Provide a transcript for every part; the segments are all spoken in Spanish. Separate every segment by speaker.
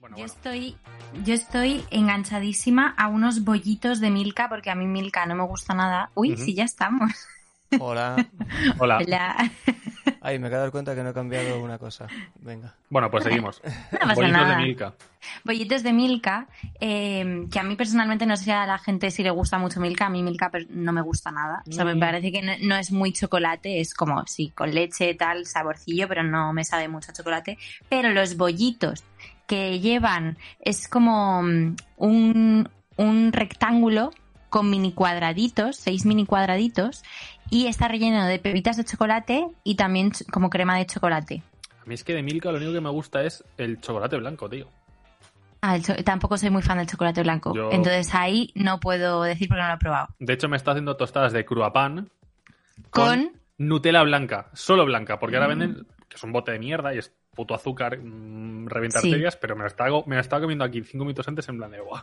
Speaker 1: bueno, bueno.
Speaker 2: Yo estoy, yo estoy enganchadísima a unos bollitos de Milka porque a mí Milka no me gusta nada. Uy,
Speaker 3: Ujú.
Speaker 2: sí, ya estamos.
Speaker 3: Hola.
Speaker 1: Hola.
Speaker 2: Hola.
Speaker 3: Ay, me acabo de dar cuenta que no he cambiado una cosa. Venga.
Speaker 1: Bueno, pues seguimos.
Speaker 2: pasa
Speaker 1: Bollitos
Speaker 2: nada.
Speaker 1: de Milka.
Speaker 2: Bollitos de Milka, eh, que a mí personalmente no sé a la gente si le gusta mucho Milka, a mí Milka per- no me gusta nada. O sea, me
Speaker 1: Mm.
Speaker 2: parece que no, no es muy chocolate, es como, sí, con leche, tal, saborcillo, pero no me sabe mucho a chocolate. Pero los bollitos que llevan es como mm, un, un rectángulo con mini cuadraditos, seis mini cuadraditos, y está relleno de pepitas de chocolate y también ch- como crema de chocolate.
Speaker 1: A mí es que de Milka lo único que me gusta es el chocolate blanco, tío.
Speaker 2: Ah, el cho- tampoco soy muy fan del chocolate blanco.
Speaker 1: Yo-
Speaker 2: Entonces ahí no puedo decir porque no lo he probado.
Speaker 1: De hecho, me está haciendo tostadas de cruapán
Speaker 2: Con,
Speaker 1: Nutella blanca, solo blanca, porque
Speaker 2: Mm.
Speaker 1: ahora venden, que es un bote de mierda y es puto azúcar, mm, revienta
Speaker 2: Sí.
Speaker 1: arterias, pero me la, estaba, me la estaba comiendo aquí cinco minutos antes en plan de guau.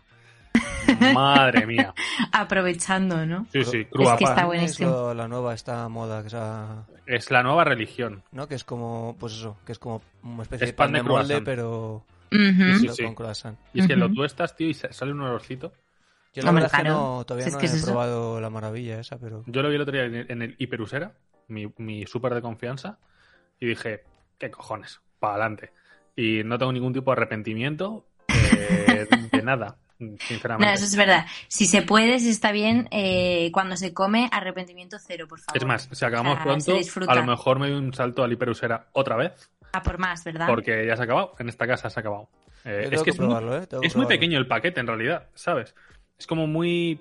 Speaker 1: Madre mía.
Speaker 2: aprovechando, ¿no?
Speaker 1: Sí, sí,
Speaker 2: Es que
Speaker 1: cruapán.
Speaker 2: está
Speaker 3: Pan
Speaker 2: buenísimo.
Speaker 3: Es lo- la nueva, esta moda, que sea,
Speaker 1: Es la nueva religión.
Speaker 3: ¿no? Que es como, pues eso, que es como una especie
Speaker 1: Es
Speaker 3: de pan,
Speaker 1: pan de
Speaker 3: de, molde,
Speaker 1: croissant.
Speaker 3: pero
Speaker 2: Ujú.
Speaker 1: Sí,
Speaker 3: pero con croissant.
Speaker 1: Y es que lo
Speaker 2: Ujú.
Speaker 1: tuestas, tío, y sa- sale un olorcito.
Speaker 3: Yo la
Speaker 2: Hombre,
Speaker 3: verdad es que
Speaker 2: claro.
Speaker 3: no, todavía
Speaker 2: Si es
Speaker 3: no
Speaker 2: que es
Speaker 3: he
Speaker 2: eso.
Speaker 3: probado la maravilla esa, pero...
Speaker 1: Yo lo vi el otro día en el, en el Hiperusera, mi, mi súper de confianza, y dije, ¿qué cojones? Para adelante. Y no tengo ningún tipo de arrepentimiento eh, de nada,
Speaker 2: No,
Speaker 1: sinceramente.
Speaker 2: eso es verdad. Si se puede, si está bien, eh, cuando se come, arrepentimiento cero, por favor.
Speaker 1: Es más, si acabamos
Speaker 2: Ah, se
Speaker 1: pronto,
Speaker 2: disfruta.
Speaker 1: a lo mejor me doy un salto al hiperusera otra vez,
Speaker 2: A Ah, por más, ¿verdad?
Speaker 1: porque ya se ha acabado. En esta casa se ha acabado. Eh,
Speaker 3: Yo
Speaker 1: es que
Speaker 3: tengo que
Speaker 1: es muy,
Speaker 3: probarlo, ¿eh? Tengo que
Speaker 1: es muy
Speaker 3: probarlo.
Speaker 1: pequeño el paquete en realidad, ¿sabes? Es como muy.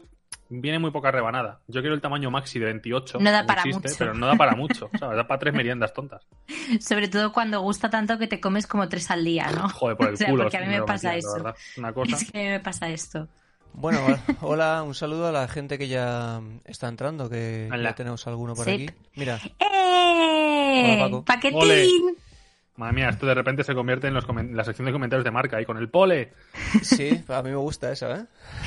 Speaker 1: Viene muy poca rebanada. Yo quiero el tamaño maxi de 28.
Speaker 2: No da
Speaker 1: que
Speaker 2: para
Speaker 1: existe,
Speaker 2: mucho.
Speaker 1: Pero no da para mucho. ¿sabes? Da para tres meriendas tontas.
Speaker 2: Sobre todo cuando gusta tanto que te comes como tres al día, ¿no?
Speaker 1: Joder, por el
Speaker 2: O sea,
Speaker 1: culo.
Speaker 2: porque a mí
Speaker 1: me
Speaker 2: me
Speaker 1: lo
Speaker 2: pasa
Speaker 1: metía, la
Speaker 2: eso.
Speaker 1: verdad. Una cosa.
Speaker 2: Es que me pasa esto.
Speaker 3: Bueno, hola, un saludo a la gente que ya está entrando, que
Speaker 1: Hola.
Speaker 3: ya tenemos alguno por
Speaker 2: Sí.
Speaker 3: aquí. Mira,
Speaker 2: ¡Eh!
Speaker 3: Hola, Paco.
Speaker 2: ¡Paquetín!
Speaker 1: Ole. Madre mía, esto de repente se convierte en los comen- la sección de comentarios de marca. Y con el pole.
Speaker 3: sí, a mí me gusta esa, ¿eh?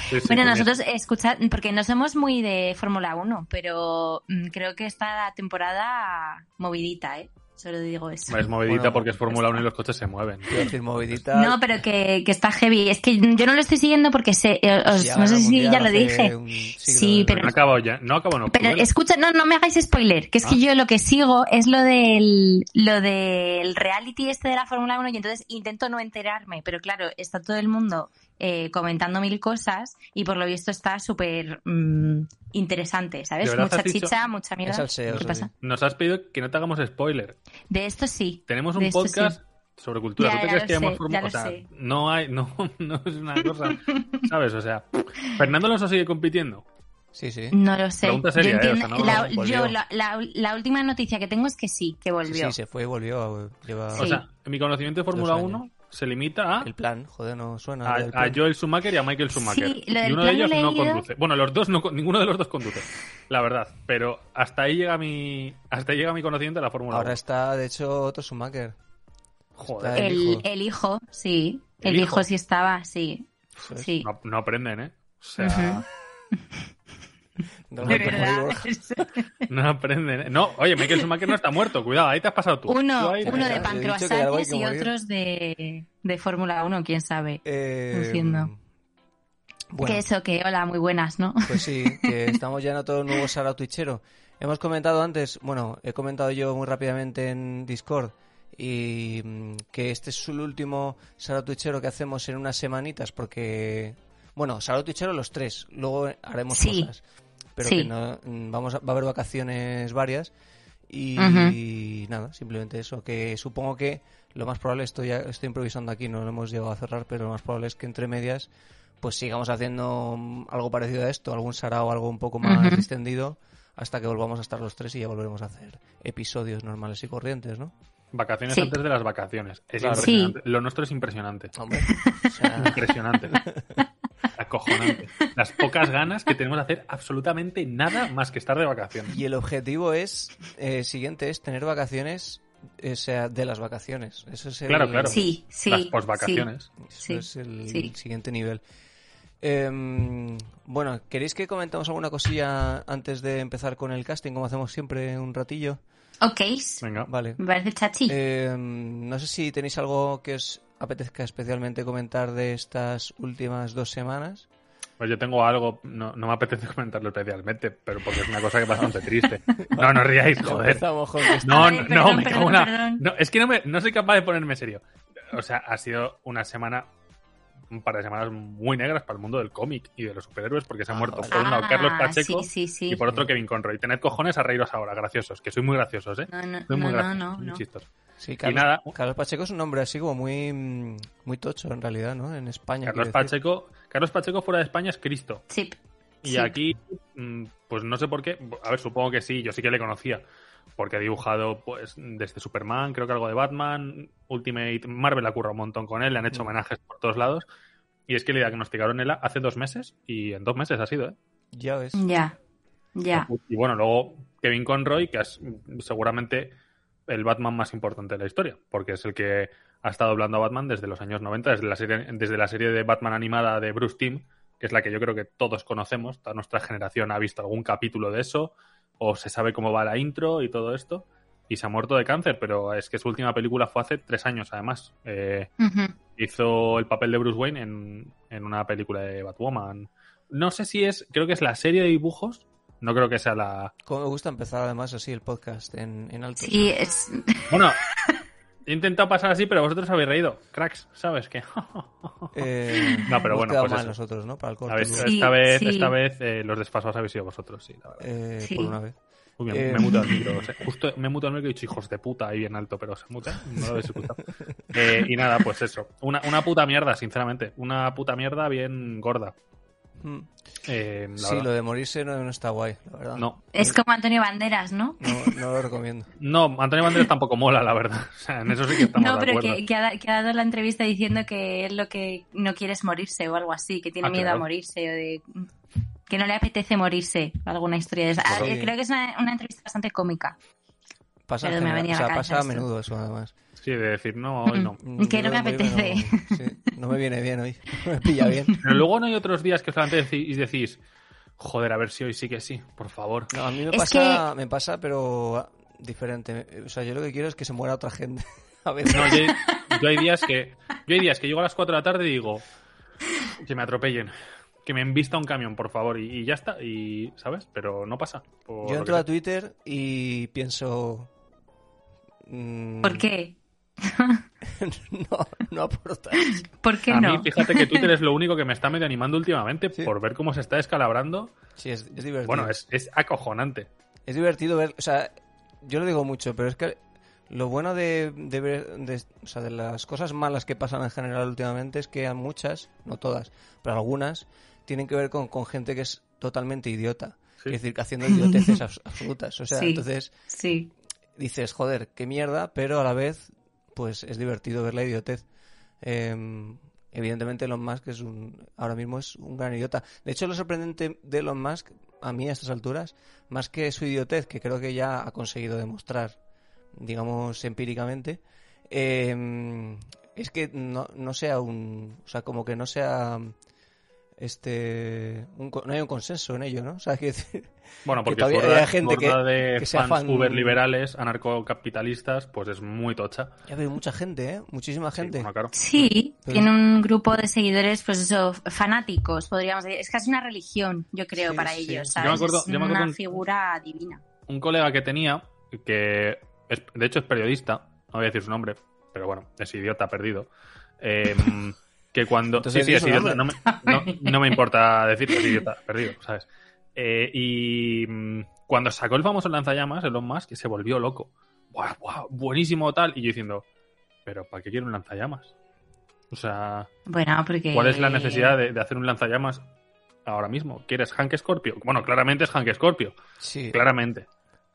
Speaker 1: Sí, sí,
Speaker 2: Bueno,
Speaker 1: con
Speaker 2: nosotros, escuchad, porque no somos muy de Fórmula 1, pero mm, creo que esta temporada movidita, ¿eh? Solo digo eso.
Speaker 1: el- Es movidita
Speaker 3: Bueno,
Speaker 1: porque es Fórmula 1 y los coches se mueven.
Speaker 3: Quiero decir, movidita.
Speaker 2: No, pero que, que está heavy. Es que yo no lo estoy siguiendo porque sé, eh, os-
Speaker 3: Si
Speaker 2: no
Speaker 3: ahora
Speaker 2: sé si
Speaker 3: mundial
Speaker 2: ya lo
Speaker 3: hace
Speaker 2: dije.
Speaker 3: un siglo
Speaker 2: Sí,
Speaker 3: de-
Speaker 2: pero-
Speaker 1: No acabo ya. No acabo en
Speaker 2: Pero
Speaker 1: octubre.
Speaker 2: escucha, no, no me hagáis spoiler, que es
Speaker 1: Ah.
Speaker 2: que yo lo que sigo es lo del, lo del reality este de la Fórmula 1 y entonces intento no enterarme, pero claro, está todo el mundo eh, comentando mil cosas y por lo visto está súper mm, interesante,
Speaker 1: ¿De
Speaker 2: ¿sabes?
Speaker 1: verdad
Speaker 2: Mucha
Speaker 1: has dicho?
Speaker 2: chicha, mucha mierda.
Speaker 3: Es al E SEO,
Speaker 2: ¿Qué
Speaker 3: sí.
Speaker 2: pasa?
Speaker 1: Nos has pedido que no te hagamos spoiler.
Speaker 2: De esto sí.
Speaker 1: Tenemos
Speaker 2: De
Speaker 1: un
Speaker 2: esto
Speaker 1: podcast sobre cultura. ¿Tú
Speaker 2: Ya,
Speaker 1: te
Speaker 2: ya
Speaker 1: crees
Speaker 2: lo
Speaker 1: que hemos
Speaker 2: sé,
Speaker 1: formado?
Speaker 2: ya
Speaker 1: O
Speaker 2: lo
Speaker 1: sea,
Speaker 2: sé.
Speaker 1: no hay, no, no es una cosa, ¿sabes? O sea, Fernando Alonso sigue compitiendo.
Speaker 3: Sí, sí.
Speaker 2: No lo sé.
Speaker 1: Pregunta seria,
Speaker 2: yo
Speaker 1: ¿eh? O sea,
Speaker 2: entiendo-
Speaker 1: no-
Speaker 2: la,
Speaker 3: volvió.
Speaker 2: yo la, la- la última noticia que tengo es que sí, que
Speaker 3: Sí,
Speaker 2: volvió.
Speaker 3: sí, se fue y volvió. eh, Lleva
Speaker 2: Sí.
Speaker 1: O sea, mi conocimiento de Fórmula
Speaker 3: años.
Speaker 1: 1 se limita a,
Speaker 3: el plan, joder, no suena.
Speaker 1: a,
Speaker 3: lo del
Speaker 1: a
Speaker 3: plan.
Speaker 1: Joel Schumacher y a Michael Schumacher.
Speaker 2: Sí, lo del
Speaker 1: y uno
Speaker 2: plan
Speaker 1: de ellos
Speaker 2: lo he
Speaker 1: no
Speaker 2: leído.
Speaker 1: conduce. Bueno, los dos no, con- ninguno de los dos conduce, la verdad. Pero hasta ahí llega mi, hasta ahí llega mi conocimiento de la Fórmula
Speaker 3: Ahora
Speaker 1: 1.
Speaker 3: está, de hecho, otro Schumacher.
Speaker 1: Joder.
Speaker 3: está
Speaker 2: el,
Speaker 3: el
Speaker 2: eh,
Speaker 3: hijo.
Speaker 2: el hijo, sí.
Speaker 1: ¿El
Speaker 2: El,
Speaker 1: hijo? Pues
Speaker 2: hijo? sí estaba, sí.
Speaker 3: Eso es.
Speaker 2: sí.
Speaker 1: No, no aprenden, ¿eh? O sea,
Speaker 2: Ujú.
Speaker 3: No,
Speaker 2: De
Speaker 3: como
Speaker 2: verdad.
Speaker 3: digo,
Speaker 1: no aprenden. ¿eh? No, oye, Michael Schumacher no está muerto. Cuidado, ahí te has pasado tú. Tú
Speaker 2: Uno,
Speaker 1: ahí te-
Speaker 2: uno de
Speaker 3: Yo he dicho que algo hay
Speaker 2: pancroasates
Speaker 3: que
Speaker 2: y
Speaker 3: morir.
Speaker 2: otros de, de Fórmula 1, quién sabe.
Speaker 3: eh,
Speaker 2: Entiendo.
Speaker 3: Bueno,
Speaker 2: Que eso, que hola, muy buenas, ¿no?
Speaker 3: pues sí, que estamos ya en otro nuevo Sarao Twitchero. Hemos comentado antes, bueno, he comentado yo muy rápidamente en Discord y mm, que este es el último Sarao Twitchero que hacemos en unas semanitas porque, bueno, Sarao Twitchero los tres, luego haremos
Speaker 2: Sí.
Speaker 3: cosas. Pero
Speaker 2: Sí.
Speaker 3: que no, mm, vamos a- va a haber vacaciones varias y nada, simplemente eso, que supongo que lo más probable, estoy, estoy improvisando aquí, no lo hemos llegado a cerrar, pero lo más probable es que entre medias pues sigamos haciendo mm, algo parecido a esto, algún sarao, algo un poco más
Speaker 2: Ujú.
Speaker 3: extendido, hasta que volvamos a estar los tres y ya volveremos a hacer episodios normales y corrientes, ¿no?
Speaker 1: Vacaciones
Speaker 2: Sí.
Speaker 1: antes de las vacaciones. Es
Speaker 3: Claro.
Speaker 1: impresionante. Lo nuestro es impresionante.
Speaker 3: Hombre, o sea,
Speaker 1: Impresionante. Acojonante. Las pocas ganas que tenemos de hacer absolutamente nada más que estar de vacaciones.
Speaker 3: y el objetivo es, eh, siguiente, es tener vacaciones, eh, o sea, de las vacaciones. Eso es el,
Speaker 1: Claro, claro.
Speaker 2: Sí, sí.
Speaker 1: las posvacaciones.
Speaker 3: eso
Speaker 2: Sí,
Speaker 3: es el
Speaker 2: sí.
Speaker 3: siguiente nivel. Em, bueno, ¿queréis que comentemos alguna cosilla antes de empezar con el casting, como hacemos siempre un ratillo?
Speaker 2: sí. Ok,
Speaker 1: Venga.
Speaker 3: Vale.
Speaker 2: me parece chachi.
Speaker 3: Em, Eh, no sé si tenéis algo que os apetezca especialmente comentar de estas últimas dos semanas.
Speaker 1: Pues yo tengo algo, no, no me apetece comentarlo especialmente, pero porque es una cosa que es bastante triste. No, no ríais, joder.
Speaker 3: Empezamos con que-
Speaker 1: No,
Speaker 2: Ay,
Speaker 1: no,
Speaker 2: perdón,
Speaker 1: no, me
Speaker 2: perdón,
Speaker 1: cago en la-
Speaker 2: perdón.
Speaker 1: No, es que no, me- no soy capaz de ponerme serio. O sea, ha sido una semana, un par de semanas muy negras para el mundo del cómic y de los superhéroes, porque se ha
Speaker 3: Ah,
Speaker 1: muerto
Speaker 3: vale.
Speaker 1: por un lado Carlos
Speaker 2: Ah,
Speaker 1: Pacheco
Speaker 2: Sí, sí, sí.
Speaker 1: y por otro Kevin Conroy. Tened cojones a reíros ahora, graciosos, que soy muy graciosos, ¿eh?
Speaker 2: No, no,
Speaker 1: Soy muy
Speaker 2: no, no,
Speaker 1: graciosos,
Speaker 2: no,
Speaker 1: muy
Speaker 2: no.
Speaker 1: chistos.
Speaker 3: Sí, Carlos,
Speaker 1: nada.
Speaker 3: Carlos Pacheco es un nombre así como muy, mm, muy tocho en realidad, ¿no? En España.
Speaker 1: Carlos
Speaker 3: quiero decir.
Speaker 1: Pacheco, Carlos Pacheco fuera de España es Cristo.
Speaker 2: Sí.
Speaker 1: Y
Speaker 2: Sí.
Speaker 1: aquí, mm, pues no sé por qué. A ver, supongo que sí, yo sí que le conocía. Porque ha dibujado, pues, desde Superman, creo que algo de Batman, Ultimate. Marvel ha currado un montón con él, le han hecho
Speaker 3: Mm.
Speaker 1: homenajes por todos lados. Y es que le diagnosticaron él hace dos meses, y en dos meses ha sido, ¿eh?
Speaker 3: Ya ves.
Speaker 2: Ya, ya.
Speaker 1: Y bueno, luego Kevin Conroy, que es mm, seguramente el Batman más importante de la historia, porque es el que ha estado hablando a Batman desde los años 90, desde la serie, desde la serie de Batman animada de Bruce Timm, que es la que yo creo que todos conocemos, toda nuestra generación ha visto algún capítulo de eso, o se sabe cómo va la intro y todo esto, y se ha muerto de cáncer, pero es que su última película fue hace tres años además. Eh,
Speaker 2: Ujú.
Speaker 1: hizo el papel de Bruce Wayne en, en una película de Batwoman. No sé si es, creo que es la serie de dibujos, no creo que sea la...
Speaker 3: Como me gusta empezar además así el podcast en, en alto.
Speaker 2: Sí, es...
Speaker 1: Bueno, he intentado pasar así, pero vosotros habéis reído, cracks, ¿sabes qué?
Speaker 3: Eh,
Speaker 1: No, pero
Speaker 3: hemos
Speaker 1: bueno,
Speaker 3: quedado
Speaker 1: pues
Speaker 3: mal
Speaker 1: eso.
Speaker 3: nosotros, ¿no? Para el corto.
Speaker 1: A ver,
Speaker 3: luego.
Speaker 2: Sí,
Speaker 1: esta vez,
Speaker 2: sí.
Speaker 1: esta vez eh, los desfasados habéis sido vosotros, sí, la verdad.
Speaker 3: Eh,
Speaker 2: Sí.
Speaker 3: Por una vez.
Speaker 1: Muy bien,
Speaker 3: eh.
Speaker 1: me he mutado el micro. o sea, justo me he mutado el micro y he dicho hijos de puta ahí bien alto, pero se muta, no lo habéis escuchado. Eh, y nada, pues eso. Una, una puta mierda, sinceramente. Una puta mierda bien gorda.
Speaker 3: Mm.
Speaker 1: Eh, la
Speaker 3: Sí,
Speaker 1: verdad.
Speaker 3: lo de morirse no, no está guay, la verdad.
Speaker 1: No,
Speaker 2: es como Antonio Banderas, ¿no?
Speaker 3: No, no lo recomiendo.
Speaker 1: No, Antonio Banderas tampoco mola, la verdad. O sea, en eso sí que estamos
Speaker 2: No,
Speaker 1: de
Speaker 2: pero
Speaker 1: acuerdo.
Speaker 2: que, que ha, da- que ha dado la entrevista diciendo que él lo que no quiere es morirse o algo así, que tiene
Speaker 1: Ah,
Speaker 2: miedo
Speaker 1: claro.
Speaker 2: a morirse o de que no le apetece morirse, alguna historia de esa.
Speaker 1: Pues
Speaker 2: Ah,
Speaker 3: Sí.
Speaker 2: Creo que es una, una entrevista bastante cómica.
Speaker 3: Pasa, en
Speaker 2: Pero me
Speaker 3: general-
Speaker 2: venía
Speaker 3: o
Speaker 2: a
Speaker 3: sea,
Speaker 2: la
Speaker 3: pasa a
Speaker 2: cabeza esto.
Speaker 3: menudo eso, además.
Speaker 1: Sí, de decir no, hoy no.
Speaker 3: Mm,
Speaker 2: Que no
Speaker 3: yo creo
Speaker 2: me
Speaker 3: que morirme No, sí, no me viene bien hoy. No me pilla bien.
Speaker 1: Pero luego no hay otros días que solamente decís, decís, joder, a ver si hoy sí que sí, por favor.
Speaker 3: No, a mí me
Speaker 2: Es
Speaker 3: pasa, me pasa, pero ah, diferente. O sea, yo lo que quiero es que se muera otra gente. A veces.
Speaker 1: No, yo, yo hay días que yo hay días que llego a las 4 de la tarde y digo que me atropellen, que me envista un camión, por favor, y, y ya está, y ¿sabes? Pero no pasa. por
Speaker 3: Yo
Speaker 1: lo
Speaker 3: entro a
Speaker 1: que
Speaker 3: Twitter y pienso. mm,
Speaker 2: ¿Por qué?
Speaker 3: No, no aporta.
Speaker 2: ¿Por qué
Speaker 1: sea. a
Speaker 2: no?
Speaker 1: mí, fíjate que Twitter es lo único que me está medio animando últimamente
Speaker 3: Sí. Pues
Speaker 1: por ver cómo se está descalabrando.
Speaker 3: Sí, es, es divertido.
Speaker 1: Bueno, es, es acojonante.
Speaker 3: Es divertido ver, o sea, yo lo digo mucho, pero es que lo bueno de, de ver, de- o sea, de las cosas malas que pasan en general últimamente es que a muchas, no todas, pero algunas, tienen que ver con, con gente que es totalmente idiota.
Speaker 1: Sí.
Speaker 3: Es decir, que haciendo idioteces abs- absolutas. O sea,
Speaker 2: Sí.
Speaker 3: entonces
Speaker 2: Sí.
Speaker 3: dices, joder, qué mierda, pero a la vez, pues es divertido ver la idiotez. Eh, evidentemente Elon Musk es un, ahora mismo es un gran idiota. De hecho, lo sorprendente de Elon Musk, a mí a estas alturas, más que su idiotez, que creo que ya ha conseguido demostrar, digamos, empíricamente, eh, es que no, no sea un, o sea, como que no sea este un co- no hay un consenso en ello, ¿no? O sea, quiero decir,
Speaker 1: Bueno,
Speaker 3: Que
Speaker 1: porque
Speaker 3: todavía
Speaker 1: su horda-
Speaker 3: haya gente
Speaker 1: su horda
Speaker 3: que-
Speaker 1: de
Speaker 3: que sea
Speaker 1: fans
Speaker 3: fan-
Speaker 1: uberliberales, anarcocapitalistas, pues es muy tocha.
Speaker 3: ya veo mucha gente, ¿eh? Muchísima
Speaker 1: Sí,
Speaker 3: gente.
Speaker 1: bueno, claro.
Speaker 2: Sí,
Speaker 1: Mm.
Speaker 3: Pero-
Speaker 2: tiene un grupo de seguidores, pues eso, fanáticos, podríamos decir. Es casi una religión, yo creo,
Speaker 3: Sí,
Speaker 2: para
Speaker 3: sí.
Speaker 2: ellos,
Speaker 3: Yo
Speaker 2: ¿sabes?
Speaker 1: me acuerdo-
Speaker 2: es
Speaker 1: yo me acuerdo
Speaker 2: una
Speaker 1: un-
Speaker 2: figura divina.
Speaker 1: Un colega que tenía, que es- de hecho es periodista, no voy a decir su nombre, pero bueno, es idiota perdido. eh, que cuando. sí,
Speaker 3: Entonces,
Speaker 1: sí,
Speaker 3: di
Speaker 1: es
Speaker 3: su
Speaker 1: idiota, no me,
Speaker 3: nombre.
Speaker 1: no- no me importa decir que es idiota perdido, ¿sabes? Eh, y mm, cuando sacó el famoso lanzallamas, Elon Musk, se volvió loco. ¡Buah, buah, buenísimo tal! Y yo diciendo, ¿pero para qué quiero un lanzallamas? O sea.
Speaker 2: Bueno, porque...
Speaker 1: ¿Cuál es la necesidad de, de hacer un lanzallamas ahora mismo? ¿Quieres Hank Scorpio? Bueno, claramente es Hank Scorpio,
Speaker 3: Sí.
Speaker 1: claramente,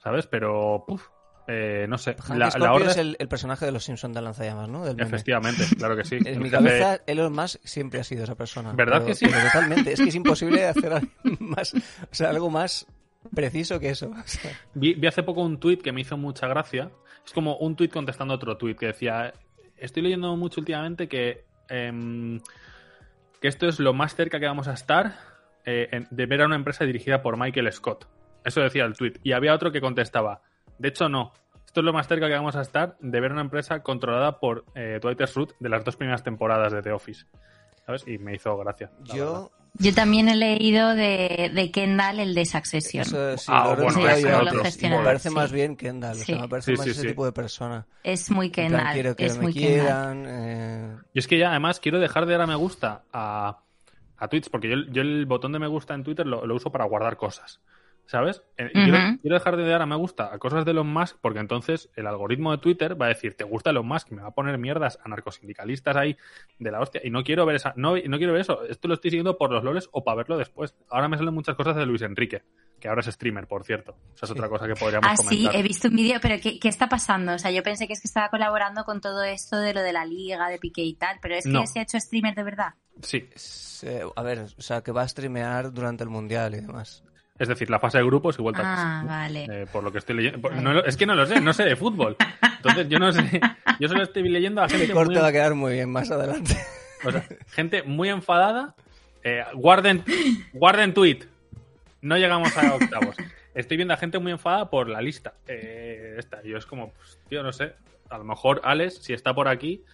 Speaker 1: ¿sabes? Pero, puf, eh, no sé.
Speaker 3: Hank
Speaker 1: la,
Speaker 3: Scorpio
Speaker 1: la horda
Speaker 3: es el, el personaje de los Simpsons de lanzallamas, ¿no? Del meme.
Speaker 1: Efectivamente, claro que sí.
Speaker 3: En mi
Speaker 1: El que hace-
Speaker 3: cabeza, Elon Musk siempre ha sido esa persona.
Speaker 1: ¿Verdad
Speaker 3: Pero-
Speaker 1: que sí?
Speaker 3: pero totalmente. Es que es imposible hacer algo más, o sea, algo más preciso que eso. O sea,
Speaker 1: vi, vi hace poco un tuit que me hizo mucha gracia. Es como un tuit contestando otro tuit que decía, estoy leyendo mucho últimamente que, em, que esto es lo más cerca que vamos a estar eh, en- de ver a una empresa dirigida por Michael Scott. Eso decía el tuit. Y había otro que contestaba, de hecho no, Esto es lo más cerca que vamos a estar de ver una empresa controlada por eh, Dwight Schrute de las dos primeras temporadas de The Office. ¿Sabes? Y me hizo gracia. la verdad.
Speaker 3: Yo,
Speaker 2: Yo también he leído de, de Kendall el de Succession.
Speaker 3: eso sí,
Speaker 1: Ah,
Speaker 3: lo he
Speaker 1: bueno, pues,
Speaker 3: revisado
Speaker 2: ese
Speaker 3: yo
Speaker 2: no lo
Speaker 3: antes.
Speaker 2: gestionan,
Speaker 3: Me parece
Speaker 2: sí.
Speaker 3: más bien Kendall, o sea,
Speaker 2: Sí.
Speaker 3: me parece
Speaker 1: Sí,
Speaker 3: más
Speaker 1: sí,
Speaker 3: ese
Speaker 1: sí.
Speaker 3: tipo de persona.
Speaker 2: Es muy
Speaker 3: En plan,
Speaker 2: Kendall.
Speaker 3: quiero que
Speaker 2: es
Speaker 3: me
Speaker 2: muy Kendall.
Speaker 3: quieran. eh,
Speaker 1: Y es que ya, además, quiero dejar de dar a me gusta a, a tweets, porque yo, yo el botón de me gusta en Twitter lo, lo uso para guardar cosas, ¿sabes? Eh,
Speaker 2: Ujú.
Speaker 1: quiero, quiero dejar de dar a me gusta a cosas de Elon Musk, porque entonces el algoritmo de Twitter va a decir, te gusta Elon Musk, y me va a poner mierdas anarcosindicalistas ahí de la hostia, y no quiero ver esa, no, no quiero ver eso, esto lo estoy siguiendo por los loles o para verlo después. Ahora me salen muchas cosas de Luis Enrique, que ahora es streamer, por cierto. Esa es otra cosa que podríamos
Speaker 2: Ah, sí,
Speaker 1: comentar.
Speaker 2: he visto un vídeo, pero ¿qué, qué está pasando? O sea, yo pensé que es que estaba colaborando con todo esto de lo de la liga, de Piqué y tal, pero es que
Speaker 1: No.
Speaker 2: se ha hecho streamer de verdad.
Speaker 1: Sí.
Speaker 3: se- a ver, o sea, que va a streamear durante el mundial y demás.
Speaker 1: Es decir, la fase de grupos y vuelta a casa.
Speaker 2: Ah, vale.
Speaker 1: Eh, por lo que estoy leyendo. por- no lo- es que no lo sé, no sé de fútbol. Entonces yo no sé. Yo solo estoy leyendo a gente,
Speaker 3: Este corte
Speaker 1: muy,
Speaker 3: va a quedar muy bien más adelante.
Speaker 1: o sea, gente muy enfadada. Eh, guarden, guarden tweet. No llegamos a octavos. Estoy viendo a gente muy enfadada por la lista. Eh, esta. Yo es como, pues, tío, no sé. A lo mejor Alex, si está por aquí,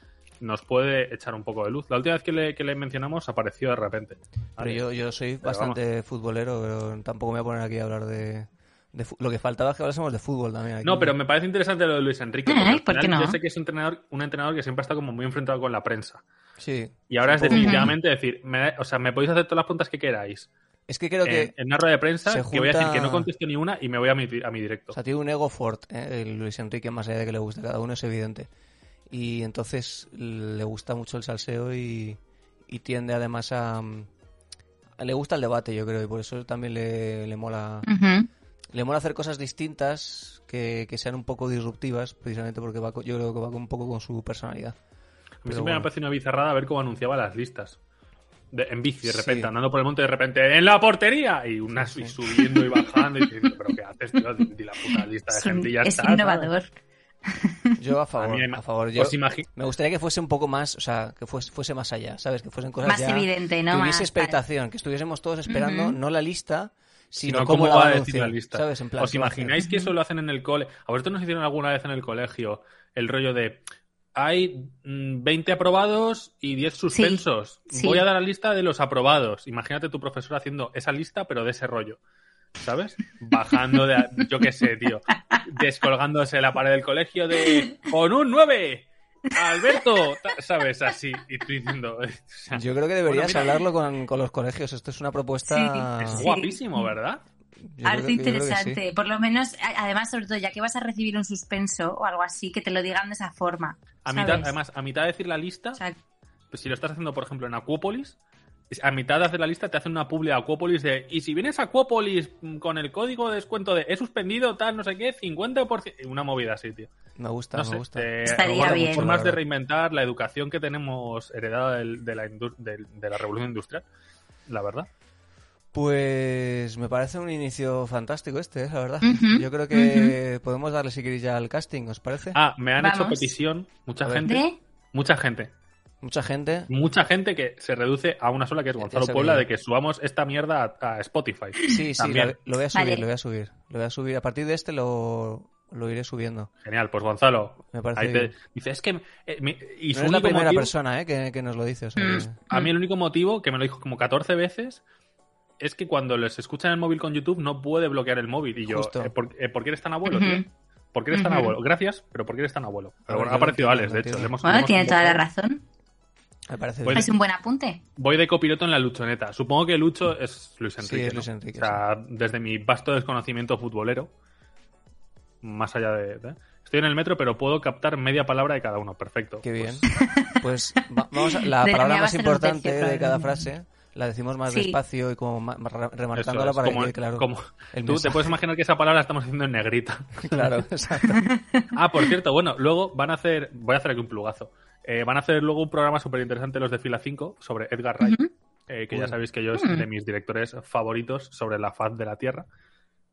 Speaker 1: nos puede echar un poco de luz. La última vez que le, que le mencionamos apareció de repente.
Speaker 3: Pero
Speaker 1: Alex.
Speaker 3: yo, yo soy bastante futbolero, pero tampoco me voy a poner aquí a hablar de, de fu- lo que faltaba es que hablásemos de fútbol también. aquí.
Speaker 1: No, pero me parece interesante lo de Luis Enrique. porque
Speaker 2: Ay,
Speaker 1: al
Speaker 2: ¿por qué
Speaker 1: final
Speaker 2: no?
Speaker 1: Yo sé que es un entrenador, un entrenador que siempre está como muy enfrentado con la prensa.
Speaker 3: sí.
Speaker 1: Y ahora es
Speaker 3: Un poco.
Speaker 1: definitivamente decir, me da- o sea, me podéis hacer todas las preguntas que queráis.
Speaker 3: Es que creo que
Speaker 1: en, en una rueda de prensa,
Speaker 3: se
Speaker 1: que voy a decir
Speaker 3: junta-
Speaker 1: que no contesto ni una y me voy a mi, a mi directo.
Speaker 3: O sea, tiene un ego fuerte, ¿eh? el Luis Enrique, más allá de que le guste a cada uno, es evidente. Y entonces le gusta mucho el salseo y, y tiende además a, a- Le gusta el debate, yo creo, y por eso también le, le mola...
Speaker 2: Ujú.
Speaker 3: Le mola hacer cosas distintas que, que sean un poco disruptivas, precisamente porque va, co- yo creo que va un poco con su personalidad.
Speaker 1: a mí
Speaker 3: pero
Speaker 1: siempre me
Speaker 3: bueno.
Speaker 1: ha parecido una bizarrada ver cómo anunciaba las listas. De- en bici, de repente,
Speaker 3: Sí.
Speaker 1: andando por el monte, de repente, ¡en la portería! Y, una,
Speaker 3: Sí,
Speaker 1: y
Speaker 3: sí.
Speaker 1: subiendo y bajando. Y diciendo, ¿pero qué haces, tío? Di di la puta lista de
Speaker 2: Es, un-
Speaker 1: gente y ya
Speaker 2: es
Speaker 1: está. ¿sabes?
Speaker 2: innovador.
Speaker 3: Yo a
Speaker 1: A
Speaker 3: favor,
Speaker 1: mí me-
Speaker 3: a favor. Yo,
Speaker 1: Os imagi-
Speaker 3: me gustaría que fuese un poco más, o sea, que fuese, fuese más allá, ¿sabes? Que fuesen cosas
Speaker 2: Más
Speaker 3: ya-
Speaker 2: evidente,
Speaker 3: que
Speaker 2: ¿no?
Speaker 3: hubiese
Speaker 2: Más tal.
Speaker 3: expectación, que estuviésemos todos esperando
Speaker 2: Ujú.
Speaker 3: no la lista, sino,
Speaker 1: sino
Speaker 3: cómo, la
Speaker 1: va
Speaker 3: va
Speaker 1: a decir
Speaker 3: anunciar,
Speaker 1: la lista.
Speaker 3: ¿Sabes? En plan,
Speaker 1: ¿Os
Speaker 3: ¿qué va a hacer?
Speaker 1: imagináis que eso lo hacen en el cole? ¿A vosotros nos hicieron alguna vez en el colegio el rollo de hay mm, 20 aprobados y 10 suspensos?
Speaker 2: sí.
Speaker 1: Voy a dar la lista de los aprobados. Imagínate tu profesor haciendo esa lista, pero de ese rollo. ¿Sabes? Bajando de. Yo qué sé, tío. Descolgándose la pared del colegio de. ¡Con un 9! ¡Alberto! ta- ¿Sabes? Así. Y tú diciendo. o sea,
Speaker 3: Yo creo que deberías
Speaker 1: mira.
Speaker 3: hablarlo con, con los colegios. Esto es una propuesta.
Speaker 2: Sí,
Speaker 1: es
Speaker 2: sí.
Speaker 1: guapísimo, ¿verdad?
Speaker 3: Yo creo
Speaker 2: Arte
Speaker 3: que- yo creo que sí.
Speaker 2: interesante. Por lo menos, a- además, sobre todo, ya que vas a recibir un suspenso o algo así, que te lo digan de esa forma.
Speaker 1: A mitad,
Speaker 2: ¿sabes?
Speaker 1: además, a mitad de decir la lista,
Speaker 2: O sea,
Speaker 1: Pues si lo estás haciendo, por ejemplo, en Acuópolis, es- a mitad de hacer la lista te hacen una publi de Acuópolis de y si vienes a Acuópolis mm, con el código de descuento de he suspendido tal, no sé qué, 50%. Una movida así, tío.
Speaker 3: Me gusta,
Speaker 1: No
Speaker 3: me
Speaker 1: sé,
Speaker 3: gusta.
Speaker 1: eh,
Speaker 2: Estaría
Speaker 1: bueno,
Speaker 2: bien.
Speaker 1: Formas de
Speaker 3: Claro.
Speaker 1: reinventar la educación que tenemos heredada del- de, la, indu- del- de la revolución industrial, la verdad.
Speaker 3: Pues me parece un inicio fantástico este, eh, la verdad.
Speaker 2: Ujú,
Speaker 3: Yo creo que podemos darle si queréis ya al casting, ¿os parece?
Speaker 1: Ah, me han hecho
Speaker 2: Vamos.
Speaker 1: petición mucha
Speaker 3: A ver.
Speaker 1: gente.
Speaker 2: ¿De?
Speaker 1: Mucha gente.
Speaker 3: Mucha gente.
Speaker 1: Mucha gente que se reduce a una sola, que es
Speaker 3: Ya- ya
Speaker 1: Gonzalo
Speaker 3: sabía.
Speaker 1: Puebla, de que subamos esta mierda a, a Spotify.
Speaker 3: Sí, sí,
Speaker 1: También.
Speaker 3: lo, lo voy a subir,
Speaker 2: Vale.
Speaker 3: lo voy a subir. Lo voy a subir. A partir de este lo, lo iré subiendo.
Speaker 1: Genial, pues Gonzalo,
Speaker 3: Me parece
Speaker 1: ahí te-
Speaker 3: bien.
Speaker 1: dice, es que... eh, mi- y
Speaker 3: No
Speaker 1: su
Speaker 3: es la
Speaker 1: único
Speaker 3: primera
Speaker 1: motivo-
Speaker 3: persona eh, que, que nos lo dice. o sea
Speaker 2: mm,
Speaker 3: que-
Speaker 1: A mí el único motivo, que me lo dijo como 14 veces, es que cuando les escuchan el móvil con YouTube no puede bloquear el móvil. Y yo,
Speaker 3: Justo.
Speaker 1: eh, ¿por, eh, por qué eres tan abuelo,
Speaker 2: Ujú.
Speaker 1: tío? ¿Por qué eres tan
Speaker 2: Ujú.
Speaker 1: abuelo? Gracias, pero ¿por qué eres tan abuelo? Pero
Speaker 3: ver,
Speaker 1: bueno,
Speaker 3: yo
Speaker 1: ha
Speaker 3: lo
Speaker 1: aparecido
Speaker 3: entiendo,
Speaker 1: Alex,
Speaker 3: lo
Speaker 1: de hecho.
Speaker 3: entiendo.
Speaker 1: le hemos- le
Speaker 2: Bueno,
Speaker 1: hemos
Speaker 2: tiene toda la
Speaker 1: convocado.
Speaker 2: razón.
Speaker 3: Me parece
Speaker 1: Bueno,
Speaker 3: bien.
Speaker 2: Es un buen apunte.
Speaker 1: Voy de copiloto en la luchoneta. Supongo que Lucho es Luis
Speaker 3: Sí,
Speaker 1: Enrique.
Speaker 3: es
Speaker 1: ¿no?
Speaker 3: Luis Enrique,
Speaker 1: O sea, desde mi vasto desconocimiento futbolero, más allá de. de- Estoy en el metro, pero puedo captar media palabra de cada uno. Perfecto.
Speaker 3: Qué
Speaker 1: Pues
Speaker 3: bien. Pues va- vamos a, la
Speaker 2: De la
Speaker 3: palabra
Speaker 2: mía va a
Speaker 3: más
Speaker 2: ser un
Speaker 3: importante
Speaker 2: tercio,
Speaker 3: de
Speaker 2: claro.
Speaker 3: cada frase la decimos más
Speaker 2: Sí.
Speaker 3: despacio y como ma- ra-
Speaker 1: Eso
Speaker 3: remarcándola
Speaker 1: es,
Speaker 3: para
Speaker 1: como-
Speaker 3: que quede claro.
Speaker 1: como-
Speaker 3: el
Speaker 1: tú te
Speaker 3: mensaje.
Speaker 1: puedes imaginar que esa palabra la estamos haciendo en negrita.
Speaker 3: Claro, exacto.
Speaker 1: Ah, por cierto, bueno, luego van a hacer. Voy a hacer aquí un plugazo. Eh, van a hacer luego un programa súper interesante los de Fila 5 sobre Edgar Wright, eh, que
Speaker 3: Bueno.
Speaker 1: ya sabéis que yo es
Speaker 2: Mm.
Speaker 1: de mis directores favoritos sobre la faz de la Tierra.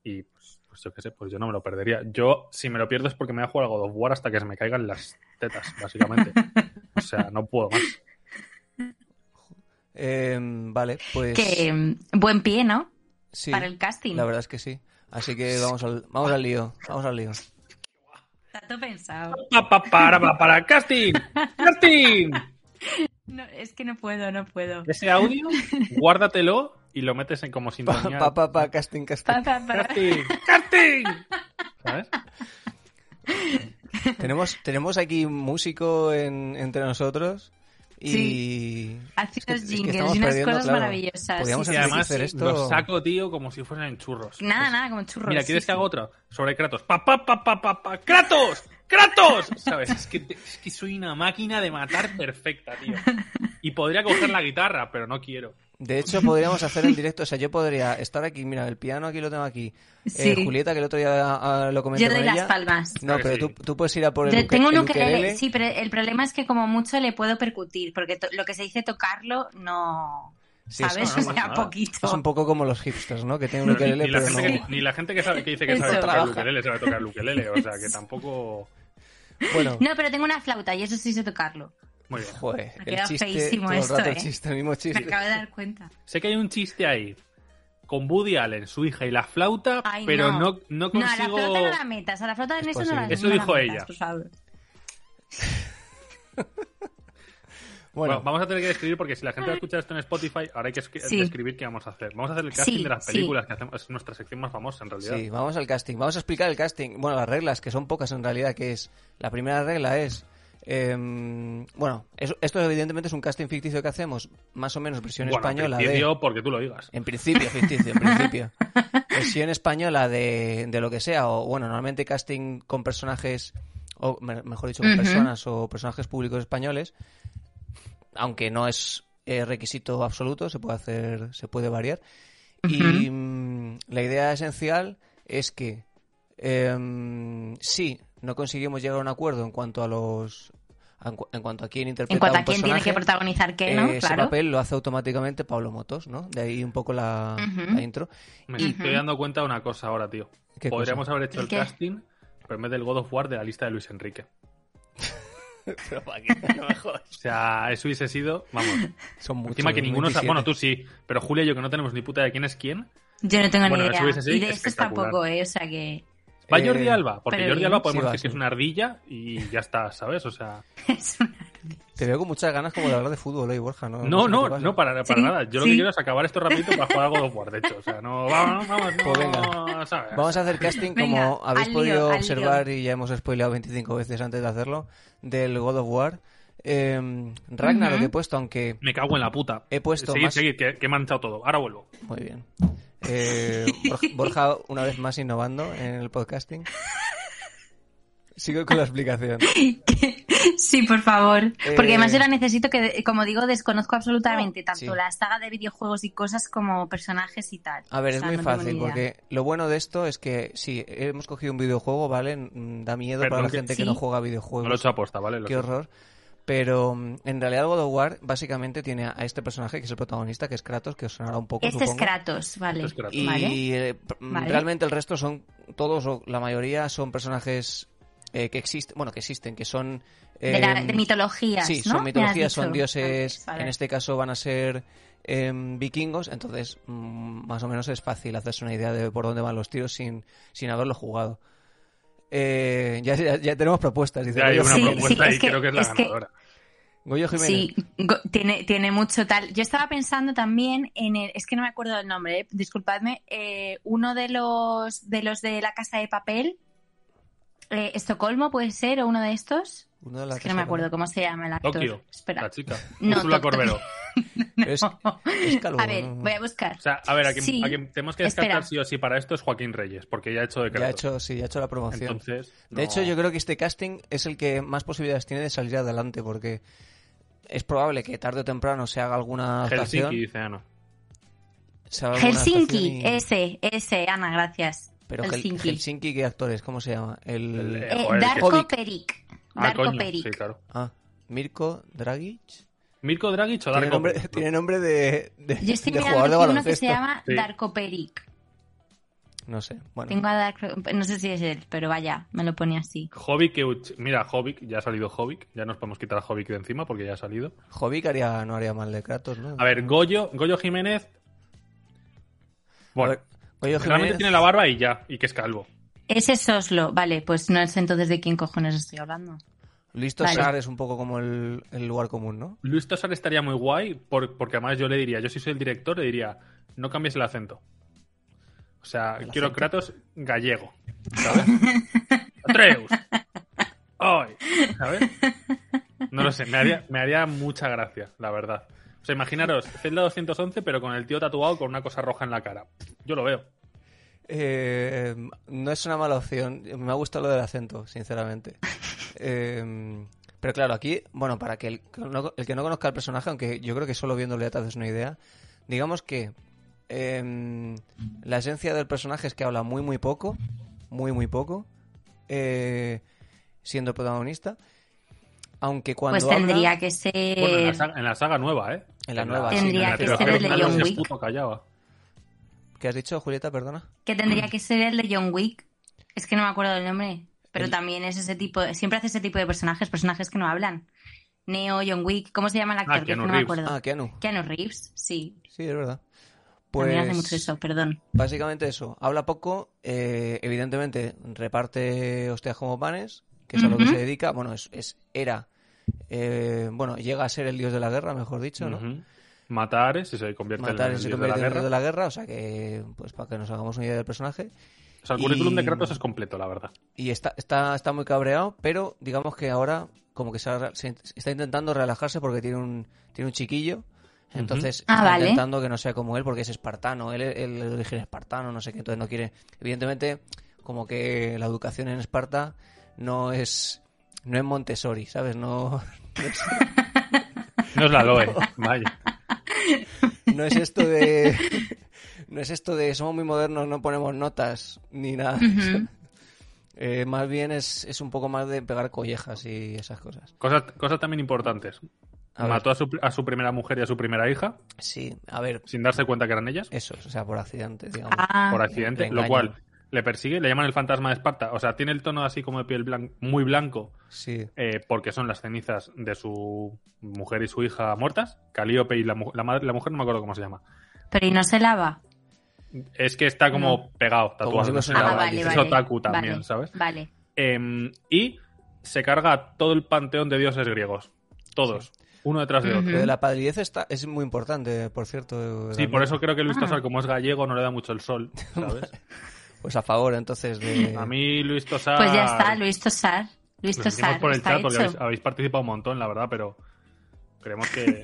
Speaker 1: Y pues, pues yo qué sé, pues yo no me lo perdería. Yo, si me lo pierdo es porque me voy a jugar a God of War hasta que se me caigan las tetas, básicamente. O sea, no puedo más.
Speaker 3: Eh, vale, pues
Speaker 2: Que mm, buen pie, ¿no?
Speaker 3: sí,
Speaker 2: Para el casting.
Speaker 3: la verdad es que sí. Así que vamos al, vamos al lío, vamos al lío.
Speaker 2: Tanto pensado.
Speaker 1: Pa, pa, para, pa, para, casting. Casting.
Speaker 2: No, es que no puedo, no puedo.
Speaker 1: Ese audio, guárdatelo y lo metes en como sintonía.
Speaker 3: Pa, pa, pa, casting, casting.
Speaker 2: Pa, pa, pa.
Speaker 1: Casting. Casting. ¿Sabes?
Speaker 3: Tenemos, tenemos aquí un músico en- entre nosotros y...
Speaker 2: Hace
Speaker 3: es que-
Speaker 2: unos
Speaker 3: es que
Speaker 2: jingles
Speaker 3: estamos
Speaker 2: y unas
Speaker 3: perdiendo,
Speaker 2: cosas
Speaker 3: claro.
Speaker 2: maravillosas.
Speaker 3: Podríamos
Speaker 2: sí,
Speaker 1: Y
Speaker 2: sí,
Speaker 3: hacer
Speaker 1: además
Speaker 2: sí,
Speaker 3: pues,
Speaker 2: sí.
Speaker 3: hacer esto.
Speaker 1: los saco, tío, como si fueran churros. Pues,
Speaker 2: Nada, nada, como churros.
Speaker 1: Mira, ¿quieres
Speaker 2: sí,
Speaker 1: que
Speaker 2: sí.
Speaker 1: haga otro? Sobre Kratos. ¡Pa, pa, pa, pa, pa, pa! ¡Kratos! ¡Kratos! ¿Sabes? Es que, te- es que soy una máquina de matar perfecta, tío. Y podría coger la guitarra, pero no quiero.
Speaker 3: De hecho, podríamos hacer en directo, o sea, yo podría estar aquí, mira, el piano aquí lo tengo aquí. Eh,
Speaker 2: Sí.
Speaker 3: Julieta, que el otro día ah, lo comenté
Speaker 2: Yo doy
Speaker 3: con
Speaker 2: las
Speaker 3: ella.
Speaker 2: palmas.
Speaker 3: No,
Speaker 1: Creo que
Speaker 3: pero
Speaker 1: sí.
Speaker 3: tú, tú puedes ir a por el,
Speaker 2: Yo
Speaker 3: uke-
Speaker 2: tengo un
Speaker 3: el
Speaker 2: ukelele,
Speaker 3: ukelele.
Speaker 2: sí, pero el problema es que como mucho le puedo percutir, porque to- lo que se dice tocarlo no...
Speaker 3: Sí, eso
Speaker 2: ¿Sabes?
Speaker 1: no
Speaker 2: o
Speaker 1: pasa
Speaker 2: sea,
Speaker 1: nada.
Speaker 2: poquito.
Speaker 3: Es un poco como los hipsters, ¿no? Que tienen un
Speaker 1: Pero ni,
Speaker 3: ukelele,
Speaker 1: ni la
Speaker 3: pero no...
Speaker 1: gente que, ni la gente que sabe que dice que
Speaker 2: Eso.
Speaker 1: sabe tocar el
Speaker 3: Trabaja.
Speaker 1: ukelele sabe tocar el ukelele. O sea, que tampoco...
Speaker 3: Bueno,
Speaker 2: No, pero tengo una flauta y eso sí sé tocarlo.
Speaker 1: Muy bien.
Speaker 3: joder,
Speaker 2: Ha
Speaker 3: el
Speaker 2: quedado
Speaker 3: chiste,
Speaker 2: feísimo
Speaker 3: todo el
Speaker 2: esto,
Speaker 3: rato el
Speaker 2: ¿eh?
Speaker 3: chiste, el mismo
Speaker 2: Me
Speaker 3: chiste.
Speaker 2: acabo de dar cuenta.
Speaker 1: Sé que hay un chiste ahí. Con Woody Allen, su hija y la flauta,
Speaker 2: Ay,
Speaker 1: pero
Speaker 2: no.
Speaker 1: no, no
Speaker 2: No, a la
Speaker 1: consigo...
Speaker 2: flauta no la metas, a la flauta
Speaker 3: Es
Speaker 2: en eso no la
Speaker 3: posible.
Speaker 1: Eso
Speaker 2: no la
Speaker 1: dijo
Speaker 2: metas,
Speaker 1: ella.
Speaker 2: por favor.
Speaker 1: Bueno,
Speaker 3: Bueno,
Speaker 1: vamos a tener que describir porque si la gente va a escuchar esto en Spotify, ahora hay que escri-
Speaker 2: Sí.
Speaker 1: describir qué vamos a hacer. Vamos a hacer el casting
Speaker 2: Sí,
Speaker 1: de las
Speaker 2: sí.
Speaker 1: películas que hacemos. Es nuestra sección más famosa en realidad.
Speaker 3: Sí, vamos al casting. Vamos a explicar el casting. Bueno, las reglas, que son pocas en realidad, que es... La primera regla es... em, bueno, es- esto evidentemente es un casting ficticio que hacemos, más o menos versión
Speaker 1: Bueno, en
Speaker 3: española
Speaker 1: principio,
Speaker 3: de...
Speaker 1: porque tú lo digas.
Speaker 3: En principio, ficticio, en principio. Versión española de, de lo que sea, o bueno, normalmente casting con personajes, o me- mejor dicho, con
Speaker 2: Ujú.
Speaker 3: personas o personajes públicos españoles, aunque no es eh, requisito absoluto, se puede hacer, se puede variar. Y
Speaker 2: Ujú.
Speaker 3: mm, la idea esencial es que em, si no conseguimos llegar a un acuerdo en cuanto a los en, cu- en cuanto a quién interpreta
Speaker 2: En cuanto
Speaker 3: un
Speaker 2: a quién tiene
Speaker 3: personaje,
Speaker 2: que protagonizar qué, ¿no?
Speaker 3: eh, Ese
Speaker 2: claro.
Speaker 3: papel lo hace automáticamente Pablo Motos, ¿no? De ahí un poco la,
Speaker 2: Ujú.
Speaker 3: la intro.
Speaker 1: Me
Speaker 3: pues,
Speaker 2: Y-
Speaker 1: estoy dando cuenta de una cosa ahora, tío.
Speaker 3: ¿Qué
Speaker 1: Podríamos haber hecho el
Speaker 2: ¿Qué?
Speaker 1: casting, pero en vez del God of War de la lista de Luis Enrique.
Speaker 3: Pero para qué, no me jodas.
Speaker 1: O sea, eso hubiese sido, vamos,
Speaker 3: Son muchos.
Speaker 1: encima que ninguno sabe,
Speaker 3: 27.
Speaker 1: bueno, tú sí, pero Julia y yo que no tenemos ni puta de quién es quién.
Speaker 2: Yo no tengo
Speaker 1: Bueno,
Speaker 2: ni
Speaker 1: eso
Speaker 2: idea.
Speaker 1: hubiese sido
Speaker 2: y de estos
Speaker 1: espectacular.
Speaker 2: tampoco, ¿eh? O sea que...
Speaker 1: Va
Speaker 3: Eh,
Speaker 1: Jordi Alba, porque
Speaker 2: pero
Speaker 1: Jordi
Speaker 2: bien,
Speaker 1: Alba podemos
Speaker 3: sí va,
Speaker 1: decir que es
Speaker 3: sí.
Speaker 1: una ardilla y ya está, ¿sabes? O sea,
Speaker 2: es una-
Speaker 3: Te veo con muchas ganas como de hablar de fútbol hoy, Borja, ¿no?
Speaker 1: no,
Speaker 3: sé
Speaker 1: no,
Speaker 3: qué pasa.
Speaker 1: no, para, para
Speaker 2: Sí,
Speaker 1: nada. Yo lo
Speaker 2: sí.
Speaker 1: que quiero es acabar esto rapidito para jugar a God of War, de hecho. O sea, no, vamos, vamos, no,
Speaker 3: Pues venga.
Speaker 1: ¿sabes?
Speaker 3: Vamos a hacer casting, como
Speaker 2: Venga,
Speaker 3: habéis
Speaker 2: al lío,
Speaker 3: podido
Speaker 2: al
Speaker 3: observar y ya hemos spoileado 25 veces antes de hacerlo, del God of War. Eh, Ragnar, lo
Speaker 2: Ujú.
Speaker 3: que he puesto, aunque.
Speaker 1: Me cago en la puta.
Speaker 3: He puesto
Speaker 1: Seguid,
Speaker 3: más- Pues
Speaker 1: seguid, que, que he manchado todo. Ahora vuelvo.
Speaker 3: Muy bien. Eh, Borja- Borja, una vez más innovando en el podcasting. Sigo con la explicación.
Speaker 2: Sí, por favor.
Speaker 3: Eh,
Speaker 2: Porque además yo la necesito que, como digo, desconozco absolutamente tanto
Speaker 3: Oh, Sí.
Speaker 2: la saga de videojuegos y cosas como personajes y tal.
Speaker 3: A ver,
Speaker 2: O
Speaker 3: es
Speaker 2: sea,
Speaker 3: muy
Speaker 2: no tengo ni
Speaker 3: fácil,
Speaker 2: idea.
Speaker 3: porque lo bueno de esto es que sí, hemos cogido un videojuego, ¿vale? Mm, Da miedo
Speaker 1: Perdón,
Speaker 3: para la
Speaker 1: que-
Speaker 3: gente que
Speaker 2: Sí.
Speaker 3: no juega a
Speaker 1: No lo he
Speaker 3: videojuegos.
Speaker 1: hecho aposta, ¿vale? Lo
Speaker 3: Qué
Speaker 1: sé.
Speaker 3: horror. Pero mm, en realidad el God of War básicamente tiene a este personaje que es el protagonista, que es Kratos, que os sonará un poco,
Speaker 2: Este es
Speaker 3: supongo.
Speaker 2: Kratos, vale.
Speaker 1: Este es Kratos.
Speaker 3: Y
Speaker 2: ¿Vale?
Speaker 3: eh, pr- mm,
Speaker 2: Vale.
Speaker 3: realmente el resto son todos o la mayoría son personajes eh, que existen, bueno, que existen, que son
Speaker 2: de, la-
Speaker 3: em,
Speaker 2: de mitologías.
Speaker 3: Sí,
Speaker 2: ¿no?
Speaker 3: son
Speaker 2: Me has
Speaker 3: mitologías, son
Speaker 2: dicho.
Speaker 3: dioses.
Speaker 2: Vale,
Speaker 3: En este caso van a ser em, vikingos, entonces mm, más o menos es fácil hacerse una idea de por dónde van los tiros sin, sin haberlo jugado. Eh, ya, ya- ya tenemos propuestas, dice
Speaker 1: Ya hay
Speaker 3: Goyo
Speaker 1: una
Speaker 2: Sí,
Speaker 3: Jiménez.
Speaker 1: propuesta
Speaker 2: sí,
Speaker 1: y
Speaker 2: es que-
Speaker 1: creo que es la
Speaker 2: es que-
Speaker 1: ganadora.
Speaker 3: Goyo Jiménez.
Speaker 2: Sí, go- tiene, tiene mucho tal. Yo estaba pensando también en el, es que no me acuerdo del nombre, eh, disculpadme, eh, uno de los de los de la casa de papel, eh, Estocolmo puede ser, o uno de estos.
Speaker 3: Uno de la
Speaker 2: Es que no me
Speaker 3: casa,
Speaker 2: acuerdo cómo se llama el actor.
Speaker 1: Tokio, la
Speaker 2: Espera.
Speaker 1: chica.
Speaker 2: No,
Speaker 1: Úrsula
Speaker 2: to- to-
Speaker 1: Corbero.
Speaker 3: Es- es calvo,
Speaker 2: a ver,
Speaker 3: ¿no?
Speaker 2: voy a buscar.
Speaker 1: O sea, a ver, a quien,
Speaker 2: Sí.
Speaker 1: a quien tenemos que descartar
Speaker 2: Espera.
Speaker 1: sí o sí para esto es Joaquín Reyes, porque ya ha hecho de
Speaker 3: Ya ha
Speaker 1: Kratos.
Speaker 3: hecho, sí, ya ha hecho la promoción.
Speaker 1: Entonces,
Speaker 3: De hecho, yo creo que este casting es el que más posibilidades tiene de salir adelante, porque es probable que tarde o temprano se haga alguna adaptación.
Speaker 1: Helsinki dice, ah, no.
Speaker 3: se haga alguna
Speaker 2: Helsinki,
Speaker 3: adaptación y-
Speaker 2: ese, ese, Ana, gracias.
Speaker 3: Pero Hel-
Speaker 2: Helsinki.
Speaker 3: Helsinki, ¿qué actores? ¿Cómo se llama? El...
Speaker 1: El-
Speaker 2: Eh,
Speaker 1: Joder,
Speaker 2: Darko
Speaker 3: Jovic.
Speaker 2: Peric.
Speaker 1: Ah,
Speaker 2: Darko
Speaker 1: coño,
Speaker 2: Peric.
Speaker 1: sí, claro.
Speaker 3: Ah, Mirko Dragic.
Speaker 1: Mirko Dragic o
Speaker 3: Tiene
Speaker 1: Darko
Speaker 3: nombre,
Speaker 1: Peric, ¿no?
Speaker 3: tiene nombre de, de,
Speaker 2: Yo estoy
Speaker 3: de
Speaker 2: mirando
Speaker 3: jugador de
Speaker 2: aquí uno que se
Speaker 3: baloncesto.
Speaker 2: llama
Speaker 1: Sí.
Speaker 2: Darko Peric.
Speaker 3: No sé. Bueno,
Speaker 2: Tengo a Dark- No sé si es él, pero vaya, me lo pone así.
Speaker 1: Jovic Euch- Mira, Jovic, ya ha salido Jovic. Ya nos podemos quitar a Jovic de encima porque ya ha salido.
Speaker 3: Jovic haría, no haría mal de Kratos, ¿no?
Speaker 1: A ver, Goyo, Goyo Jiménez.
Speaker 3: A
Speaker 1: Bueno,
Speaker 3: ver, Goyo
Speaker 1: realmente
Speaker 3: Jiménez.
Speaker 1: tiene la barba y ya, y que es calvo.
Speaker 2: Ese es Oslo, vale, pues no sé entonces de quién cojones estoy hablando.
Speaker 3: Luis
Speaker 2: Vale.
Speaker 3: Tosar es un poco como el, el lugar común, ¿no?
Speaker 1: Luis Tosar estaría muy guay por- porque además yo le diría, yo si soy el director, le diría, no cambies el acento. O sea,
Speaker 3: ¿El
Speaker 1: quiero
Speaker 3: acento?
Speaker 1: Kratos gallego. ¿Sabes? Atreus. Hoy. ¿Sabes? No lo sé, me haría, me haría mucha gracia, la verdad. O sea, imaginaros, Zelda 211, pero con el tío tatuado con una cosa roja en la cara. Yo lo veo.
Speaker 3: Eh, no es una mala opción. Me ha gustado lo del acento, sinceramente. Eh, pero claro, aquí, bueno, para que el, que no- el que no conozca el personaje, aunque yo creo que solo viéndole ya te haces una idea, digamos que eh, la esencia del personaje es que habla muy, muy poco, muy, muy poco, eh, siendo protagonista. Aunque cuando
Speaker 2: Pues
Speaker 3: habla-
Speaker 2: tendría que ser.
Speaker 1: Bueno, en la saga, en la saga nueva, ¿eh?
Speaker 3: En la nueva, sí.
Speaker 2: Tendría
Speaker 1: en la
Speaker 2: Eh, que
Speaker 1: trilogía
Speaker 2: ser el de
Speaker 1: original
Speaker 2: John
Speaker 1: ese
Speaker 2: Wick.
Speaker 1: puto callaba.
Speaker 3: ¿Qué has dicho, Julieta? Perdona.
Speaker 2: Que tendría que ser el de John Wick. Es que no me acuerdo del nombre. Pero
Speaker 3: El-
Speaker 2: también es ese tipo. Siempre hace ese tipo de personajes, personajes que no hablan. Neo, John Wick. ¿Cómo se llama el actor?
Speaker 1: Ah,
Speaker 2: Que
Speaker 1: Keanu
Speaker 2: no me
Speaker 1: Reeves.
Speaker 2: acuerdo.
Speaker 3: Ah, Keanu.
Speaker 2: Keanu Reeves, sí.
Speaker 3: Sí, es verdad.
Speaker 2: También hace
Speaker 3: Pues-
Speaker 2: mucho eso, perdón.
Speaker 3: Básicamente eso, habla poco, eh, evidentemente reparte hostias como panes, que es a lo que
Speaker 2: Ujú.
Speaker 3: se dedica, bueno, es, es- era, eh, bueno, llega a ser el dios de la guerra, mejor dicho, ¿no?
Speaker 1: Ujú. Matar se, se convierte
Speaker 3: Matar
Speaker 1: en el
Speaker 3: se
Speaker 1: dios de la
Speaker 3: convierte en el
Speaker 1: guerra.
Speaker 3: dios de la guerra, o sea que, pues para que nos hagamos una idea del personaje,
Speaker 1: O sea, el
Speaker 3: Y-
Speaker 1: currículum de Kratos es completo, la verdad.
Speaker 3: y está, está, está muy cabreado, pero digamos que ahora como que se, ha- se está intentando relajarse porque tiene un, tiene un chiquillo, entonces
Speaker 2: Ah,
Speaker 3: está
Speaker 2: vale.
Speaker 3: intentando que no sea como él porque es espartano, él, él es de origen espartano, no sé qué, entonces no quiere, evidentemente como que la educación en Esparta no es, no es Montessori, ¿sabes? No,
Speaker 1: No es la Loe, vaya.
Speaker 3: no es esto de, no es esto de somos muy modernos, no ponemos notas ni nada. de eso.
Speaker 2: Ujú.
Speaker 3: Eh, más bien es, es un poco más de pegar collejas y esas cosas.
Speaker 1: Cosas, cosas también importantes.
Speaker 3: A ver.
Speaker 1: Mató a su, a su primera mujer y a su primera hija
Speaker 3: Sí, a ver,
Speaker 1: sin darse cuenta que eran ellas
Speaker 3: Eso, o sea, por accidente, digamos.
Speaker 2: Ah,
Speaker 1: por accidente,
Speaker 3: le
Speaker 1: lo
Speaker 3: engañan.
Speaker 1: cual le persigue, le llaman el fantasma de Esparta. O sea, tiene el tono así como de piel blan- muy blanco
Speaker 3: Sí,
Speaker 1: eh, porque son las cenizas de su mujer y su hija muertas. Calíope y la, mu- la madre, la mujer no me acuerdo cómo se llama.
Speaker 2: pero y no se lava.
Speaker 1: Es que está como pegado,
Speaker 3: Como
Speaker 1: tatuado.
Speaker 3: si fuese
Speaker 1: no sé,
Speaker 3: una
Speaker 2: Ah,
Speaker 1: la-
Speaker 2: vale,
Speaker 3: es
Speaker 1: es
Speaker 2: vale.
Speaker 1: otaku también,
Speaker 2: Vale,
Speaker 1: ¿sabes?
Speaker 2: Vale.
Speaker 1: Em, y se carga todo el panteón de dioses griegos. Todos. Uno detrás de
Speaker 2: Ujú.
Speaker 1: otro.
Speaker 3: lo de la palidez está, es muy importante, por cierto. eh,
Speaker 1: Sí,
Speaker 3: también.
Speaker 1: por eso creo que Luis
Speaker 2: Ah.
Speaker 1: Tosar, como es gallego, no le da mucho el sol, ¿sabes?
Speaker 3: Pues a favor, entonces, de...
Speaker 1: A mí Luis Tosar...
Speaker 2: Pues ya está, Luis Tosar. Luis
Speaker 1: Ah. Lo sentimos
Speaker 2: Tosar.
Speaker 1: por el
Speaker 2: está
Speaker 1: chat porque
Speaker 2: hecho.
Speaker 1: habéis, habéis participado un montón, la verdad, pero creemos que...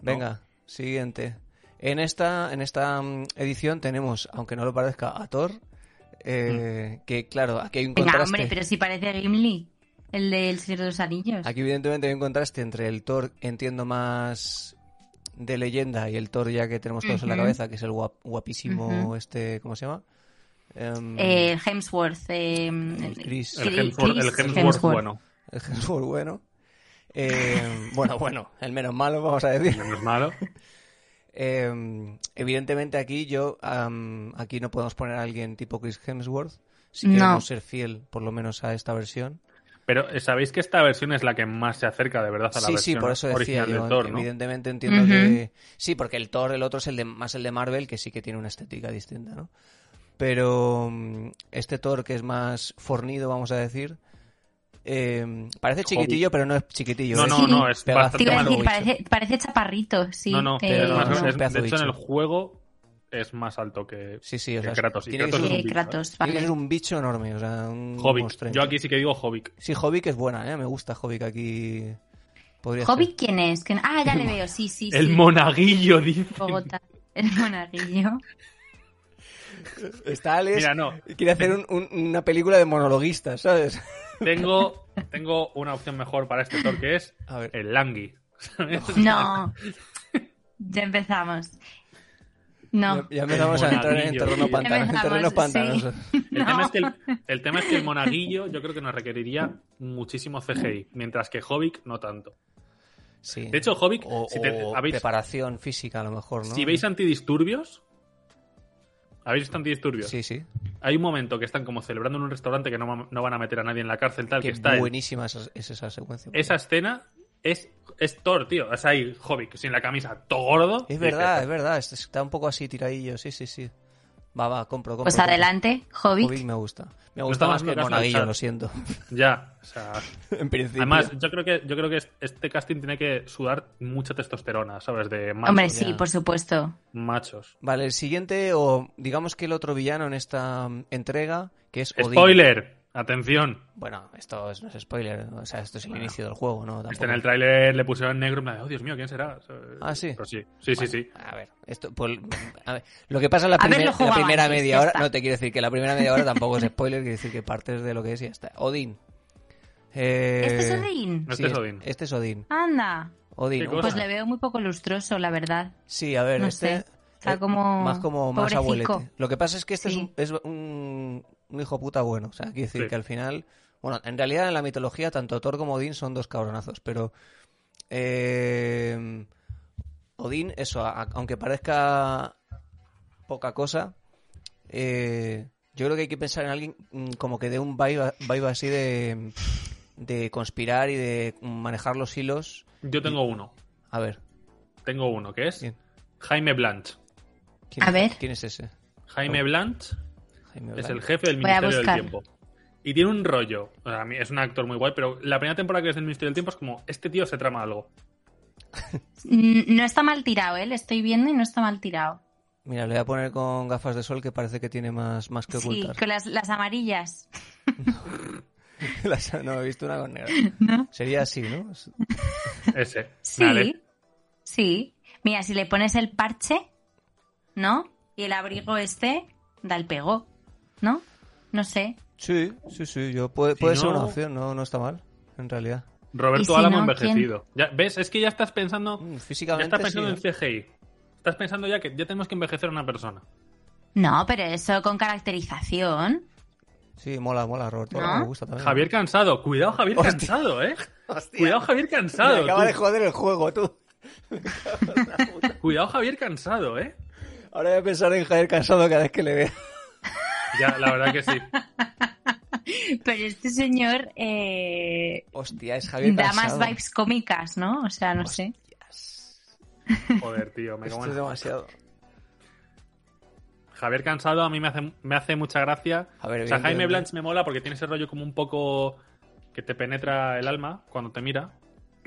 Speaker 3: Venga, siguiente. En esta, en esta mm, edición tenemos, aunque no lo parezca, a Thor, eh,
Speaker 1: Mm.
Speaker 3: que claro, aquí hay un
Speaker 2: Venga,
Speaker 3: contraste.
Speaker 2: hombre, pero si parece Gimli, el del Señor de los Anillos.
Speaker 3: Aquí evidentemente hay un contraste entre el Thor, entiendo más de leyenda, y el Thor ya que tenemos todos en la
Speaker 2: Ujú.
Speaker 3: cabeza, que es el guap- guapísimo
Speaker 2: Ujú.
Speaker 3: este, ¿cómo se llama? Em,
Speaker 2: Eh, Hemsworth. eh,
Speaker 3: el Chris.
Speaker 1: El
Speaker 2: Chris-
Speaker 1: Hemsworth, el
Speaker 2: Chris
Speaker 1: Hemsworth bueno.
Speaker 3: El Hemsworth Pues bueno. Eh, bueno, bueno, el menos malo, vamos a decir.
Speaker 1: No es malo.
Speaker 3: Eh, evidentemente aquí yo, am, aquí no podemos poner a alguien tipo Chris Hemsworth, si queremos
Speaker 2: No.
Speaker 3: ser fiel por lo menos a esta versión.
Speaker 1: Pero eh, sabéis que esta versión es la que más se acerca de verdad a la
Speaker 3: sí, sí,
Speaker 1: versión
Speaker 3: por eso decía
Speaker 1: original
Speaker 3: yo,
Speaker 1: de Thor, ¿no?
Speaker 3: evidentemente entiendo
Speaker 2: Ujú.
Speaker 3: que... Sí, porque el Thor, el otro es el de, más el de Marvel, que sí que tiene una estética distinta, ¿no? Pero mm, este Thor que es más fornido, vamos a decir, eh, parece chiquitillo, pero no es chiquitillo. ¿eh?
Speaker 1: No,
Speaker 3: es
Speaker 1: no, no, es
Speaker 3: pegazo-
Speaker 2: Te
Speaker 1: bastante
Speaker 2: iba a
Speaker 1: malo.
Speaker 2: decir,
Speaker 3: bicho.
Speaker 2: parece, parece chaparrito, sí.
Speaker 1: no, no,
Speaker 2: eh,
Speaker 1: es más-
Speaker 3: no, no,
Speaker 1: es-
Speaker 3: pedazo
Speaker 1: de hecho en
Speaker 3: bicho.
Speaker 1: el juego es más alto que...
Speaker 3: Sí, sí, o
Speaker 1: que
Speaker 3: sea,
Speaker 1: Kratos. Y
Speaker 3: tiene que
Speaker 1: Kratos
Speaker 3: ser
Speaker 1: es un bicho, ¿eh?
Speaker 2: eh, Kratos,
Speaker 3: Tiene que
Speaker 2: vale.
Speaker 3: ser un bicho enorme, o sea, un
Speaker 1: Hobbit.
Speaker 3: monstruo.
Speaker 1: Yo aquí sí que digo Hobbit.
Speaker 3: Sí, Hobbit es buena, ¿eh? Me gusta Hobbit aquí. Podría ser.
Speaker 2: ¿Hobbit quién es? ¿Quién- Ah, ya le veo, sí, sí.
Speaker 1: El
Speaker 2: sí.
Speaker 1: monaguillo, dice.
Speaker 2: Bogotá. El monaguillo.
Speaker 3: Está Alex.
Speaker 1: Mira, no.
Speaker 3: y Quiere hacer un- un- una película de monologuistas, ¿sabes?
Speaker 1: Tengo, tengo una opción mejor para este Thor, que es
Speaker 3: A ver.
Speaker 1: el Langui.
Speaker 2: No. Ya empezamos. No.
Speaker 3: Ya, ya empezamos
Speaker 1: El
Speaker 3: a entrar en
Speaker 1: monaguillo,
Speaker 3: terreno
Speaker 1: sí.
Speaker 3: pantano, en
Speaker 2: Empezamos,
Speaker 3: terrenos
Speaker 2: sí.
Speaker 3: pantanosos.
Speaker 1: El,
Speaker 2: No.
Speaker 1: tema es que el, el tema es que el monaguillo yo creo que nos requeriría muchísimo CGI, mientras que Hobbit no tanto.
Speaker 3: Sí.
Speaker 1: De hecho, Hobbit,
Speaker 3: o,
Speaker 1: si, te-
Speaker 3: o
Speaker 1: habéis-
Speaker 3: preparación física, a lo mejor, ¿no?
Speaker 1: si veis antidisturbios, ¿habéis visto antidisturbios?
Speaker 3: Sí, sí.
Speaker 1: Hay un momento que están como celebrando en un restaurante que no, va- no van a meter a nadie en la cárcel, tal,
Speaker 3: Qué
Speaker 1: que está él.
Speaker 3: buenísima esa- es esa secuencia.
Speaker 1: Esa escena es, es Thor, tío. Es ahí Hobbit, sin la camisa, todo gordo.
Speaker 3: Es
Speaker 1: Y dices,
Speaker 3: verdad, es verdad. es- Está un poco así tiradillo, sí, sí, sí. Va, va, compro, compro.
Speaker 2: Pues
Speaker 3: compro.
Speaker 2: adelante, Hobbit.
Speaker 3: Hobbit me gusta. Me
Speaker 1: No
Speaker 3: gusta
Speaker 1: está
Speaker 3: más
Speaker 1: mal
Speaker 3: que el
Speaker 1: que Gaslight,
Speaker 3: monaguillo,
Speaker 1: ¿sabes?
Speaker 3: lo siento.
Speaker 1: Ya, o sea,
Speaker 3: en principio.
Speaker 1: además, yo creo que yo creo que este casting tiene que sudar mucha testosterona, ¿sabes? De machos.
Speaker 2: Hombre, sí,
Speaker 3: ya.
Speaker 2: por supuesto.
Speaker 1: machos.
Speaker 3: Vale, el siguiente, o digamos que el otro villano en esta mm, entrega, que es Odín.
Speaker 1: Spoiler, atención.
Speaker 3: Bueno, esto es- no es spoiler, o sea, esto es el
Speaker 1: Bueno.
Speaker 3: inicio del juego, ¿no?
Speaker 1: Este
Speaker 3: Tampoco-
Speaker 1: en el tráiler le pusieron negro y me oh Dios mío, ¿quién será?
Speaker 3: Ah, sí.
Speaker 1: Pero sí, sí, sí, sí.
Speaker 3: A ver, esto, pues, a ver, lo que pasa en la,
Speaker 2: Haberlo
Speaker 3: primer- la
Speaker 2: jugado
Speaker 3: primera
Speaker 2: antes,
Speaker 3: media
Speaker 2: ya
Speaker 3: hora,
Speaker 2: está.
Speaker 3: no te quiero decir que la primera media hora tampoco es spoiler, quiere decir que partes de lo que es y ya está. Odín. Eh,
Speaker 2: Este es Odín.
Speaker 1: Este
Speaker 3: sí,
Speaker 1: es
Speaker 3: es-
Speaker 1: Odín.
Speaker 3: Este es Odín.
Speaker 2: Anda.
Speaker 3: Odín.
Speaker 1: Qué
Speaker 3: un-
Speaker 1: cosa.
Speaker 2: Pues le veo muy poco lustroso, la verdad.
Speaker 3: Sí, a ver,
Speaker 2: No
Speaker 3: este
Speaker 2: sé. Está
Speaker 3: eh,
Speaker 2: como.
Speaker 3: más como más
Speaker 2: pobrecico.
Speaker 3: abuelete. Lo que pasa es que este
Speaker 2: Sí.
Speaker 3: es, un, es un, un hijo puta bueno, o sea, quiere decir
Speaker 1: Sí.
Speaker 3: que al final, bueno, en realidad en la mitología tanto Thor como Odín son dos cabronazos, pero eh, Odín, eso, a- aunque parezca poca cosa, eh, yo creo que hay que pensar en alguien mm, como que dé un vibe, vibe así de, de conspirar y de manejar los hilos.
Speaker 1: Yo tengo uno.
Speaker 3: A ver,
Speaker 1: Tengo uno, que es
Speaker 3: Bien.
Speaker 1: Jaime Blanch.
Speaker 3: ¿quién,
Speaker 2: A ver.
Speaker 3: ¿quién es ese?
Speaker 1: Jaime Blanch
Speaker 3: Jaime
Speaker 1: es
Speaker 3: Blanco.
Speaker 1: el jefe del
Speaker 2: Voy
Speaker 1: Ministerio
Speaker 2: a
Speaker 1: del
Speaker 2: buscar.
Speaker 1: Tiempo. Y tiene un rollo. O sea, a mí es un actor muy guay, pero la primera temporada que es del Ministerio del Tiempo es como, este tío se trama algo.
Speaker 2: Mm, No está mal tirado, ¿eh? Le estoy viendo y no está mal tirado.
Speaker 3: Mira, le voy a poner con gafas de sol que parece que tiene más, más que
Speaker 2: Sí,
Speaker 3: ocultar.
Speaker 2: con las, las amarillas.
Speaker 3: Las- no, he visto una con negras.
Speaker 2: ¿No?
Speaker 3: Sería así, ¿no? Es-
Speaker 1: Ese.
Speaker 2: Sí.
Speaker 1: Vale.
Speaker 2: Sí. Mira, si le pones el parche, ¿no? Y el abrigo este, da el pego, ¿no? No sé.
Speaker 3: Sí, sí, sí. Yo, puede
Speaker 1: Si
Speaker 3: puede ser
Speaker 1: no-
Speaker 3: una opción, no, no está mal, en realidad.
Speaker 2: Y
Speaker 1: Roberto
Speaker 2: si
Speaker 1: Álamo
Speaker 2: no,
Speaker 1: envejecido. Ya, ¿Ves? Es que ya estás pensando.
Speaker 3: Mm,
Speaker 1: Ya
Speaker 3: Físicamente
Speaker 1: estás pensando
Speaker 3: sí. ¿eh?
Speaker 1: en CGI. Estás pensando ya que ya tenemos que envejecer a una persona.
Speaker 2: No, pero eso con caracterización.
Speaker 3: Sí, mola, mola, Roberto.
Speaker 2: ¿No?
Speaker 3: Me gusta también.
Speaker 1: Javier Cansado. Cuidado, Javier
Speaker 3: Ah. Hostia.
Speaker 1: Cansado, ¿eh?
Speaker 3: Hostia,
Speaker 1: Cuidado, Javier Cansado.
Speaker 3: me acaba
Speaker 1: tú.
Speaker 3: de joder el juego, tú.
Speaker 1: Cuidado, Javier Cansado, ¿eh?
Speaker 3: Ahora voy a pensar en Javier Cansado cada vez que le vea.
Speaker 1: Ya, la verdad que sí.
Speaker 2: Pero este señor eh,
Speaker 3: Hostia, es Javier
Speaker 2: da
Speaker 3: Cansado.
Speaker 2: más vibes cómicas, ¿no? O sea,
Speaker 3: Pues,
Speaker 2: no sé.
Speaker 1: Joder, tío, me cago
Speaker 3: Esto
Speaker 1: en
Speaker 3: es demasiado.
Speaker 1: Javier Cansado a mí me hace, me hace mucha gracia.
Speaker 3: A ver,
Speaker 1: o sea, Jaime
Speaker 3: evidentemente.
Speaker 1: Blanch me mola porque tiene ese rollo como un poco que te penetra el alma cuando te mira.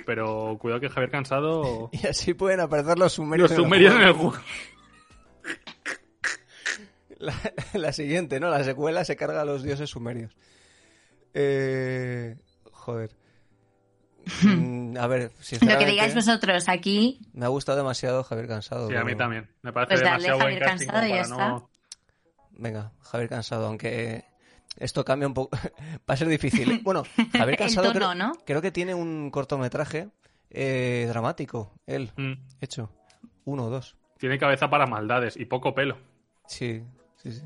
Speaker 1: Pero cuidado que Javier Cansado.
Speaker 3: Y así pueden aparecer los sumerios.
Speaker 1: Los
Speaker 3: en el
Speaker 1: sumerios en el
Speaker 3: juego.
Speaker 1: juego.
Speaker 3: La, la siguiente, ¿no? La secuela se carga a los dioses sumerios. Eh, joder. Mm, a ver,
Speaker 2: Lo que
Speaker 3: sinceramente,
Speaker 2: digáis pues- vosotros aquí,
Speaker 3: me ha gustado demasiado Javier Cansado.
Speaker 1: Sí, a mí
Speaker 3: pero-
Speaker 1: también. Me parece
Speaker 2: Pues dale,
Speaker 1: demasiado buen
Speaker 2: Javier
Speaker 1: casting
Speaker 2: Cansado
Speaker 1: como
Speaker 2: y
Speaker 1: para
Speaker 2: ya
Speaker 1: no.
Speaker 3: Venga, Javier Cansado, aunque esto cambia un poco. Va a ser difícil. Bueno, Javier
Speaker 2: El
Speaker 3: Cansado
Speaker 2: tono,
Speaker 3: creo,
Speaker 2: ¿no?
Speaker 3: creo que tiene un cortometraje eh, dramático, él,
Speaker 1: Mm,
Speaker 3: hecho. Uno o dos.
Speaker 1: tiene cabeza para maldades y poco pelo.
Speaker 3: Sí, sí, sí.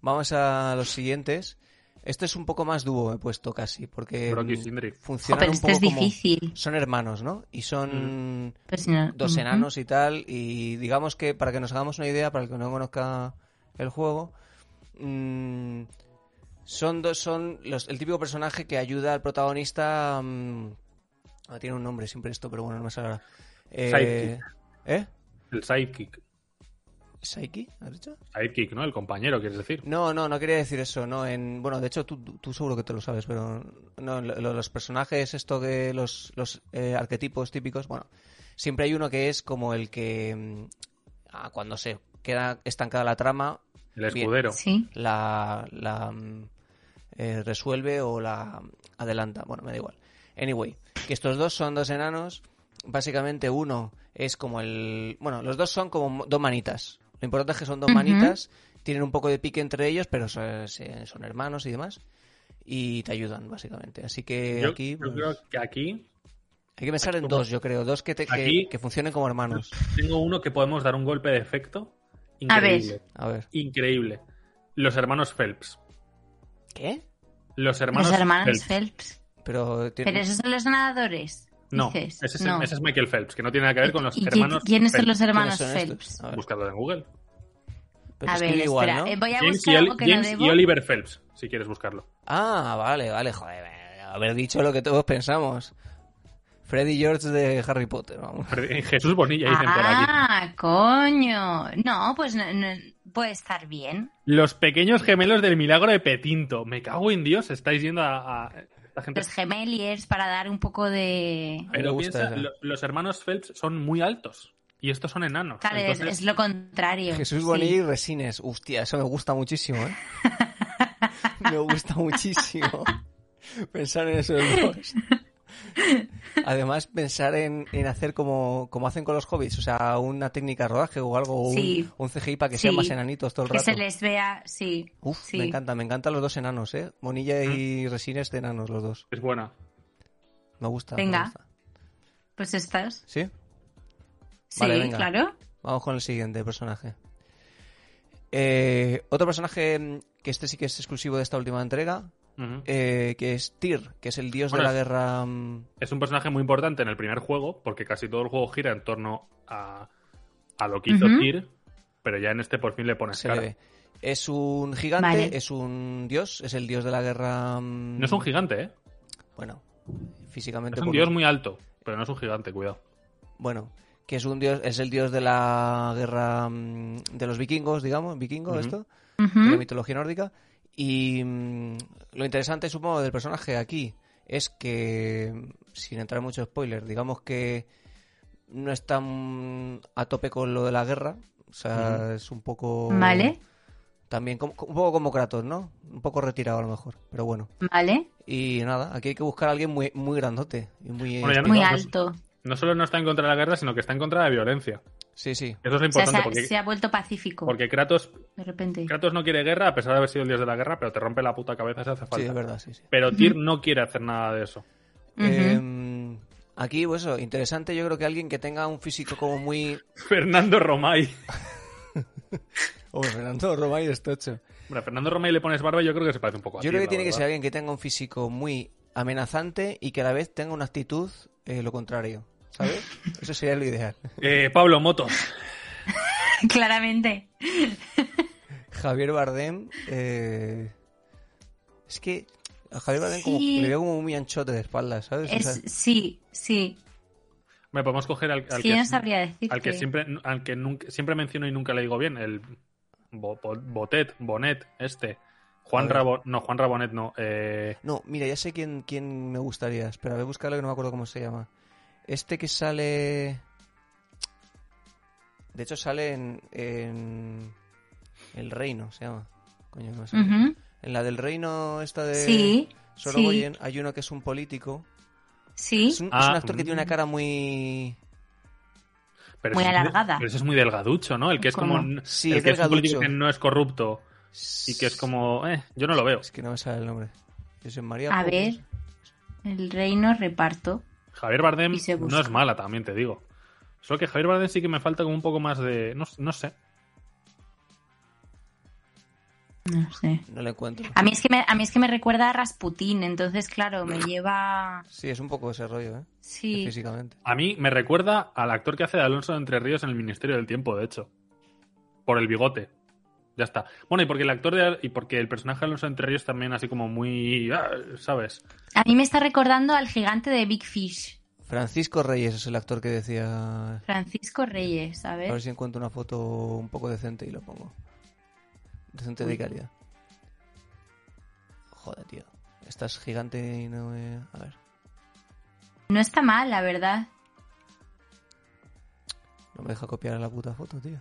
Speaker 3: Vamos a los siguientes. Este es un poco más dúo, he puesto casi, porque
Speaker 1: Brock y
Speaker 3: mm,
Speaker 1: Sindri.
Speaker 2: jo,
Speaker 3: funcionan
Speaker 2: pero
Speaker 3: un
Speaker 2: este es
Speaker 3: poco como-
Speaker 2: difícil.
Speaker 3: son hermanos, ¿no? Y son
Speaker 2: Pero si no-
Speaker 3: dos
Speaker 2: Ujú.
Speaker 3: enanos y tal. Y digamos que, para que nos hagamos una idea, para el que no conozca el juego, mm, son dos, son los- el típico personaje que ayuda al protagonista. mm, ah, tiene un nombre siempre esto, pero bueno, no me sale ahora. Eh, ¿Eh?
Speaker 1: El sidekick.
Speaker 3: ¿Saiki? ¿Has dicho?
Speaker 1: Sidekick, ¿no? El compañero, quieres decir.
Speaker 3: No, no, no quería decir eso. No, en, bueno, de hecho tú, tú seguro que te lo sabes, pero no, lo- lo- los personajes, esto que los, los eh, arquetipos típicos, bueno, siempre hay uno que es como el que mm, ah, cuando se queda estancada la trama,
Speaker 1: El
Speaker 3: Bien.
Speaker 1: escudero.
Speaker 2: Sí.
Speaker 3: la, la, mm, eh, resuelve o la adelanta. Bueno, me da igual. Anyway, que estos dos son dos enanos. Básicamente uno es como el... Bueno, los dos son como dos manitas. Lo importante es que son dos
Speaker 2: Ujú.
Speaker 3: manitas. Tienen un poco de pique entre ellos, pero son, se- son hermanos y demás. Y te ayudan, básicamente. Así que
Speaker 1: Yo,
Speaker 3: aquí...
Speaker 1: yo
Speaker 3: pues,
Speaker 1: creo que aquí
Speaker 3: Hay que pensar en
Speaker 1: como-
Speaker 3: dos, yo creo. Dos que, te- que-
Speaker 1: Aquí-
Speaker 3: que funcionen como hermanos.
Speaker 1: tengo uno que podemos dar un golpe de efecto.
Speaker 2: A ver.
Speaker 1: Increíble.
Speaker 3: A ver.
Speaker 1: Increíble. Los hermanos Phelps.
Speaker 3: ¿Qué?
Speaker 1: Los hermanos,
Speaker 2: Los hermanos
Speaker 1: Phelps.
Speaker 2: Phelps.
Speaker 3: Pero... tienen-
Speaker 2: Pero esos son los nadadores.
Speaker 1: No,
Speaker 2: dices.
Speaker 1: ese es,
Speaker 2: No.
Speaker 1: ese es Michael Phelps, que no tiene nada que ver con los
Speaker 2: ¿Y qui-
Speaker 1: hermanos
Speaker 2: quiénes son
Speaker 1: Phelps.
Speaker 2: los hermanos
Speaker 3: ¿quiénes son estos?
Speaker 2: Phelps?
Speaker 3: A ver,
Speaker 1: Búscalo en Google.
Speaker 3: pero
Speaker 2: A ver,
Speaker 3: escribe igual,
Speaker 2: espera,
Speaker 3: ¿no?
Speaker 2: eh, voy a
Speaker 1: James,
Speaker 2: buscar
Speaker 1: y, Oli-
Speaker 2: algo que no
Speaker 1: James y
Speaker 2: debo.
Speaker 1: Oliver Phelps, si quieres buscarlo.
Speaker 3: Ah, vale, vale, joder, haber dicho lo que todos pensamos. Freddy George de Harry
Speaker 1: eh,
Speaker 3: Potter, vamos.
Speaker 1: Jesús Bonilla dicen por aquí.
Speaker 2: Ah, coño. No, pues no, no- puede estar bien.
Speaker 1: Los pequeños gemelos del milagro de Petinto. Me cago en Dios, estáis yendo a, a- la gente.
Speaker 2: Los gemeliers para dar un poco de...
Speaker 1: Pero
Speaker 3: Me gusta
Speaker 1: piensa,
Speaker 3: esa.
Speaker 1: lo- los hermanos Phelps son muy altos y estos son enanos.
Speaker 2: Claro, es-
Speaker 1: Entonces,
Speaker 2: es, lo contrario.
Speaker 3: Jesús
Speaker 2: sí.
Speaker 3: Bonilla y Resines. Hostia, eso me gusta muchísimo, ¿eh? me gusta muchísimo pensar en esos dos. Además, pensar en, en hacer como, como hacen con los hobbits, o sea, una técnica de rodaje o algo, o un,
Speaker 2: Sí.
Speaker 3: un CGI para que sean
Speaker 2: Sí.
Speaker 3: más enanitos todo el
Speaker 2: Que
Speaker 3: rato.
Speaker 2: se les vea, sí.
Speaker 3: Uf,
Speaker 2: sí. Mm.
Speaker 3: me encanta, me encantan los dos enanos, ¿eh? Bonilla y Resines de enanos, los dos.
Speaker 1: es buena.
Speaker 3: Me gusta. me
Speaker 2: Venga.
Speaker 3: gusta.
Speaker 2: Pues estás.
Speaker 3: ¿Sí?
Speaker 2: Sí,
Speaker 3: Vale, venga.
Speaker 2: claro.
Speaker 3: Vamos con el siguiente personaje. Eh, otro personaje mm, que este sí que es exclusivo de esta última entrega,
Speaker 1: Ujú.
Speaker 3: eh, que es Tyr, que es el dios
Speaker 1: Bueno,
Speaker 3: de la
Speaker 1: es-
Speaker 3: guerra. mm,
Speaker 1: Es un personaje muy importante en el primer juego, porque casi todo el juego gira en torno a, a lo que hizo
Speaker 2: Ujú.
Speaker 1: Tyr, pero ya en este por fin le pones
Speaker 3: se le
Speaker 1: cara.
Speaker 3: ve. Es un gigante,
Speaker 2: Vale.
Speaker 3: es un dios, es el dios de la guerra. mm,
Speaker 1: No es un gigante, ¿eh?
Speaker 3: Bueno, físicamente.
Speaker 1: Es un
Speaker 3: por-
Speaker 1: dios muy alto, pero no es un gigante, cuidado.
Speaker 3: Bueno, que es un dios, es el dios de la guerra mm, de los vikingos, digamos, vikingo
Speaker 1: Ujú.
Speaker 3: esto.
Speaker 2: Ujú.
Speaker 3: de la mitología nórdica. Y mm, lo interesante, supongo, del personaje aquí es que, sin entrar en mucho spoiler, digamos que no es tan a tope con lo de la guerra. O sea,
Speaker 1: Ujú.
Speaker 3: es un poco.
Speaker 2: Vale,
Speaker 3: También, como- un poco como Kratos, ¿no? Un poco retirado a lo mejor, pero bueno.
Speaker 2: vale.
Speaker 3: Y nada, aquí hay que buscar a alguien muy, muy grandote. Y muy.
Speaker 1: Bueno, ya no-
Speaker 2: Muy
Speaker 1: no-
Speaker 2: alto.
Speaker 1: No solo no está en contra de la guerra, sino que está en contra de la violencia.
Speaker 3: Sí, sí.
Speaker 1: Eso es lo
Speaker 2: O sea, se
Speaker 1: importante,
Speaker 2: ha,
Speaker 1: porque,
Speaker 2: se ha vuelto pacífico.
Speaker 1: porque Kratos,
Speaker 2: De repente.
Speaker 1: Kratos no quiere guerra a pesar de haber sido el dios de la guerra, pero te rompe la puta cabeza si hace
Speaker 3: Sí,
Speaker 1: falta.
Speaker 3: es verdad, sí, sí.
Speaker 1: Pero Tyr no quiere hacer nada de eso.
Speaker 2: Ujú.
Speaker 3: Eh, aquí, pues eso, interesante. Yo creo que alguien que tenga un físico como muy.
Speaker 1: Fernando Romay.
Speaker 3: Hombre, Fernando Romay es tocho.
Speaker 1: Bueno, a Fernando Romay le pones barba y yo creo que se parece un poco a Tyr,
Speaker 3: Yo creo que
Speaker 1: la
Speaker 3: tiene que
Speaker 1: verdad.
Speaker 3: ser alguien que tenga un físico muy amenazante y que a la vez tenga una actitud eh, lo contrario, ¿sabes? Eso sería lo ideal.
Speaker 1: Eh, Pablo Motos.
Speaker 2: Claramente.
Speaker 3: Javier Bardem, eh, es que a Javier Bardem como,
Speaker 2: Sí.
Speaker 3: le veo como muy anchote de espalda, ¿sabes? O sea,
Speaker 2: Es, sí, sí.
Speaker 1: Me podemos coger al, al
Speaker 2: Es que yo no sabría
Speaker 1: al que
Speaker 2: decirte.
Speaker 1: siempre, al que nunca- siempre menciono y nunca le digo bien, el Bo- Bo- Botet, Bonet, este. Juan
Speaker 3: A ver.
Speaker 1: Rabonet, no, Juan Rabonet no. eh,
Speaker 3: No, mira, ya sé quién, quién me gustaría. Espera, voy a buscarlo que no me acuerdo cómo se llama. Este que sale... De hecho sale en... en El Reino, se llama. Coño, no sé.
Speaker 2: Ujú.
Speaker 3: En la del Reino esta de...
Speaker 2: Sí,
Speaker 3: Solo
Speaker 2: Sí.
Speaker 3: voy en- hay uno que es un político.
Speaker 2: sí.
Speaker 3: Es un, es
Speaker 1: Ah,
Speaker 3: un actor que tiene
Speaker 1: mm.
Speaker 3: una cara muy.
Speaker 1: pero
Speaker 2: Muy
Speaker 1: ese es
Speaker 2: alargada.
Speaker 1: Pero ese es muy delgaducho, ¿no? El que es
Speaker 2: ¿Cómo?
Speaker 1: como.
Speaker 3: Sí,
Speaker 1: el
Speaker 3: es
Speaker 1: que es un político que
Speaker 3: delgaducho.
Speaker 1: no es corrupto y que es como. Eh, yo no lo veo.
Speaker 3: Es que no me sale el nombre. José María.
Speaker 2: A
Speaker 3: Pujol.
Speaker 2: ver. El reino reparto.
Speaker 1: Javier Bardem
Speaker 2: Y se busca.
Speaker 1: no es mala, también te digo. Solo que Javier Bardem sí que me falta como un poco más de. No, no sé.
Speaker 2: No sé.
Speaker 3: No lo encuentro.
Speaker 2: A mí, es que me, a mí es que me recuerda a Rasputín, entonces, claro, me lleva.
Speaker 3: Sí, es un poco ese rollo, ¿eh?
Speaker 2: Sí.
Speaker 3: Físicamente.
Speaker 1: A mí me recuerda al actor que hace de Alonso de Entre Ríos en el Ministerio del Tiempo, de hecho. Por el bigote. Ya está. Bueno, y porque el actor de, y porque el personaje de Alonso de Entre Ríos también así como muy. ah, ¿Sabes?
Speaker 2: A mí me está recordando al gigante de Big Fish,
Speaker 3: Francisco Reyes es el actor que decía.
Speaker 2: Francisco Reyes,
Speaker 3: A ver
Speaker 2: ¿sabes?
Speaker 3: si encuentro una foto un poco decente y lo pongo. Decente de calidad. Joder, tío. Estás gigante y no me. A ver.
Speaker 2: No está mal, la verdad.
Speaker 3: No me deja copiar la puta foto, tío.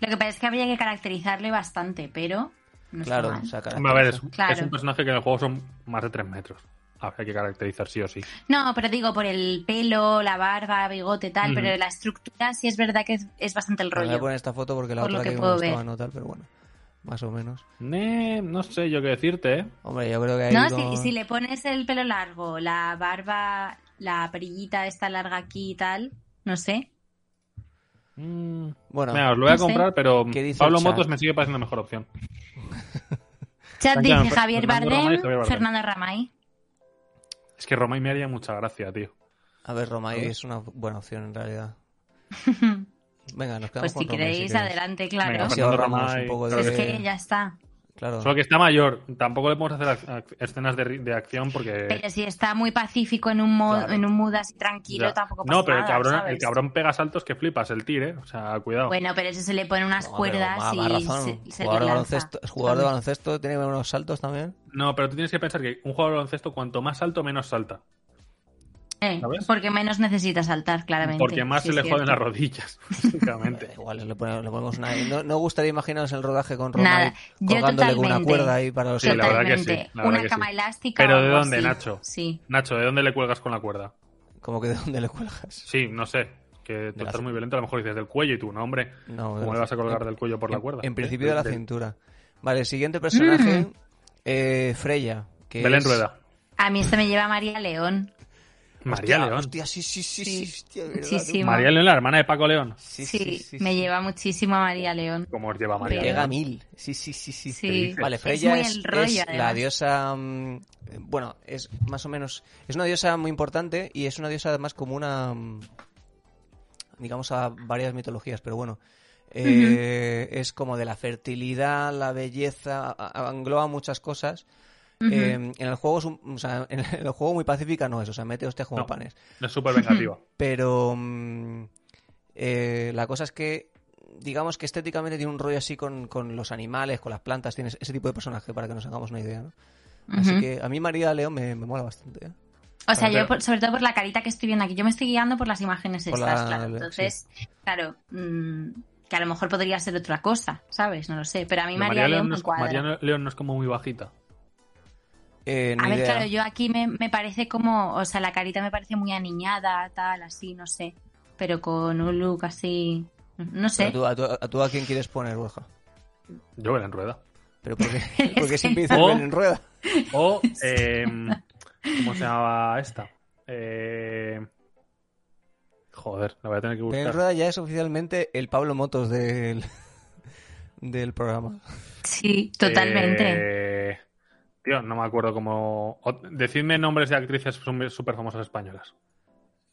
Speaker 2: Lo que pasa es que habría que caracterizarle bastante, pero. No está
Speaker 3: claro,
Speaker 2: mal.
Speaker 3: o sea,
Speaker 1: Hombre, a ver, es,
Speaker 2: Claro.
Speaker 1: es un personaje que en el juego son más de 3 metros. Habría que caracterizar sí o sí.
Speaker 2: No, pero digo, por el pelo, la barba, bigote, tal,
Speaker 1: Ujú.
Speaker 2: pero la estructura sí es verdad que es, es bastante el
Speaker 3: Bueno, Voy a
Speaker 2: rollo.
Speaker 3: poner esta foto porque Pues la
Speaker 2: Por lo
Speaker 3: otra
Speaker 2: que
Speaker 3: que, me
Speaker 2: puedo
Speaker 3: gustaba
Speaker 2: ver.
Speaker 3: no tal, pero bueno, más o menos.
Speaker 1: Eh, no sé yo qué decirte, ¿eh?
Speaker 3: Hombre, yo creo que ahí
Speaker 2: No,
Speaker 3: con-
Speaker 2: si, si le pones el pelo largo, la barba, la perillita esta larga aquí y tal, no sé.
Speaker 1: Mm,
Speaker 3: Bueno,
Speaker 1: Mira, os lo voy a
Speaker 2: No sé.
Speaker 1: comprar, pero
Speaker 3: ¿Qué dice
Speaker 1: Pablo
Speaker 3: el chat?
Speaker 1: Motos me sigue pareciendo mejor opción.
Speaker 2: Chat
Speaker 1: Están quedando
Speaker 2: dice Javier
Speaker 1: Fernando Ramay y
Speaker 2: Bardem,
Speaker 1: Javier Bardem.
Speaker 2: Fernando Ramay.
Speaker 1: Es que Romay me haría mucha gracia, tío.
Speaker 3: a ver, Romay
Speaker 1: A ver.
Speaker 3: es una buena opción en realidad. Venga, nos quedamos
Speaker 2: Pues
Speaker 3: con
Speaker 2: si
Speaker 3: Romay,
Speaker 2: queréis, adelante, claro.
Speaker 1: Venga,
Speaker 3: Así
Speaker 1: Fernando
Speaker 3: ahorramos
Speaker 1: Romay,
Speaker 3: un poco
Speaker 1: claro
Speaker 2: es
Speaker 3: de...
Speaker 2: que ya está.
Speaker 3: Claro.
Speaker 1: Solo que está mayor, tampoco le podemos hacer ac- ac- escenas de, ri- de acción porque...
Speaker 2: Pero si está muy pacífico en un, mo-
Speaker 3: Claro.
Speaker 2: en un mood así tranquilo,
Speaker 1: Ya.
Speaker 2: tampoco pasa
Speaker 1: No, pero el
Speaker 2: nada,
Speaker 1: cabrón,
Speaker 2: ¿sabes?
Speaker 1: el cabrón pega saltos que flipas, el tigre, o sea, cuidado.
Speaker 2: Bueno, pero eso se le pone unas
Speaker 3: No, pero
Speaker 2: cuerdas
Speaker 3: más-
Speaker 2: y
Speaker 3: más razón.
Speaker 2: se, se
Speaker 3: jugador, de
Speaker 2: lanza.
Speaker 3: baloncesto, jugador de baloncesto tiene que haber unos saltos también.
Speaker 1: No, pero tú tienes que pensar que un jugador de baloncesto, cuanto más alto, menos salta.
Speaker 2: Eh,
Speaker 1: ¿sabes?
Speaker 2: porque menos necesita saltar, claramente.
Speaker 1: Porque más
Speaker 2: Sí,
Speaker 1: se
Speaker 2: es
Speaker 1: le
Speaker 2: cierto.
Speaker 1: joden las rodillas, básicamente.
Speaker 3: Igual le pone- le ponemos, una. No, no gustaría imaginaros el rodaje con Roma
Speaker 2: Nada,
Speaker 3: y
Speaker 2: yo
Speaker 3: colgándole con una
Speaker 2: totalmente.
Speaker 3: cuerda ahí para los
Speaker 1: Sí, la verdad que sí,
Speaker 2: Totalmente.
Speaker 1: la verdad
Speaker 2: Una
Speaker 1: que sí.
Speaker 2: cama elástica.
Speaker 1: Pero
Speaker 2: o
Speaker 1: ¿de
Speaker 2: algo
Speaker 1: dónde,
Speaker 2: así.
Speaker 1: Nacho?
Speaker 2: Sí.
Speaker 1: Nacho, ¿de dónde le cuelgas con la cuerda?
Speaker 3: Como que de dónde le cuelgas.
Speaker 1: Sí, no sé. Que tú
Speaker 3: la
Speaker 1: estás
Speaker 3: cin-
Speaker 1: muy violento, a lo mejor dices del cuello y tú, no, hombre.
Speaker 3: No,
Speaker 1: ¿Cómo
Speaker 3: no.
Speaker 1: le vas a colgar del cuello por la cuerda?
Speaker 3: En principio de la
Speaker 1: Del-
Speaker 3: cintura. Vale, siguiente personaje,
Speaker 2: Mm.
Speaker 3: eh, Freya. Que
Speaker 1: Belén
Speaker 3: es-
Speaker 1: Rueda.
Speaker 2: A mí esto me lleva a María León.
Speaker 1: María
Speaker 3: Hostia,
Speaker 1: León.
Speaker 3: Hostia, sí, sí, sí, sí,
Speaker 2: Sí.
Speaker 3: hostia, verdad,
Speaker 2: Sí, sí,
Speaker 3: tú.
Speaker 2: ma-
Speaker 1: María León, la hermana de Paco León.
Speaker 2: Sí,
Speaker 3: sí,
Speaker 2: me
Speaker 3: sí.
Speaker 2: lleva muchísimo a María León.
Speaker 1: ¿Cómo os lleva María
Speaker 3: Llega a
Speaker 1: León?
Speaker 3: mil. Sí, sí, sí, sí.
Speaker 1: ¿qué
Speaker 2: Sí.
Speaker 1: dices?
Speaker 3: Vale,
Speaker 1: Es
Speaker 3: Freya
Speaker 2: muy
Speaker 3: es,
Speaker 2: el rollo,
Speaker 3: es la
Speaker 2: además.
Speaker 3: diosa. mm, Bueno, es más o menos. Es una diosa muy importante y es una diosa además como una. mm, Digamos a varias mitologías, pero bueno. Eh, Es como de la fertilidad, la belleza, a- a- engloba muchas cosas.
Speaker 2: Ujú.
Speaker 3: Eh, en el juego es un- o sea, en el juego muy pacífica no es, o sea, mete hostia como
Speaker 1: No.
Speaker 3: panes.
Speaker 1: Es súper vengativa.
Speaker 3: Pero mm, eh, la cosa es que, digamos que estéticamente tiene un rollo así con, con los animales, con las plantas, tiene ese tipo de personaje para que nos hagamos una idea, ¿no? Así
Speaker 2: Ujú.
Speaker 3: que a mí María León me, me mola bastante. ¿eh?
Speaker 2: O sea,
Speaker 1: Pero-
Speaker 2: yo por- sobre todo por la carita que estoy viendo aquí. Yo me estoy guiando por las imágenes
Speaker 3: Por
Speaker 2: estas,
Speaker 3: la-
Speaker 2: claro.
Speaker 3: sí.
Speaker 2: Entonces, claro, mm, que a lo mejor podría ser otra cosa, ¿sabes? No lo sé. Pero a mí
Speaker 1: Pero
Speaker 2: María, León
Speaker 1: no
Speaker 2: me
Speaker 1: es-
Speaker 2: cuadra.
Speaker 1: María León no es como muy bajita.
Speaker 3: Eh, ni
Speaker 2: A ver,
Speaker 3: idea.
Speaker 2: claro, yo aquí me, me parece como, o sea, la carita me parece muy aniñada, tal, así, no sé. Pero con un look así, no
Speaker 3: Pero
Speaker 2: sé.
Speaker 3: tú- a, tú, a tú a quién quieres poner, Borja?
Speaker 1: Yo Belén Rueda.
Speaker 3: Pero porque, porque
Speaker 2: que-
Speaker 3: siempre dices
Speaker 1: O-
Speaker 3: Belén Rueda.
Speaker 1: O, eh, ¿cómo se llamaba esta? Eh, joder, la voy a tener que
Speaker 3: Belén
Speaker 1: buscar.
Speaker 3: Rueda ya es oficialmente el Pablo Motos del, del programa.
Speaker 2: Sí, totalmente.
Speaker 1: Eh, tío, no me acuerdo cómo... o- Decidme nombres de actrices sum- súper famosas españolas.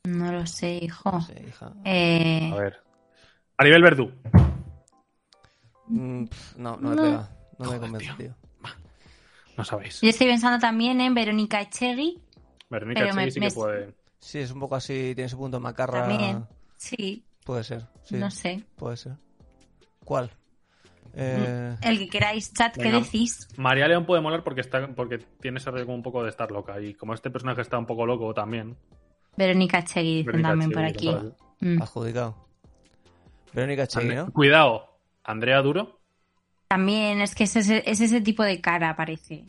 Speaker 2: No lo sé, hijo.
Speaker 3: No sé, hija.
Speaker 2: Oh. Eh,
Speaker 1: A ver. Maribel Verdú.
Speaker 3: Mm, pf, no, no me
Speaker 2: no.
Speaker 3: pega. No me
Speaker 1: Joder,
Speaker 3: convence, tío.
Speaker 1: No sabéis.
Speaker 2: yo estoy pensando también en Verónica Echegui.
Speaker 1: Verónica
Speaker 2: pero me-
Speaker 1: Echegui sí
Speaker 2: me-
Speaker 1: que puede...
Speaker 3: Sí, es un poco así, tiene su punto macarra.
Speaker 2: También. Sí,
Speaker 3: Puede ser, sí.
Speaker 2: no sé.
Speaker 3: Puede ser. ¿Cuál? Eh,
Speaker 2: El que queráis, chat, ¿qué
Speaker 1: Venga.
Speaker 2: decís?
Speaker 1: María León puede molar porque está porque tiene ese rollo como un poco de estar loca. Y como este personaje está un poco loco también.
Speaker 2: Verónica Echegui, dicen
Speaker 1: Verónica
Speaker 2: también por
Speaker 1: Echegui, Ah.
Speaker 2: aquí.
Speaker 1: vale.
Speaker 2: Mm.
Speaker 3: adjudicado. Verónica Chegui,
Speaker 1: Ande-
Speaker 3: ¿no?
Speaker 1: Cuidado. Andrea Duro.
Speaker 2: También es que es ese, es ese tipo de cara, parece.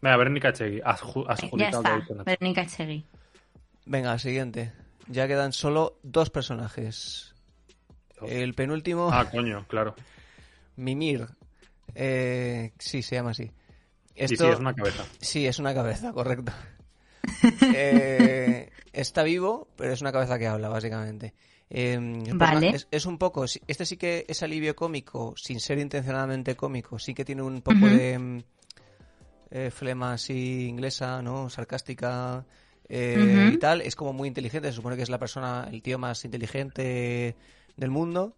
Speaker 1: Venga, Verónica Echegui. adju-
Speaker 2: Ya
Speaker 1: adjudicado que
Speaker 2: está,
Speaker 1: dice Nacho.
Speaker 2: Verónica Echegui.
Speaker 3: Venga, siguiente. Ya quedan solo dos personajes.
Speaker 1: Dos.
Speaker 3: El penúltimo,
Speaker 1: Ah, coño, claro.
Speaker 3: Mimir. Eh, sí, se llama así.
Speaker 1: Y sí, es una cabeza.
Speaker 3: Sí, es una cabeza, correcto. Eh, está vivo, pero es una cabeza que habla, básicamente. Eh,
Speaker 2: Vale.
Speaker 3: el personaje Es, es un poco, sí, este sí que es alivio cómico, sin ser intencionadamente cómico, sí que tiene un poco
Speaker 2: Ujú.
Speaker 3: de mm, eh, flema así inglesa, ¿no? Sarcástica eh,
Speaker 2: Ujú.
Speaker 3: y tal. Es como muy inteligente, se supone que es la persona, el tío más inteligente del mundo.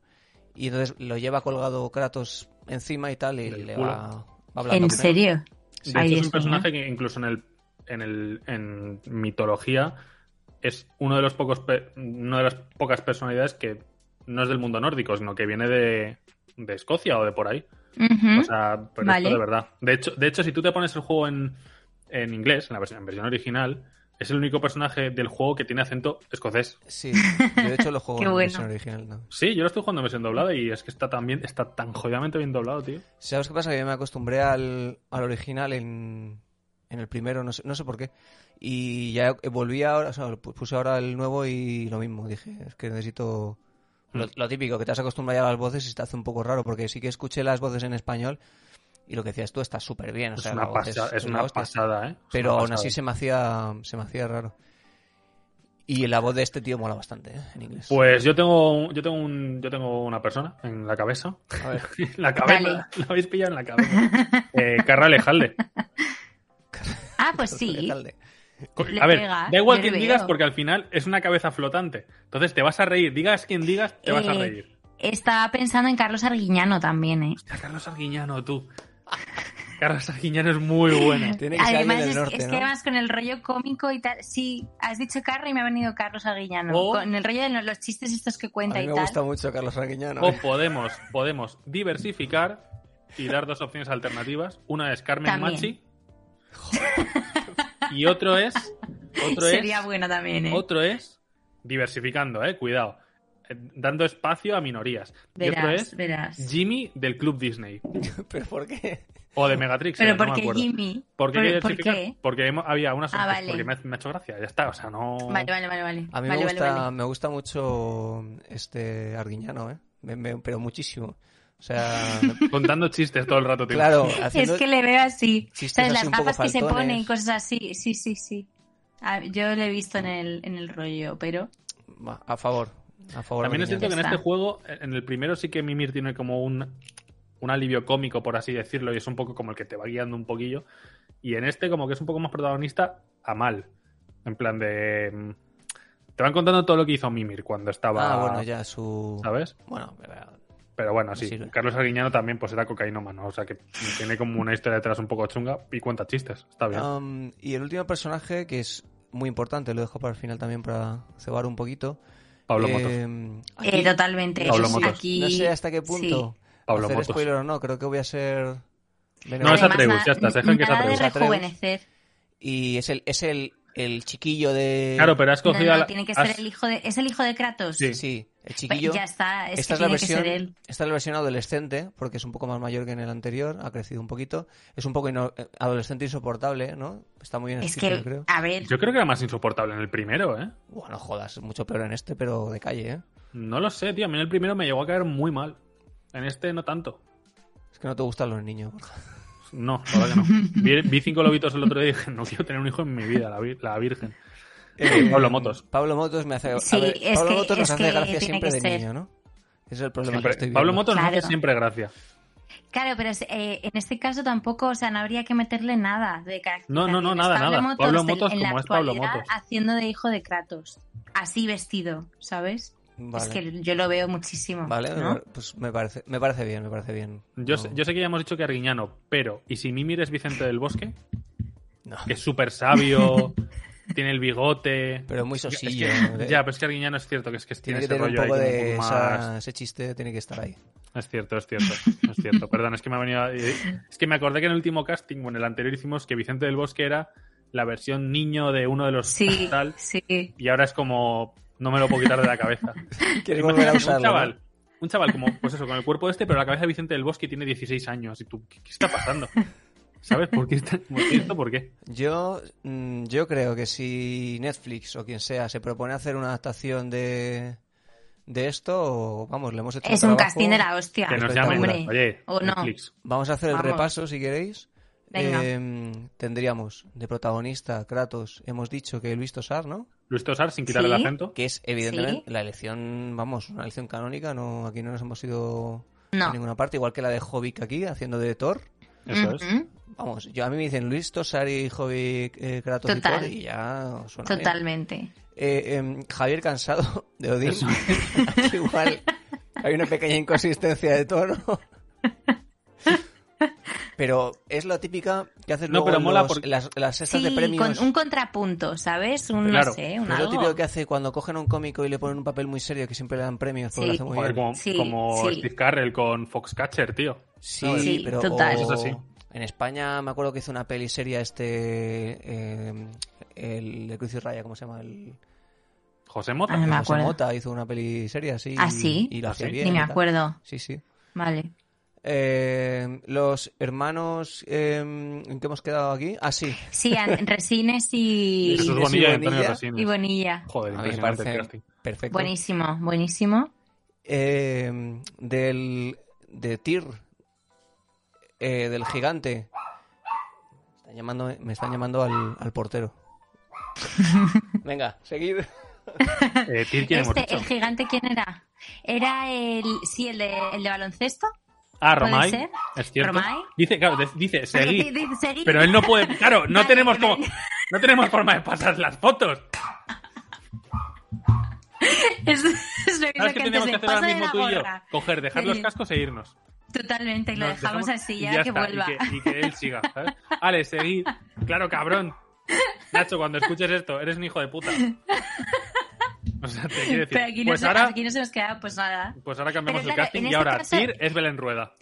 Speaker 3: Y entonces lo lleva colgado Kratos encima y tal, y
Speaker 1: Del
Speaker 3: le
Speaker 1: culo.
Speaker 3: va, va hablando.
Speaker 2: ¿En
Speaker 3: con él.
Speaker 2: serio?
Speaker 1: Sí,
Speaker 2: Ahí
Speaker 1: es un
Speaker 2: está.
Speaker 1: personaje que incluso en el, en el en mitología es uno de los pocos pe- una de las pocas personalidades que no es del mundo nórdico, sino que viene de, de Escocia o de por ahí.
Speaker 2: Ujú.
Speaker 1: O sea, pero
Speaker 2: Mm, Vale.
Speaker 1: esto de verdad. De hecho, de hecho, si tú te pones el juego en, en inglés, en la versión, en versión original, es el único personaje del juego que tiene acento escocés.
Speaker 3: Sí, yo de hecho lo juego
Speaker 2: Qué
Speaker 3: en
Speaker 2: bueno.
Speaker 3: versión original. ¿no?
Speaker 1: Sí, yo lo estoy jugando en versión doblada y es que está tan bien, está tan jodidamente bien doblado, tío.
Speaker 3: ¿Sabes qué pasa? Que yo me acostumbré al, al original en, en el primero, no sé, no sé por qué. Y ya volví ahora, o sea, lo pu- puse ahora el nuevo y lo mismo. Dije, es que necesito lo, lo típico, que te has acostumbrado ya a las voces y se te hace un poco raro, porque sí que escuché las voces en español y lo que decías tú está súper bien. O sea,
Speaker 1: es una,
Speaker 3: la voz
Speaker 1: pasa- es
Speaker 3: la
Speaker 1: una
Speaker 3: hostia.
Speaker 1: pasada, ¿eh? Es
Speaker 3: Pero
Speaker 1: una
Speaker 3: aún así
Speaker 1: pasada.
Speaker 3: se me hacía se me hacía raro. Y la voz de este tío mola bastante ¿eh? en inglés.
Speaker 1: Pues yo tengo, un- yo tengo un, yo tengo una persona en la cabeza.
Speaker 3: A ver,
Speaker 1: la cabeza, la habéis pillado en la cabeza. Eh, Carra Alejalde.
Speaker 2: Ah, pues sí.
Speaker 3: alcalde.
Speaker 2: Le
Speaker 1: A ver,
Speaker 2: pega,
Speaker 1: da igual
Speaker 2: yo
Speaker 1: quien
Speaker 2: le
Speaker 1: digas
Speaker 2: veo.
Speaker 1: porque al final es una cabeza flotante. Entonces te vas a reír, digas quien digas, te vas a
Speaker 2: Eh,
Speaker 1: reír.
Speaker 2: Estaba pensando en Carlos Arguiñano también, ¿eh?
Speaker 1: Hostia, Carlos Arguiñano, tú. Carlos Arguiñano es muy buena.
Speaker 3: Tiene que ser
Speaker 2: además,
Speaker 3: alguien del
Speaker 2: es,
Speaker 3: norte,
Speaker 2: es
Speaker 3: ¿no?
Speaker 2: que además con el rollo cómico y tal. Sí, has dicho Carro y me ha venido Carlos Arguiñano.
Speaker 1: Oh.
Speaker 2: Con el rollo de los, los chistes estos que
Speaker 3: A
Speaker 2: cuenta
Speaker 3: mí
Speaker 2: y
Speaker 3: me
Speaker 2: tal.
Speaker 3: gusta mucho Carlos Arguiñano. ¿eh?
Speaker 1: O podemos, podemos diversificar y dar dos opciones alternativas. Una es Carmen
Speaker 2: También.
Speaker 1: Machi. Y otro es. Otro
Speaker 2: Sería
Speaker 1: es.
Speaker 2: bueno también, ¿eh?
Speaker 1: Otro es. Diversificando, eh, cuidado. eh, Dando espacio a minorías. y otro
Speaker 2: verás,
Speaker 1: es
Speaker 2: verás.
Speaker 1: Jimmy del Club Disney.
Speaker 3: ¿Pero por qué?
Speaker 1: O de Megatrix. eh,
Speaker 2: Pero
Speaker 1: no me
Speaker 2: porque
Speaker 1: acuerdo.
Speaker 2: Jimmy.
Speaker 1: ¿Por qué quiero
Speaker 2: ¿Por- por
Speaker 1: diversificar?
Speaker 2: qué?
Speaker 1: Porque hemo- había unas
Speaker 2: Ah, vale.
Speaker 1: porque me, me ha hecho gracia, ya está. O sea, no.
Speaker 2: Vale, vale, vale, vale.
Speaker 3: A
Speaker 2: Vale,
Speaker 3: mí me,
Speaker 2: vale,
Speaker 3: gusta,
Speaker 2: vale.
Speaker 3: me gusta mucho este Arguiñano, ¿eh? Me- me- pero muchísimo. O sea, me-
Speaker 1: Contando chistes todo el rato, tío.
Speaker 3: claro, haciendo...
Speaker 2: Es que le veo así.
Speaker 3: chistes
Speaker 2: ¿Sabes?
Speaker 3: así
Speaker 2: Las
Speaker 3: un poco
Speaker 2: gafas que se
Speaker 3: faltones.
Speaker 2: pone y cosas así. Sí, sí, sí. Ah, Yo lo he visto en el, en el rollo, pero.
Speaker 3: Va, A favor, a favor.
Speaker 1: También es
Speaker 3: Arguiñano.
Speaker 1: cierto que en
Speaker 2: Ya está.
Speaker 1: este juego, en el primero sí que Mimir tiene como un, un alivio cómico, por así decirlo, y es un poco como el que te va guiando un poquillo. Y en este como que es un poco más protagonista a mal. En plan de... mm, Te van contando todo lo que hizo Mimir cuando estaba...
Speaker 3: Ah, bueno, ya su...
Speaker 1: ¿Sabes?
Speaker 3: Bueno, pero-
Speaker 1: Pero bueno,
Speaker 3: Me
Speaker 1: sí.
Speaker 3: sirve.
Speaker 1: Carlos Arguiñano también pues era cocainómano, o sea que tiene como una historia detrás un poco chunga y cuenta chistes. Está bien.
Speaker 3: Um, y el último personaje, que es muy importante, lo dejo para el final también para cebar un poquito.
Speaker 1: Pablo
Speaker 3: Eh,
Speaker 1: Motos.
Speaker 3: aquí-
Speaker 2: Eh, totalmente.
Speaker 3: no sé
Speaker 1: Pablo
Speaker 3: si-
Speaker 1: Motos.
Speaker 2: Aquí.
Speaker 3: No sé hasta qué punto.
Speaker 1: Pablo
Speaker 3: hacer
Speaker 1: Motos.
Speaker 3: spoiler o no, creo que voy a ser...
Speaker 1: No, es
Speaker 2: Además,
Speaker 3: benevolente.
Speaker 1: Atreus,
Speaker 2: na-
Speaker 1: ya está, se dejan que es
Speaker 2: nada de
Speaker 1: Atreus.
Speaker 2: rejuvenecer.
Speaker 3: Y es el, es el, el chiquillo de...
Speaker 1: Claro, pero has
Speaker 2: No,
Speaker 1: cogido...
Speaker 2: no,
Speaker 1: a la-
Speaker 2: tiene que
Speaker 1: has-
Speaker 2: ser el hijo de. ¿Es el hijo de Kratos?
Speaker 1: Sí.
Speaker 3: Sí, el
Speaker 2: Pues
Speaker 3: chiquillo.
Speaker 2: Ya está, es que
Speaker 3: esta, es la
Speaker 2: tiene
Speaker 3: versión,
Speaker 2: que ser él.
Speaker 3: esta es la versión adolescente, porque es un poco más mayor que en el anterior, ha crecido un poquito. Es un poco ino- eh, adolescente insoportable, ¿no? Está muy bien
Speaker 2: Es
Speaker 3: escrito, yo
Speaker 2: que,
Speaker 3: creo.
Speaker 2: a ver,
Speaker 1: Yo creo que era más insoportable en el primero, ¿eh?
Speaker 3: Bueno, jodas, es mucho peor en este, pero de calle, ¿eh?
Speaker 1: No lo sé, tío. A mí en el primero me llegó a caer muy mal. En este no tanto.
Speaker 3: Es que no te gustan los niños, Borja.
Speaker 1: No, la verdad que no. Vi, vi cinco lobitos el otro día y dije, no quiero tener un hijo en mi vida, la, vir- la virgen. Eh, Pablo Motos.
Speaker 3: Pablo Motos me hace. a
Speaker 2: Sí,
Speaker 3: ver,
Speaker 2: es
Speaker 3: Pablo
Speaker 2: que-
Speaker 3: Motos nos
Speaker 2: es
Speaker 3: hace
Speaker 2: que
Speaker 3: gracia
Speaker 2: tiene
Speaker 3: siempre
Speaker 2: que
Speaker 3: de
Speaker 2: ser.
Speaker 3: niño, ¿no? Ese es el problema
Speaker 1: Siempre-
Speaker 3: que estoy viendo.
Speaker 1: Pablo Motos nos hace
Speaker 2: Claro.
Speaker 1: siempre gracia.
Speaker 2: claro, pero es, eh, en este caso tampoco, o sea, no habría que meterle nada de carácter.
Speaker 1: No, no, no, nada, nada. Pablo Motos
Speaker 2: en la
Speaker 1: como es Pablo
Speaker 2: actualidad,
Speaker 1: Motos.
Speaker 2: haciendo de hijo de Kratos, así vestido, ¿sabes?
Speaker 3: Vale,
Speaker 2: Es que yo lo veo muchísimo.
Speaker 3: vale,
Speaker 2: Ah, ¿no?
Speaker 3: pues me parece, me parece bien, me parece bien.
Speaker 1: Yo,
Speaker 3: No-
Speaker 1: sé, yo sé que ya hemos dicho que Arguiñano, pero ¿y si Mimir es Vicente del Bosque?
Speaker 3: no.
Speaker 1: Que es súper sabio, tiene el bigote.
Speaker 3: Pero muy
Speaker 1: Es que-
Speaker 3: sosillo. ¿eh?
Speaker 1: ya, pero es que Arguiñano es cierto que es que tiene,
Speaker 3: tiene que
Speaker 1: ese
Speaker 3: tener un
Speaker 1: rollo ahí
Speaker 3: poco
Speaker 1: como un
Speaker 3: de.
Speaker 1: poco más.
Speaker 3: esa- ese chiste tiene que estar ahí.
Speaker 1: Es cierto, es cierto, es cierto. Perdón, es que me ha venido. eh, Es que me acordé que en el último casting, bueno, en el anterior hicimos que Vicente del Bosque era la versión niño de uno de los
Speaker 2: Sí,
Speaker 1: tal,
Speaker 2: sí.
Speaker 1: y ahora es como no me lo puedo quitar de la cabeza.
Speaker 3: Quieres volver a
Speaker 1: un
Speaker 3: usarlo.
Speaker 1: chaval, un chaval como, pues eso, con el cuerpo este, pero la cabeza de Vicente del Bosque y tiene 16 años. Y tú, ¿qué, qué está pasando? ¿Sabes por qué está, por qué esto? ¿Por qué?
Speaker 3: Yo, mm, yo creo que si Netflix o quien sea se propone hacer una adaptación de, de esto, vamos, le hemos hecho
Speaker 2: Es un
Speaker 3: trabajo.
Speaker 2: casting de la hostia.
Speaker 1: Que nos
Speaker 3: espectacular.
Speaker 1: llamen.
Speaker 2: pues, Hombre,
Speaker 1: Oye,
Speaker 2: o no.
Speaker 1: Netflix.
Speaker 3: Vamos a hacer el
Speaker 2: Vamos.
Speaker 3: repaso si queréis.
Speaker 2: Venga.
Speaker 3: Eh, tendríamos de protagonista Kratos, hemos dicho que Luis Tosar, ¿no?
Speaker 1: Luis Tosar, sin quitar
Speaker 2: Sí.
Speaker 1: el acento.
Speaker 3: Que es evidentemente
Speaker 2: Sí.
Speaker 3: la elección, vamos, una elección canónica, no aquí no nos hemos ido a
Speaker 2: No.
Speaker 3: ninguna parte, igual que la de Hobbit aquí, haciendo de Thor.
Speaker 1: Eso es.
Speaker 2: Ujú,
Speaker 3: Vamos, yo a mí me dicen Luis Tosar y Hobbit, eh, Kratos
Speaker 2: Total.
Speaker 3: y Thor y ya suena bien.
Speaker 2: Totalmente.
Speaker 3: Eh, em, Javier Cansado de Odín. Aquí Igual hay una pequeña inconsistencia de tono. Pero es la típica que haces
Speaker 1: No,
Speaker 3: luego
Speaker 1: pero
Speaker 3: en
Speaker 1: mola
Speaker 3: los-
Speaker 1: porque-
Speaker 3: en las, en las cestas
Speaker 2: Sí,
Speaker 3: de premios.
Speaker 2: con un contrapunto, ¿sabes? Un,
Speaker 1: Claro,
Speaker 2: no sé, un
Speaker 3: Pero es lo
Speaker 2: algo.
Speaker 3: típico que hace cuando cogen a un cómico y le ponen un papel muy serio que siempre le dan premios porque
Speaker 2: Sí.
Speaker 3: lo hace muy
Speaker 1: Joder,
Speaker 3: bien.
Speaker 1: como,
Speaker 2: Sí,
Speaker 1: como
Speaker 2: sí.
Speaker 1: Steve Carrell con Foxcatcher, tío.
Speaker 3: Sí,
Speaker 2: Sí,
Speaker 3: pero
Speaker 2: total.
Speaker 3: o-
Speaker 1: Eso es así.
Speaker 3: en España me acuerdo que hizo una peli seria este eh, el de Cruz y Raya, ¿cómo se llama? El
Speaker 1: José Mota.
Speaker 2: Ah, no me
Speaker 3: José
Speaker 2: acuerdo.
Speaker 3: Mota hizo una peli seria, sí.
Speaker 2: ¿Ah, sí?
Speaker 3: Y lo hacía
Speaker 1: ¿Ah, sí?
Speaker 3: bien.
Speaker 2: Ni me
Speaker 3: y tal.
Speaker 2: acuerdo.
Speaker 3: Sí, sí.
Speaker 2: Vale.
Speaker 3: Eh, los hermanos eh, ¿en qué hemos quedado aquí? Ah, sí.
Speaker 2: Sí, an- Resines y,
Speaker 1: Jesús
Speaker 3: Jesús
Speaker 1: Bonilla y
Speaker 3: Bonilla.
Speaker 1: Antonio
Speaker 2: y
Speaker 1: Resines.
Speaker 2: Bonilla.
Speaker 1: Joder,
Speaker 3: A mí me
Speaker 1: impresionante Pues el
Speaker 3: parece
Speaker 1: casting.
Speaker 3: perfecto.
Speaker 2: Buenísimo, buenísimo.
Speaker 3: Eh, del de Tyr eh, del gigante. Están llamando, me están llamando al, al portero. Venga, seguid.
Speaker 1: Eh, Tyr, ¿quién hemos
Speaker 2: Este,
Speaker 1: dicho?
Speaker 2: el gigante, ¿quién era? Era el, sí, el de, el de baloncesto.
Speaker 1: Ah,
Speaker 2: ¿Puede
Speaker 1: Romay.
Speaker 2: ser?
Speaker 1: Es cierto.
Speaker 2: Romay.
Speaker 1: Dice, claro, de- dice,
Speaker 2: Sí,
Speaker 1: seguí.
Speaker 2: dice, seguí.
Speaker 1: Pero él no puede. Claro, no
Speaker 2: Vale,
Speaker 1: tenemos
Speaker 2: vale.
Speaker 1: como. No tenemos forma de pasar las fotos.
Speaker 2: Es- es lo
Speaker 1: ¿Sabes
Speaker 2: que
Speaker 1: qué
Speaker 2: antes
Speaker 1: teníamos que hacer
Speaker 2: de
Speaker 1: ahora
Speaker 2: paso de
Speaker 1: mismo
Speaker 2: la
Speaker 1: tú y yo?
Speaker 2: gorra.
Speaker 1: Coger, dejar los
Speaker 2: Sí.
Speaker 1: cascos e irnos.
Speaker 2: Totalmente, y lo
Speaker 1: Nos
Speaker 2: dejamos, así
Speaker 1: y
Speaker 2: ya, que
Speaker 1: está,
Speaker 2: vuelva.
Speaker 1: Y que, y que él siga, ¿sabes? Ale, seguid. Claro, cabrón. Nacho, cuando escuches esto, eres un hijo de puta. O sea, te quiero decir.
Speaker 2: Pero aquí,
Speaker 1: pues,
Speaker 2: no se-
Speaker 1: ahora,
Speaker 2: aquí no se nos queda pues nada.
Speaker 1: pues ahora cambiamos
Speaker 2: Pero
Speaker 1: el
Speaker 2: claro,
Speaker 1: casting
Speaker 2: en
Speaker 1: y
Speaker 2: este
Speaker 1: ahora
Speaker 2: caso-
Speaker 1: Tyr es Belén Rueda.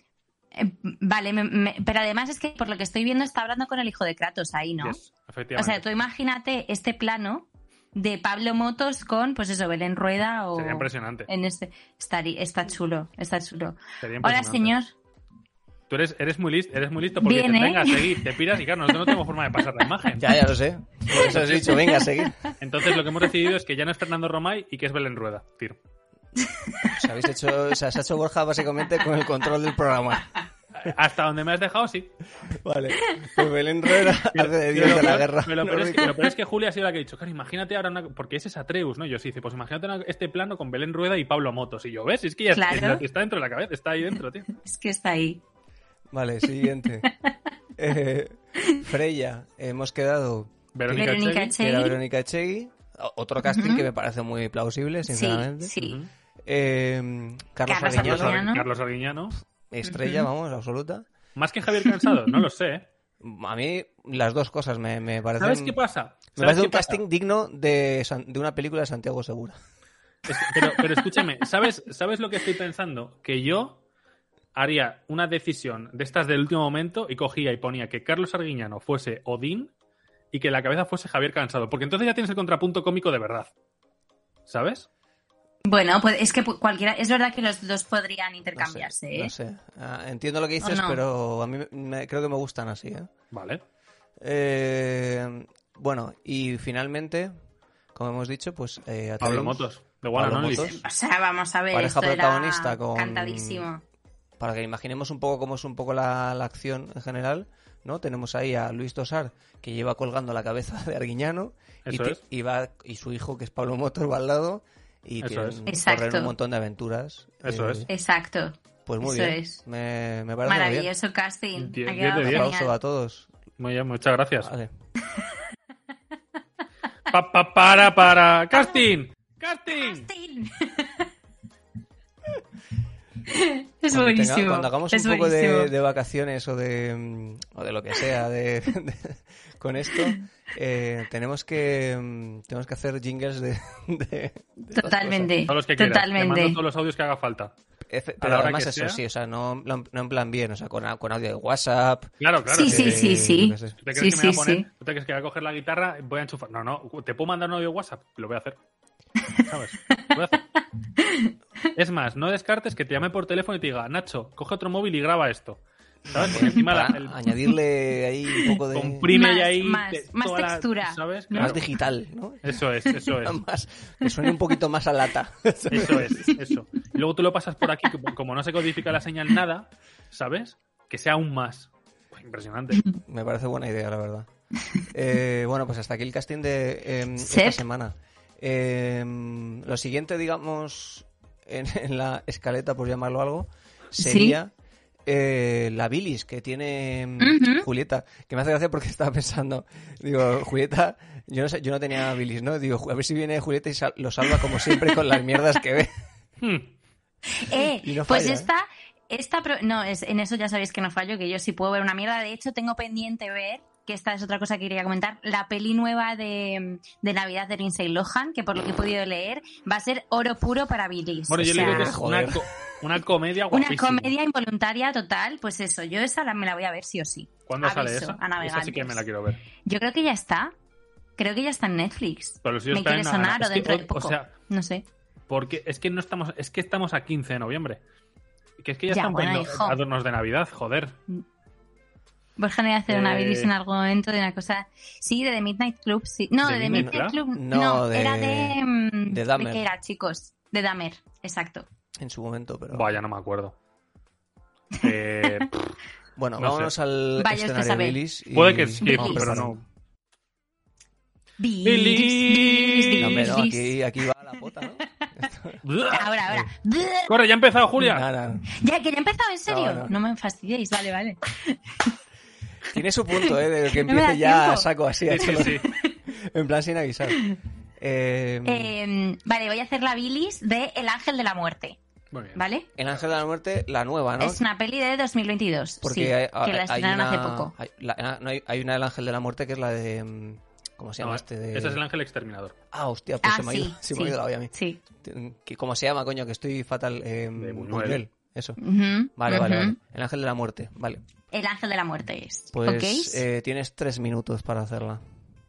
Speaker 2: Eh, vale, me- me- pero además es que por lo que estoy viendo está hablando con el hijo de Kratos ahí, ¿no?
Speaker 1: Yes,
Speaker 2: o
Speaker 1: efectivamente.
Speaker 2: sea, tú imagínate este plano de Pablo Motos con, pues eso, Belén Rueda o...
Speaker 1: Sería impresionante.
Speaker 2: En este. Estaría, está chulo, está chulo.
Speaker 1: Sería
Speaker 2: Hola,
Speaker 1: impresionante.
Speaker 2: señor.
Speaker 1: Tú eres, eres muy listo, eres muy listo porque
Speaker 2: Bien,
Speaker 1: dices,
Speaker 2: ¿eh?
Speaker 1: venga, seguid, te piras y claro, nosotros no tenemos forma de pasar la imagen.
Speaker 3: Ya, ya lo sé. Por eso os he dicho, venga, seguid.
Speaker 1: Entonces lo que hemos decidido es que ya no es Fernando Romay y que es Belén Rueda. Tyr.
Speaker 3: Os habéis hecho, o sea, se ha hecho Borja básicamente con el control del programa.
Speaker 1: Hasta donde me has dejado, sí.
Speaker 3: Vale. Pues Belén Rueda hace de Dios
Speaker 1: Pero
Speaker 3: de
Speaker 1: lo
Speaker 3: la
Speaker 1: peor-
Speaker 3: guerra.
Speaker 1: pero Lo peor, es que, lo peor es que Julia ha sido la que ha dicho, claro, imagínate ahora una... Porque ese es Atreus, ¿no? Yo sí, dice, pues imagínate una- este plano con Belén Rueda y Pablo Motos. Y yo, ¿ves? Es que ya
Speaker 2: Claro.
Speaker 1: es lo que está dentro de la cabeza, está ahí dentro, tío.
Speaker 2: Es que está ahí.
Speaker 3: Vale, siguiente. Eh, Freya, hemos quedado
Speaker 1: Verónica,
Speaker 2: Verónica
Speaker 1: Echegui.
Speaker 3: que
Speaker 2: Echegui.
Speaker 3: era Verónica Echegui. O- Otro casting
Speaker 2: Ujú.
Speaker 3: que me parece muy plausible,
Speaker 2: Sí,
Speaker 3: sinceramente.
Speaker 2: sí.
Speaker 1: Ujú.
Speaker 3: Eh, Carlos,
Speaker 2: Carlos
Speaker 3: Arguiñano,
Speaker 1: Carlos,
Speaker 2: Arguiñano.
Speaker 1: Arguiñano. Carlos Arguiñano.
Speaker 3: estrella,
Speaker 2: Ujú.
Speaker 3: vamos, absoluta.
Speaker 1: Más que Javier Cansado, no lo sé. ¿eh?
Speaker 3: A mí las dos cosas me, me parecen...
Speaker 1: ¿Sabes qué pasa?
Speaker 3: Me
Speaker 1: ¿Sabes
Speaker 3: parece
Speaker 1: qué
Speaker 3: un
Speaker 1: pasa?
Speaker 3: casting digno de, San- de una película de Santiago Segura.
Speaker 1: Es- pero, pero escúchame, ¿sabes, ¿sabes lo que estoy pensando? Que yo haría una decisión de estas del último momento y cogía y ponía que Carlos Arguiñano fuese Odín y que la cabeza fuese Javier Cansado, porque entonces ya tienes el contrapunto cómico de verdad. ¿Sabes?
Speaker 2: Bueno, pues es que pu- cualquiera. Es verdad que los dos podrían
Speaker 3: No sé,
Speaker 2: intercambiarse, ¿eh?
Speaker 3: No sé. Ah, entiendo lo que dices,
Speaker 2: ¿O no?
Speaker 3: pero a mí me- me- creo que me gustan así. ¿eh?
Speaker 1: Vale.
Speaker 3: Eh, bueno, y finalmente, como hemos dicho, pues eh, Atreus,
Speaker 1: Pablo Motos, de One
Speaker 3: Pablo
Speaker 1: and Only.
Speaker 3: Motos.
Speaker 2: O sea, vamos a ver.
Speaker 3: Pareja
Speaker 2: esto era
Speaker 3: protagonista con-
Speaker 2: Cantadísimo.
Speaker 3: para que imaginemos un poco cómo es un poco la, la acción en general, ¿no? Tenemos ahí a Luis Tosar, que lleva colgando la cabeza de Arguiñano, y,
Speaker 1: Eso
Speaker 3: ti-
Speaker 1: es.
Speaker 3: y va, y su hijo, que es Pablo Motos, va al lado, y
Speaker 1: Eso
Speaker 3: tienen-
Speaker 1: es.
Speaker 2: Exacto.
Speaker 3: corren un montón de aventuras. Eh,
Speaker 1: Eso es.
Speaker 2: Exacto.
Speaker 3: Pues muy
Speaker 2: Eso
Speaker 3: bien.
Speaker 2: es.
Speaker 3: Me, me parece muy bien.
Speaker 2: Maravilloso casting.
Speaker 1: Die-
Speaker 2: Ha
Speaker 1: diez
Speaker 2: quedado
Speaker 1: de
Speaker 3: Un
Speaker 1: diez.
Speaker 3: aplauso
Speaker 2: genial.
Speaker 3: a todos.
Speaker 1: Muy bien, muchas gracias.
Speaker 3: Vale.
Speaker 1: Pa, pa, para, para. ¡Casting! ¡Casting!
Speaker 2: Casting. es
Speaker 3: cuando tenga-
Speaker 2: buenísimo.
Speaker 3: cuando hagamos
Speaker 2: es
Speaker 3: un poco
Speaker 2: buenísimo.
Speaker 3: de, de vacaciones o de, mm, o de lo que sea de, de- con esto, eh, tenemos, que, mm, tenemos que hacer jingles de... de- de estas
Speaker 2: Totalmente.
Speaker 1: Todos los que quieras. Te
Speaker 2: Totalmente.
Speaker 1: mando todos los audios que haga falta.
Speaker 3: cosas. Efe-
Speaker 1: A la
Speaker 3: Pero
Speaker 1: hora
Speaker 3: además
Speaker 1: que
Speaker 3: eso,
Speaker 1: sea.
Speaker 3: sí, o sea, no, no en- no en plan bien, o sea, con, a- con audio de WhatsApp.
Speaker 1: Claro, claro.
Speaker 2: Sí,
Speaker 1: que-
Speaker 2: sí, sí,
Speaker 3: eh,
Speaker 2: sí.
Speaker 3: yo qué sé.
Speaker 1: ¿Tú te crees
Speaker 2: Sí,
Speaker 1: que me
Speaker 2: sí,
Speaker 1: voy a poner?
Speaker 2: sí.
Speaker 1: ¿Tú te crees que voy a coger la guitarra? Voy a enchufar. No, no. ¿Te puedo mandar un audio de WhatsApp? Lo voy a hacer. ¿Sabes? Lo voy a hacer. Es más, no descartes que te llame por teléfono y te diga, Nacho, coge otro móvil y graba esto. ¿Sabes? Porque encima la,
Speaker 3: Para
Speaker 1: el
Speaker 3: añadirle ahí un poco de...
Speaker 1: comprime
Speaker 2: Más,
Speaker 1: y ahí.
Speaker 2: más,
Speaker 1: te-
Speaker 2: más
Speaker 1: toda la-
Speaker 2: textura.
Speaker 1: ¿Sabes?
Speaker 3: Más
Speaker 1: Claro.
Speaker 3: digital, ¿no?
Speaker 1: Eso es, eso es.
Speaker 3: Más, que suene un poquito más a lata.
Speaker 1: Eso es, eso. Y luego tú lo pasas por aquí, como- como no se codifica la señal nada, ¿sabes? Que sea aún más. Pues impresionante.
Speaker 3: Me parece buena idea, la verdad. Eh, bueno, pues hasta aquí el casting de eh, esta
Speaker 2: Sep.
Speaker 3: semana. Eh, lo siguiente, digamos, en, en la escaleta, por llamarlo algo, sería eh, la bilis que tiene mm,
Speaker 2: Ujú.
Speaker 3: Julieta. Que me hace gracia porque estaba pensando, digo, Julieta, yo no, sé- yo no tenía bilis, ¿no? Digo, a ver si viene Julieta y sal- lo salva como siempre con las mierdas que ve.
Speaker 1: Hmm.
Speaker 2: Eh,
Speaker 3: Y no
Speaker 2: pues
Speaker 3: falla, ¿eh?
Speaker 2: esta, esta pro- no, es, en eso ya sabéis que no fallo, que yo sí puedo ver una mierda. De hecho, tengo pendiente ver, que esta es otra cosa que quería comentar, la peli nueva de, de Navidad de Lindsay Lohan, que por lo que he podido leer, va a ser oro puro para Billis.
Speaker 1: Bueno,
Speaker 2: O
Speaker 1: yo le
Speaker 2: sea,
Speaker 1: digo que es una,
Speaker 3: joder.
Speaker 1: co- una comedia
Speaker 2: una
Speaker 1: guapísima.
Speaker 2: comedia involuntaria total, pues eso, yo esa la- me la voy a ver sí o sí.
Speaker 1: ¿Cuándo
Speaker 2: Aviso
Speaker 1: sale esa?
Speaker 2: a navegantes.
Speaker 1: Esa sí que me la quiero ver.
Speaker 2: Yo creo que ya está. Creo que ya está en Netflix.
Speaker 1: Pero si
Speaker 2: Me quiere sonar o dentro de
Speaker 1: O
Speaker 2: poco.
Speaker 1: sea,
Speaker 2: No sé.
Speaker 1: porque es que no estamos, es que estamos a 15 de noviembre. Que es que ya,
Speaker 2: Ya,
Speaker 1: están
Speaker 2: bueno,
Speaker 1: poniendo
Speaker 2: hijo.
Speaker 1: adornos de Navidad, joder.
Speaker 2: Borja no iba a hacer una
Speaker 1: Eh,
Speaker 2: bilis en algún momento de una cosa. Sí, de The Midnight Club, sí. No,
Speaker 1: ¿De
Speaker 2: de, The
Speaker 1: Midnight
Speaker 2: Midnight Club.
Speaker 3: No,
Speaker 2: No,
Speaker 3: de-
Speaker 2: era de. mm,
Speaker 3: de Dahmer.
Speaker 2: qué era, chicos? De Dahmer, exacto.
Speaker 3: En su momento, pero.
Speaker 1: Vaya, no me acuerdo. Eh,
Speaker 3: Bueno,
Speaker 1: No sé.
Speaker 3: vámonos al
Speaker 2: Vaya usted a
Speaker 3: escenario
Speaker 2: saber.
Speaker 3: bilis. y-
Speaker 1: Puede que sí,
Speaker 2: pero
Speaker 3: perdón.
Speaker 2: Bilis,
Speaker 1: Bilis.
Speaker 2: bilis, bilis.
Speaker 3: No, pero aquí, aquí va la pota, ¿no?
Speaker 2: Ahora, ahora. Brr.
Speaker 1: Corre, ya ha empezado, Julia.
Speaker 3: Nada.
Speaker 2: Ya, que ya he empezado, en serio.
Speaker 3: No,
Speaker 2: No,
Speaker 3: no.
Speaker 2: me fastidiéis, vale, vale.
Speaker 3: Tiene su punto, ¿eh? De que
Speaker 2: No me da
Speaker 3: empiece ya
Speaker 2: tiempo.
Speaker 3: a saco así,
Speaker 1: Sí,
Speaker 3: a
Speaker 1: sí,
Speaker 3: cholo-
Speaker 1: sí.
Speaker 3: en plan sin avisar. Em, Eh,
Speaker 2: Eh, vale, voy a hacer la bilis de El Ángel de la Muerte,
Speaker 1: Muy bien.
Speaker 2: ¿vale?
Speaker 3: El Ángel de la Muerte, la nueva, Ah, ¿no?
Speaker 2: Es una peli de 2022,
Speaker 3: Porque
Speaker 2: sí,
Speaker 3: hay,
Speaker 2: que la
Speaker 3: hay
Speaker 2: estrenaron
Speaker 3: una,
Speaker 2: hace poco.
Speaker 3: Hay, la- ah, no, hay- hay una del Ángel de la Muerte que es la de. mm, ¿Cómo se llama
Speaker 1: No,
Speaker 3: este? De...
Speaker 1: Ese es el ángel exterminador.
Speaker 3: Ah, hostia, pues
Speaker 2: Ah,
Speaker 3: se me ha ido,
Speaker 2: sí,
Speaker 3: se me ha
Speaker 2: sí.
Speaker 3: ido la olla a mí.
Speaker 2: Sí.
Speaker 3: Que- ¿Cómo se llama, coño? Que estoy fatal. Eh,
Speaker 1: De Buñuel.
Speaker 3: Buñuel, Eso.
Speaker 2: Ujú,
Speaker 3: Vale, vale,
Speaker 2: ujú.
Speaker 3: vale. El Ángel de la Muerte, vale.
Speaker 2: El Ángel de la Muerte es.
Speaker 3: Pues
Speaker 2: ¿Ok?
Speaker 3: eh, tienes tres minutos para hacerla.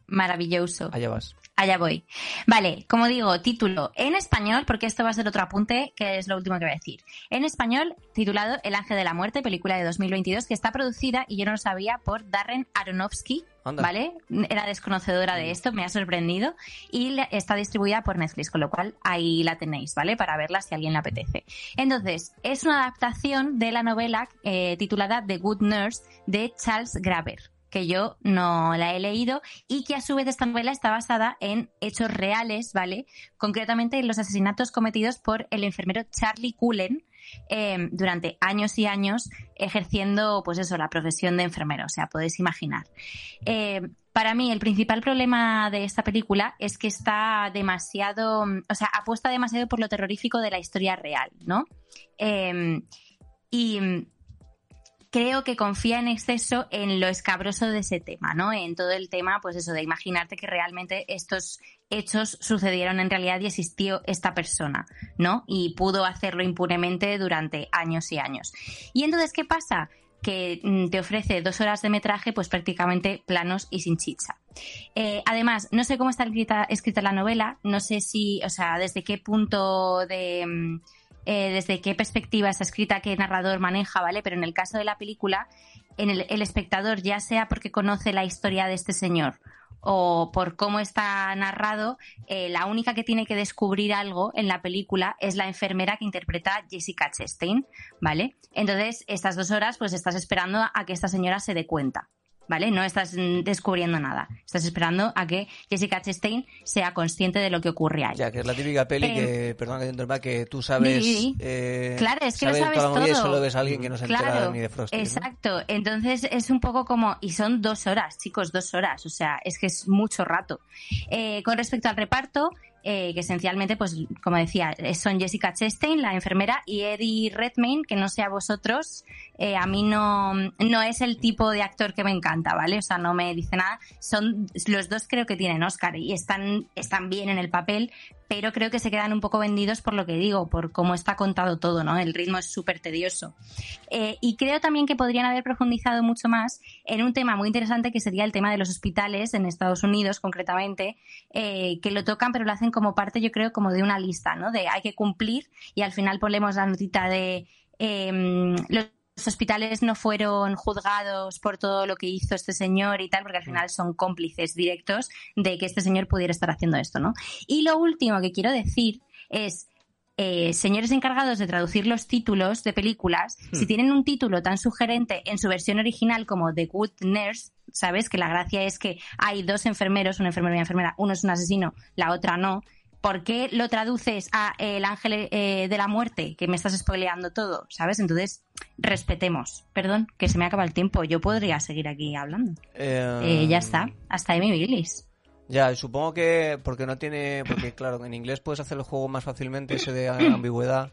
Speaker 2: Maravilloso.
Speaker 3: Allá vas.
Speaker 2: Allá voy. Vale, como digo, título en español, porque esto va a ser otro apunte que es lo último que voy a decir. En español, titulado El Ángel de la Muerte, película de 2022, que está producida, y yo no lo sabía, por Darren Aronofsky,
Speaker 3: Anda.
Speaker 2: ¿vale? Era desconocedora de esto, me ha sorprendido, y le- está distribuida por Netflix, con lo cual ahí la tenéis, ¿vale? Para verla si a alguien le apetece. Entonces, es una adaptación de la novela eh, titulada The Good Nurse de Charles Graver que yo no la he leído y que a su vez esta novela está basada en hechos reales, ¿vale? Concretamente en los asesinatos cometidos por el enfermero Charlie Cullen eh, durante años y años ejerciendo, pues eso, la profesión de enfermero, o sea, podéis imaginar. Eh, para mí el principal problema de esta película es que está demasiado, mm, o sea, apuesta demasiado por lo terrorífico de la historia real, ¿no? Eh, y mm, creo que confía en exceso en lo escabroso de ese tema, ¿no? En todo el tema, pues eso, de imaginarte que realmente estos hechos sucedieron en realidad y existió esta persona, ¿no? Y pudo hacerlo impunemente durante años y años. Y entonces, ¿qué pasa? que mm, te ofrece dos horas de metraje, pues prácticamente planos y sin chicha. Eh, además, no sé cómo está escrita, escrita la novela, no sé si, o sea, desde qué punto de, mm, eh, desde qué perspectiva está escrita, qué narrador maneja, ¿vale? Pero en el caso de la película, en el, el espectador, ya sea porque conoce la historia de este señor o por cómo está narrado, eh, la única que tiene que descubrir algo en la película es la enfermera que interpreta Jessica Chastain, ¿vale? Entonces, estas dos horas, pues estás esperando a que esta señora se dé cuenta, ¿vale? No estás mm, descubriendo nada, estás esperando a que Jessica Chastain sea consciente de lo que ocurre ahí.
Speaker 3: Ya, que es la típica peli
Speaker 2: Eh,
Speaker 3: que, perdón que te interrumpa, que tú sabes.
Speaker 2: Sí.
Speaker 3: eh,
Speaker 2: Claro, es que lo
Speaker 3: toda la
Speaker 2: sabes
Speaker 3: movida y
Speaker 2: todo.
Speaker 3: solo ves a alguien que no se entera ni de Frost.
Speaker 2: Exacto. Entonces es un poco como. Y son dos horas, chicos, dos horas. O sea, es que es mucho rato. Eh, con respecto al reparto, eh, que esencialmente, pues, como decía, eh, son Jessica Chastain, la enfermera, y Eddie Redmayne, que no sé a vosotros, eh, a mí no, no es el tipo de actor que me encanta, ¿vale? O sea, no me dice nada. Son los dos creo que tienen Oscar y están, están bien en el papel, pero creo que se quedan un poco vendidos por lo que digo, por cómo está contado todo, ¿no? El ritmo es súper tedioso. Eh, y creo también que podrían haber profundizado mucho más en un tema muy interesante que sería el tema de los hospitales en Estados Unidos, concretamente, eh, que lo tocan, pero lo hacen como parte, yo creo, como de una lista, ¿no? De hay que cumplir y al final ponemos la notita de em, los hospitales no fueron juzgados por todo lo que hizo este señor y tal, porque al final son cómplices directos de que este señor pudiera estar haciendo esto, ¿no? Y lo último que quiero decir es, eh, señores encargados de traducir los títulos de películas, si tienen un título tan sugerente en su versión original como The Good Nurse, ¿sabes? Que la gracia es que hay dos enfermeros, un enfermero y una enfermera, uno es un asesino, la otra no. ¿Por qué lo traduces a El Ángel eh, de la Muerte? Que me estás spoileando todo, ¿sabes? Entonces, respetemos. Perdón, que se me acaba el tiempo. Yo podría seguir aquí hablando. Eh,
Speaker 3: Ah.
Speaker 2: ya está. Hasta ahí mi bilis.
Speaker 3: Ya, y supongo que porque no tiene, porque claro, en inglés puedes hacer el juego más fácilmente, ese de ambigüedad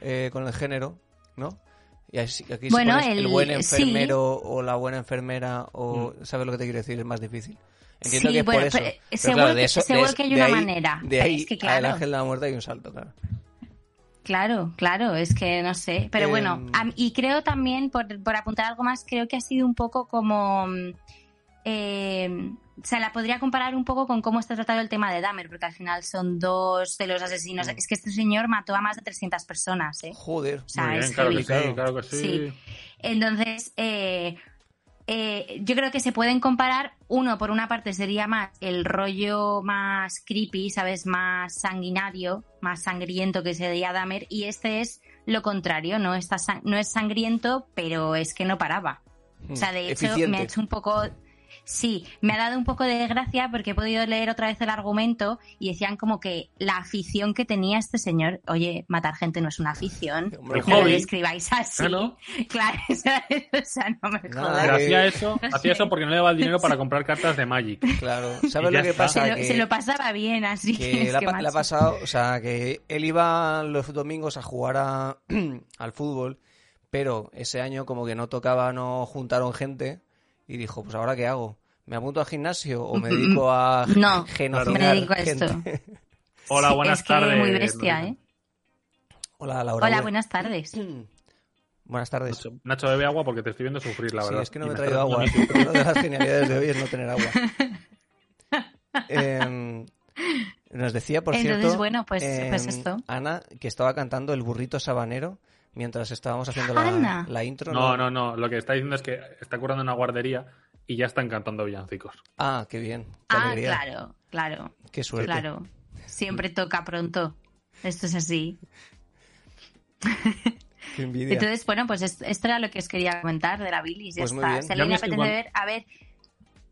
Speaker 3: eh, con el género, ¿no? Y así- aquí
Speaker 2: Bueno,
Speaker 3: si pones el,
Speaker 2: el-
Speaker 3: buen
Speaker 2: sí. Mm.
Speaker 3: enfermero o la buena enfermera o sabes lo que te quiero decir es más difícil. Entiendo
Speaker 2: Sí,
Speaker 3: que es por
Speaker 2: bueno,
Speaker 3: eso.
Speaker 2: pero, eh,
Speaker 3: Pero
Speaker 2: seguro
Speaker 3: claro,
Speaker 2: que-
Speaker 3: de eso, de
Speaker 2: seguro
Speaker 3: es-
Speaker 2: que hay
Speaker 3: de
Speaker 2: una
Speaker 3: ahí-
Speaker 2: manera,
Speaker 3: De
Speaker 2: pero
Speaker 3: ahí
Speaker 2: es que
Speaker 3: al
Speaker 2: claro.
Speaker 3: ángel de la muerte hay un salto, claro.
Speaker 2: Claro, claro, es que no sé. Pero
Speaker 1: Em.
Speaker 3: Eh,
Speaker 2: bueno, am- y creo también, por, por apuntar algo más, creo que ha sido un poco como. mm, eh, se la podría comparar un poco con cómo está tratado el tema de Dahmer, porque al final son dos de los
Speaker 1: Mm.
Speaker 2: asesinos. Es que este señor mató a más de 300 personas, ¿eh?
Speaker 3: Joder.
Speaker 2: O sea,
Speaker 1: Muy bien,
Speaker 2: es
Speaker 1: claro que
Speaker 2: heavy.
Speaker 1: sí, claro que sí.
Speaker 2: Sí. Entonces, eh, eh, yo creo que se pueden comparar. Uno, por una parte, sería más el rollo más creepy, ¿sabes? Más sanguinario, más sangriento que sería Dahmer. Y este es lo contrario, no, está
Speaker 3: Mm.
Speaker 1: Mm,
Speaker 2: san- no es sangriento, pero es que no paraba. O sea, de hecho, me ha hecho un poco. Sí, me ha dado un poco de gracia porque he podido leer otra vez el argumento y decían como que la afición que tenía este señor, oye, matar gente no es una afición,
Speaker 1: Hombre,
Speaker 2: no lo
Speaker 1: hobby.
Speaker 2: describáis así.
Speaker 1: Claro.
Speaker 2: Claro, o sea, o sea, no me
Speaker 3: Nada,
Speaker 2: jodas.
Speaker 1: Pero
Speaker 3: Eh,
Speaker 1: hacía eso,
Speaker 2: no
Speaker 1: hacía
Speaker 2: sé.
Speaker 1: eso porque no le daba el dinero para comprar cartas de Magic.
Speaker 3: Claro,
Speaker 1: Y
Speaker 3: ¿sabes
Speaker 1: ya
Speaker 3: lo que
Speaker 1: está.
Speaker 2: Se
Speaker 1: sea,
Speaker 3: pasa?
Speaker 2: lo,
Speaker 3: que
Speaker 2: se lo pasaba bien así.
Speaker 3: que
Speaker 2: es
Speaker 3: la,
Speaker 2: que,
Speaker 3: pa- la ha
Speaker 2: macho.
Speaker 3: pasado, o sea, que él iba los domingos a jugar a- al fútbol, pero ese año como que no tocaba, no juntaron gente y dijo, pues ahora qué hago, me apunto al gimnasio o me dedico a ge-
Speaker 2: No,
Speaker 3: genocidar
Speaker 2: me dedico a
Speaker 3: gente?".
Speaker 2: esto.
Speaker 1: Hola,
Speaker 2: Sí,
Speaker 1: buenas
Speaker 2: es que
Speaker 1: tardes.
Speaker 2: muy bestia, ¿eh?
Speaker 3: Hola Laura.
Speaker 2: Hola,
Speaker 3: bu-
Speaker 2: buenas tardes.
Speaker 3: buenas tardes.
Speaker 1: Nacho, Nacho, bebe agua porque te estoy viendo sufrir, la
Speaker 3: Sí,
Speaker 1: verdad.
Speaker 3: es que no
Speaker 1: Y
Speaker 3: me he
Speaker 1: me está
Speaker 3: traído
Speaker 1: dando
Speaker 3: agua.
Speaker 1: miedo.
Speaker 3: Una de las genialidades de hoy es no tener agua. Em, nos decía, por
Speaker 2: Entonces,
Speaker 3: cierto,
Speaker 2: bueno, pues- pues
Speaker 3: em,
Speaker 2: esto.
Speaker 3: Ana, que estaba cantando el burrito sabanero mientras estábamos haciendo la,
Speaker 2: Ana.
Speaker 3: la intro.
Speaker 1: No, no, no. Lo que está diciendo es que está curando en una guardería y ya están cantando villancicos.
Speaker 3: Ah, qué bien. Qué
Speaker 2: Ah,
Speaker 3: alegría.
Speaker 2: claro, claro,
Speaker 3: Qué suerte.
Speaker 2: claro. Siempre toca pronto. Esto es así.
Speaker 3: Qué envidia.
Speaker 2: Entonces, bueno, pues es- esto era lo que os quería comentar de la bilis. ya
Speaker 3: Pues muy
Speaker 2: está.
Speaker 3: bien.
Speaker 2: Se
Speaker 1: Ya
Speaker 2: le
Speaker 1: me estoy
Speaker 2: apetece
Speaker 1: igual-
Speaker 2: ver. A ver,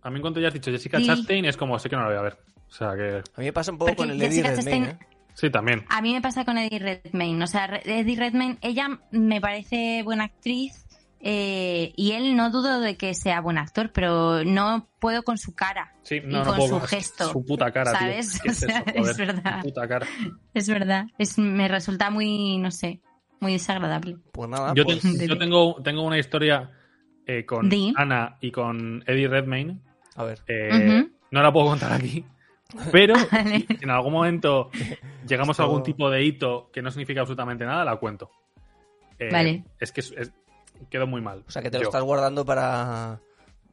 Speaker 1: A mí, en cuanto ya has dicho Jessica
Speaker 2: Sí.
Speaker 1: Chastain, es como sé que no la voy a ver. O sea que.
Speaker 3: A mí me pasa un poco
Speaker 2: Porque
Speaker 3: con el Lady
Speaker 2: Jessica
Speaker 3: Redmayne,
Speaker 2: Chastain-
Speaker 3: ¿eh?
Speaker 1: Sí, también.
Speaker 2: a mí me pasa con Eddie Redmayne. O sea, Re- Eddie Redmayne, ella me parece buena actriz eh, y él no dudo de que sea buen actor, pero no puedo con su cara.
Speaker 1: Sí, no,
Speaker 2: y
Speaker 1: no
Speaker 2: con
Speaker 1: puedo.
Speaker 2: su gesto,
Speaker 1: Su puta cara, tío.
Speaker 2: ¿sabes?
Speaker 1: ¿Qué
Speaker 2: O sea,
Speaker 1: eso, joder?
Speaker 2: es verdad.
Speaker 1: Su puta cara.
Speaker 2: Es verdad. Es, me resulta muy, no sé, muy desagradable.
Speaker 3: Pues nada,
Speaker 1: yo, te-
Speaker 3: pues,
Speaker 2: pues-
Speaker 1: yo tengo, tengo una historia eh, con
Speaker 2: Di.
Speaker 1: Ana y con Eddie Redmayne.
Speaker 3: a ver.
Speaker 1: Eh,
Speaker 2: Ujú. Ah,
Speaker 1: No la puedo contar aquí. Pero
Speaker 2: Vale.
Speaker 1: si en algún momento llegamos a
Speaker 3: Esto-
Speaker 1: algún tipo de hito que no significa absolutamente nada, la cuento. Eh,
Speaker 2: Vale.
Speaker 1: Es que es- es- quedó muy mal.
Speaker 3: O sea, que te lo
Speaker 1: Yo.
Speaker 3: estás guardando para,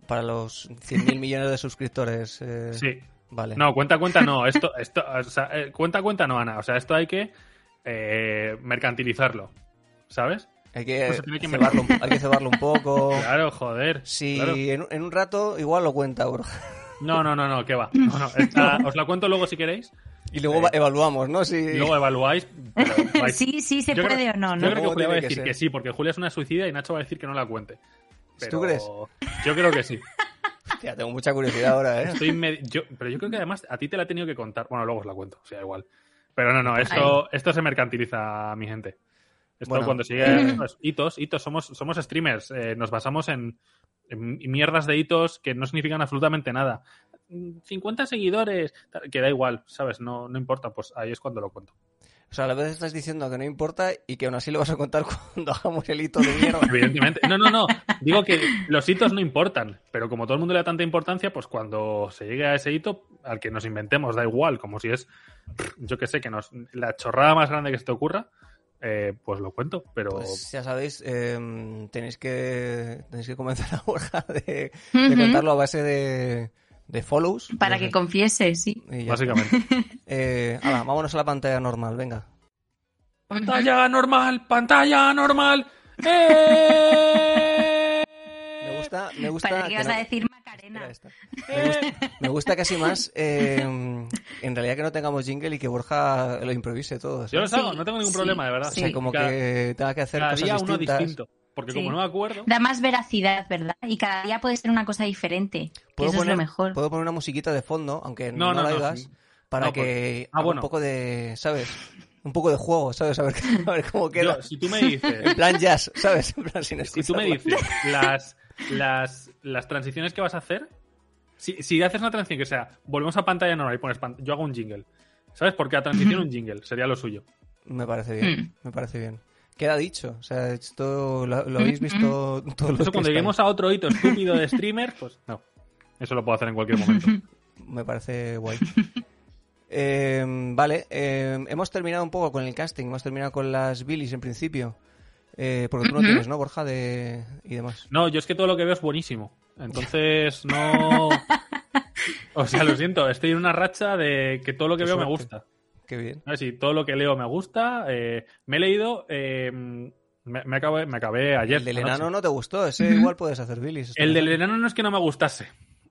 Speaker 3: para los 100.000 millones de suscriptores. eh,
Speaker 1: Sí.
Speaker 3: Vale.
Speaker 1: No, cuenta, cuenta, no. Esto, esto, o sea, eh, cuenta, cuenta, no, Ana. O sea, esto hay que eh, mercantilizarlo. ¿Sabes?
Speaker 3: Hay que,
Speaker 1: Pues se tiene que
Speaker 3: cebarlo, un- hay que cebarlo un poco.
Speaker 1: Claro, joder.
Speaker 3: Si
Speaker 1: claro.
Speaker 3: en, en un rato igual lo cuenta, bro.
Speaker 1: No, no, no, no, que va. No, no, esta- os la cuento luego si queréis.
Speaker 3: Y luego va- evaluamos, ¿no? Si...
Speaker 1: y Luego evaluáis. pero vais-
Speaker 2: Sí, sí, se
Speaker 1: Yo creo-
Speaker 2: puede o no,
Speaker 1: Yo
Speaker 2: ¿no?
Speaker 1: creo que
Speaker 3: ¿Cómo
Speaker 1: Julia va a
Speaker 3: tiene que
Speaker 1: decir
Speaker 3: ser?
Speaker 1: que, sí, porque Julia es una suicida y Nacho va a decir que no la cuente. Pero
Speaker 3: ¿Tú crees?
Speaker 1: Yo creo que sí.
Speaker 3: Hostia, tengo mucha curiosidad ahora, ¿eh?
Speaker 1: Estoy me- yo- pero yo creo que además a ti te la he tenido que contar. Bueno, luego os la cuento, o sea, igual. Pero no, no, esto, esto se mercantiliza, mi gente. Esto
Speaker 3: Bueno.
Speaker 1: cuando sigue pues, hitos, hitos, somos, somos streamers, eh, nos basamos en, en mierdas de hitos que no significan absolutamente nada. Mm, 50 seguidores, tal, que da igual, ¿sabes? No, no importa, pues ahí es cuando lo cuento.
Speaker 3: O sea, a la vez estás diciendo que no importa y que aún así lo vas a contar cuando hagamos el hito de mierda.
Speaker 1: Evidentemente. No, no, no. Digo que los hitos no importan, pero como todo el mundo le da tanta importancia, pues cuando se llegue a ese hito, al que nos inventemos, da igual, como si es, yo que sé, que nos la chorrada más grande que se te ocurra, eh, pues lo cuento, pero
Speaker 3: Pues ya sabéis, eh, tenéis que tenéis que comenzar a Borja de, de
Speaker 2: Ujú.
Speaker 3: contarlo a base de, de follows.
Speaker 2: Para
Speaker 3: de-
Speaker 2: que confiese, sí.
Speaker 3: y ya está.
Speaker 1: básicamente.
Speaker 3: Eh, ala, vámonos a la pantalla normal, venga.
Speaker 1: pantalla normal, pantalla normal.
Speaker 3: Me gusta, me gusta.
Speaker 2: Para que
Speaker 3: que
Speaker 2: ibas
Speaker 3: no-
Speaker 2: a decir
Speaker 3: Era
Speaker 2: Macarena.
Speaker 3: esta. Me, gusta, me gusta casi más eh, en realidad que no tengamos jingle y que Borja lo improvise todo. ¿sí?
Speaker 1: Yo los hago,
Speaker 2: Sí,
Speaker 1: no tengo ningún
Speaker 2: sí,
Speaker 1: problema, de verdad.
Speaker 3: o
Speaker 2: sí.
Speaker 3: sea, como
Speaker 1: Cada-
Speaker 3: que tenga que hacer
Speaker 1: cada
Speaker 3: cosas
Speaker 1: día uno
Speaker 3: distintas.
Speaker 1: distinto. Porque como
Speaker 2: Sí.
Speaker 1: no me acuerdo,
Speaker 2: Da más veracidad, ¿verdad? Y cada día puede ser una cosa diferente. que
Speaker 3: ¿Puedo
Speaker 2: eso
Speaker 3: poner,
Speaker 2: es lo mejor.
Speaker 3: Puedo poner una musiquita de fondo, aunque no,
Speaker 1: No, no,
Speaker 3: la
Speaker 1: no,
Speaker 3: oigas,
Speaker 1: sí.
Speaker 3: para
Speaker 1: No,
Speaker 3: que
Speaker 1: ah,
Speaker 3: haga
Speaker 1: bueno.
Speaker 3: un poco de, ¿sabes? Un poco de juego, ¿sabes? A ver, a ver cómo queda.
Speaker 1: yo- si tú me dices
Speaker 3: En plan jazz, ¿sabes? En plan sin
Speaker 1: si tú me
Speaker 3: escucharla.
Speaker 1: dices las, las, las transiciones que vas a hacer, si, si haces una transición que sea, volvemos a pantalla normal y pones, pan- yo hago un jingle. ¿Sabes? Porque a transición un jingle sería lo suyo.
Speaker 3: Me parece bien,
Speaker 2: Mm.
Speaker 3: me parece bien. Queda dicho, o sea, esto lo, lo habéis
Speaker 2: Mm,
Speaker 3: visto todos los
Speaker 1: Hmm, Eso
Speaker 3: que
Speaker 1: cuando
Speaker 3: estáis.
Speaker 1: lleguemos a otro hito estúpido de streamer, pues no. Eso lo puedo hacer en cualquier momento.
Speaker 3: Me parece guay. Eh, vale, eh, hemos terminado un poco con el casting, hemos terminado con las Billys en principio. Eh, porque tú no tienes, ¿no, Borja? De... Y demás.
Speaker 1: No, yo es que todo lo que veo es buenísimo. Entonces, no. O sea, lo siento, estoy en una racha de que todo lo que
Speaker 3: Qué
Speaker 1: veo me
Speaker 3: suerte.
Speaker 1: gusta.
Speaker 3: Qué bien.
Speaker 1: A ver si todo lo que leo me gusta. eh, me he leído. eh, me, me acabé, me acabé ayer.
Speaker 3: El del
Speaker 1: anoche.
Speaker 3: enano no te gustó, ese
Speaker 2: Ujú.
Speaker 3: igual puedes hacer Billys. está
Speaker 1: El
Speaker 3: bien.
Speaker 1: del enano no es que no me gustase.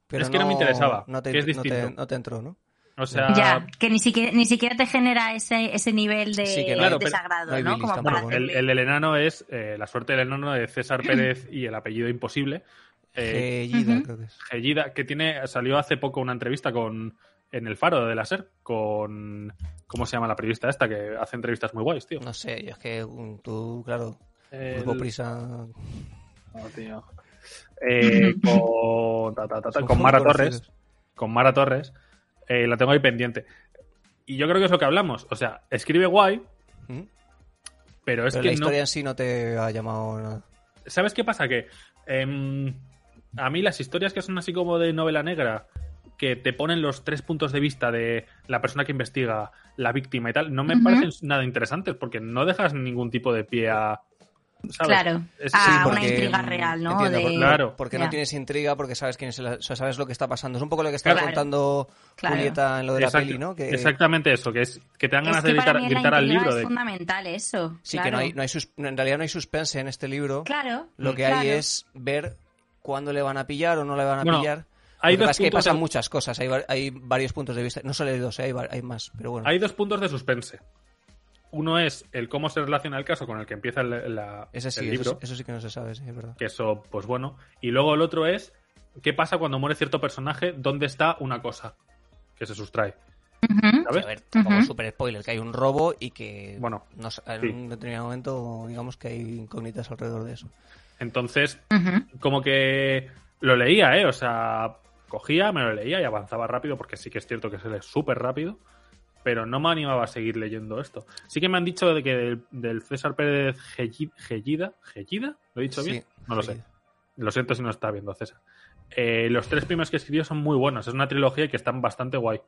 Speaker 3: Pero
Speaker 1: es que no me interesaba,
Speaker 3: No te,
Speaker 1: que es
Speaker 3: no te-
Speaker 1: distinto.
Speaker 3: no te entró, ¿no?
Speaker 1: O sea,
Speaker 2: Ya, que ni siquiera, ni siquiera te genera ese, ese nivel de
Speaker 3: Sí, que no. Claro,
Speaker 1: pero
Speaker 2: desagrado,
Speaker 3: no hay
Speaker 2: ¿no?
Speaker 3: bilis
Speaker 2: Como para
Speaker 3: tampoco,
Speaker 1: el,
Speaker 2: hacerle-
Speaker 1: el del enano es eh, la suerte del enano de César Pérez y el apellido imposible. eh,
Speaker 3: Gellida,
Speaker 2: Ujú.
Speaker 3: creo que es.
Speaker 1: Gellida, que tiene, salió hace poco una entrevista con en el faro de la SER, con ¿cómo se llama la periodista esta? que hace entrevistas muy guays, tío.
Speaker 3: No sé, yo es que mm, tú, claro,
Speaker 1: El-
Speaker 3: grupo prisa.
Speaker 1: No, tío. Eh, con, ta, ta, ta, ta,
Speaker 3: son
Speaker 1: con
Speaker 3: muy
Speaker 1: Mara
Speaker 3: conocidos.
Speaker 1: Torres. Con Mara Torres. eh, la tengo ahí pendiente. Y yo creo que es lo que hablamos. O sea, escribe guay,
Speaker 3: ¿Mm?
Speaker 1: pero es
Speaker 3: Pero
Speaker 1: que
Speaker 3: la
Speaker 1: no.
Speaker 3: historia en sí no te ha llamado nada.
Speaker 1: ¿Sabes qué pasa? Que em, a mí las historias que son así como de novela negra, que te ponen los tres puntos de vista de la persona que investiga, la víctima y tal, no me
Speaker 2: Ujú.
Speaker 1: parecen nada interesantes porque no dejas ningún tipo de pie a. ¿sabes?
Speaker 2: Claro,
Speaker 1: Es-
Speaker 2: a
Speaker 1: sí,
Speaker 2: una
Speaker 1: porque-
Speaker 2: intriga real, ¿no?
Speaker 3: entiendo,
Speaker 2: De-
Speaker 3: por-
Speaker 1: Claro.
Speaker 3: Porque
Speaker 2: Ya.
Speaker 3: no tienes intriga, porque sabes quién es el- o sea, sabes lo que está pasando. Es un poco lo que estaba
Speaker 2: Claro.
Speaker 3: contando
Speaker 2: Claro.
Speaker 3: Julieta en lo de la
Speaker 1: Exact-
Speaker 3: peli, ¿no? Que,
Speaker 1: Exactamente eso, que es que te dan
Speaker 2: Es
Speaker 1: ganas
Speaker 2: que
Speaker 1: de
Speaker 2: para
Speaker 1: gritar,
Speaker 2: mí
Speaker 1: gritar
Speaker 2: la
Speaker 1: al
Speaker 2: intriga
Speaker 1: libro
Speaker 2: es
Speaker 1: de
Speaker 2: fundamental eso.
Speaker 3: Sí,
Speaker 2: claro.
Speaker 3: que no hay, no hay sus- en realidad no hay suspense en este libro.
Speaker 2: Claro.
Speaker 3: Lo que hay
Speaker 2: claro.
Speaker 3: es ver cuándo le van a pillar o no le van a
Speaker 1: Bueno,
Speaker 3: pillar.
Speaker 1: hay
Speaker 3: lo que
Speaker 1: dos
Speaker 3: pasa es que
Speaker 1: puntos
Speaker 3: pasan
Speaker 1: al-
Speaker 3: muchas cosas, hay, va- hay varios puntos de vista. No solo hay dos, eh, hay, va- hay más, pero bueno.
Speaker 1: Hay dos puntos de suspense. Uno es el cómo se relaciona el caso con el que empieza el, la-
Speaker 3: Ese sí,
Speaker 1: el
Speaker 3: eso,
Speaker 1: libro,
Speaker 3: eso sí que no se sabe, sí, es verdad.
Speaker 1: que eso, pues bueno. Y luego el otro es qué pasa cuando muere cierto personaje, dónde está una cosa que se sustrae,
Speaker 2: Ujú.
Speaker 1: ¿sabes?
Speaker 3: A ver, tampoco
Speaker 2: Ujú.
Speaker 3: super spoiler, que hay un robo y que
Speaker 1: Bueno,
Speaker 3: no sa- en
Speaker 1: sí.
Speaker 3: un determinado momento digamos que hay incógnitas alrededor de eso.
Speaker 1: Entonces,
Speaker 2: Ujú.
Speaker 1: como que lo leía, ¿eh? O sea, cogía, me lo leía y avanzaba rápido, porque sí que es cierto que se lee súper rápido, pero no me animaba a seguir leyendo esto. Sí que me han dicho de que del, del César Pérez Gelli- Gellida, ¿Gellida? ¿Lo he dicho
Speaker 3: Sí,
Speaker 1: bien? No lo sé.
Speaker 3: Gellida.
Speaker 1: Lo siento si no está viendo César. Eh, los tres primeros que escribió son muy buenos. Es una trilogía que están bastante guay.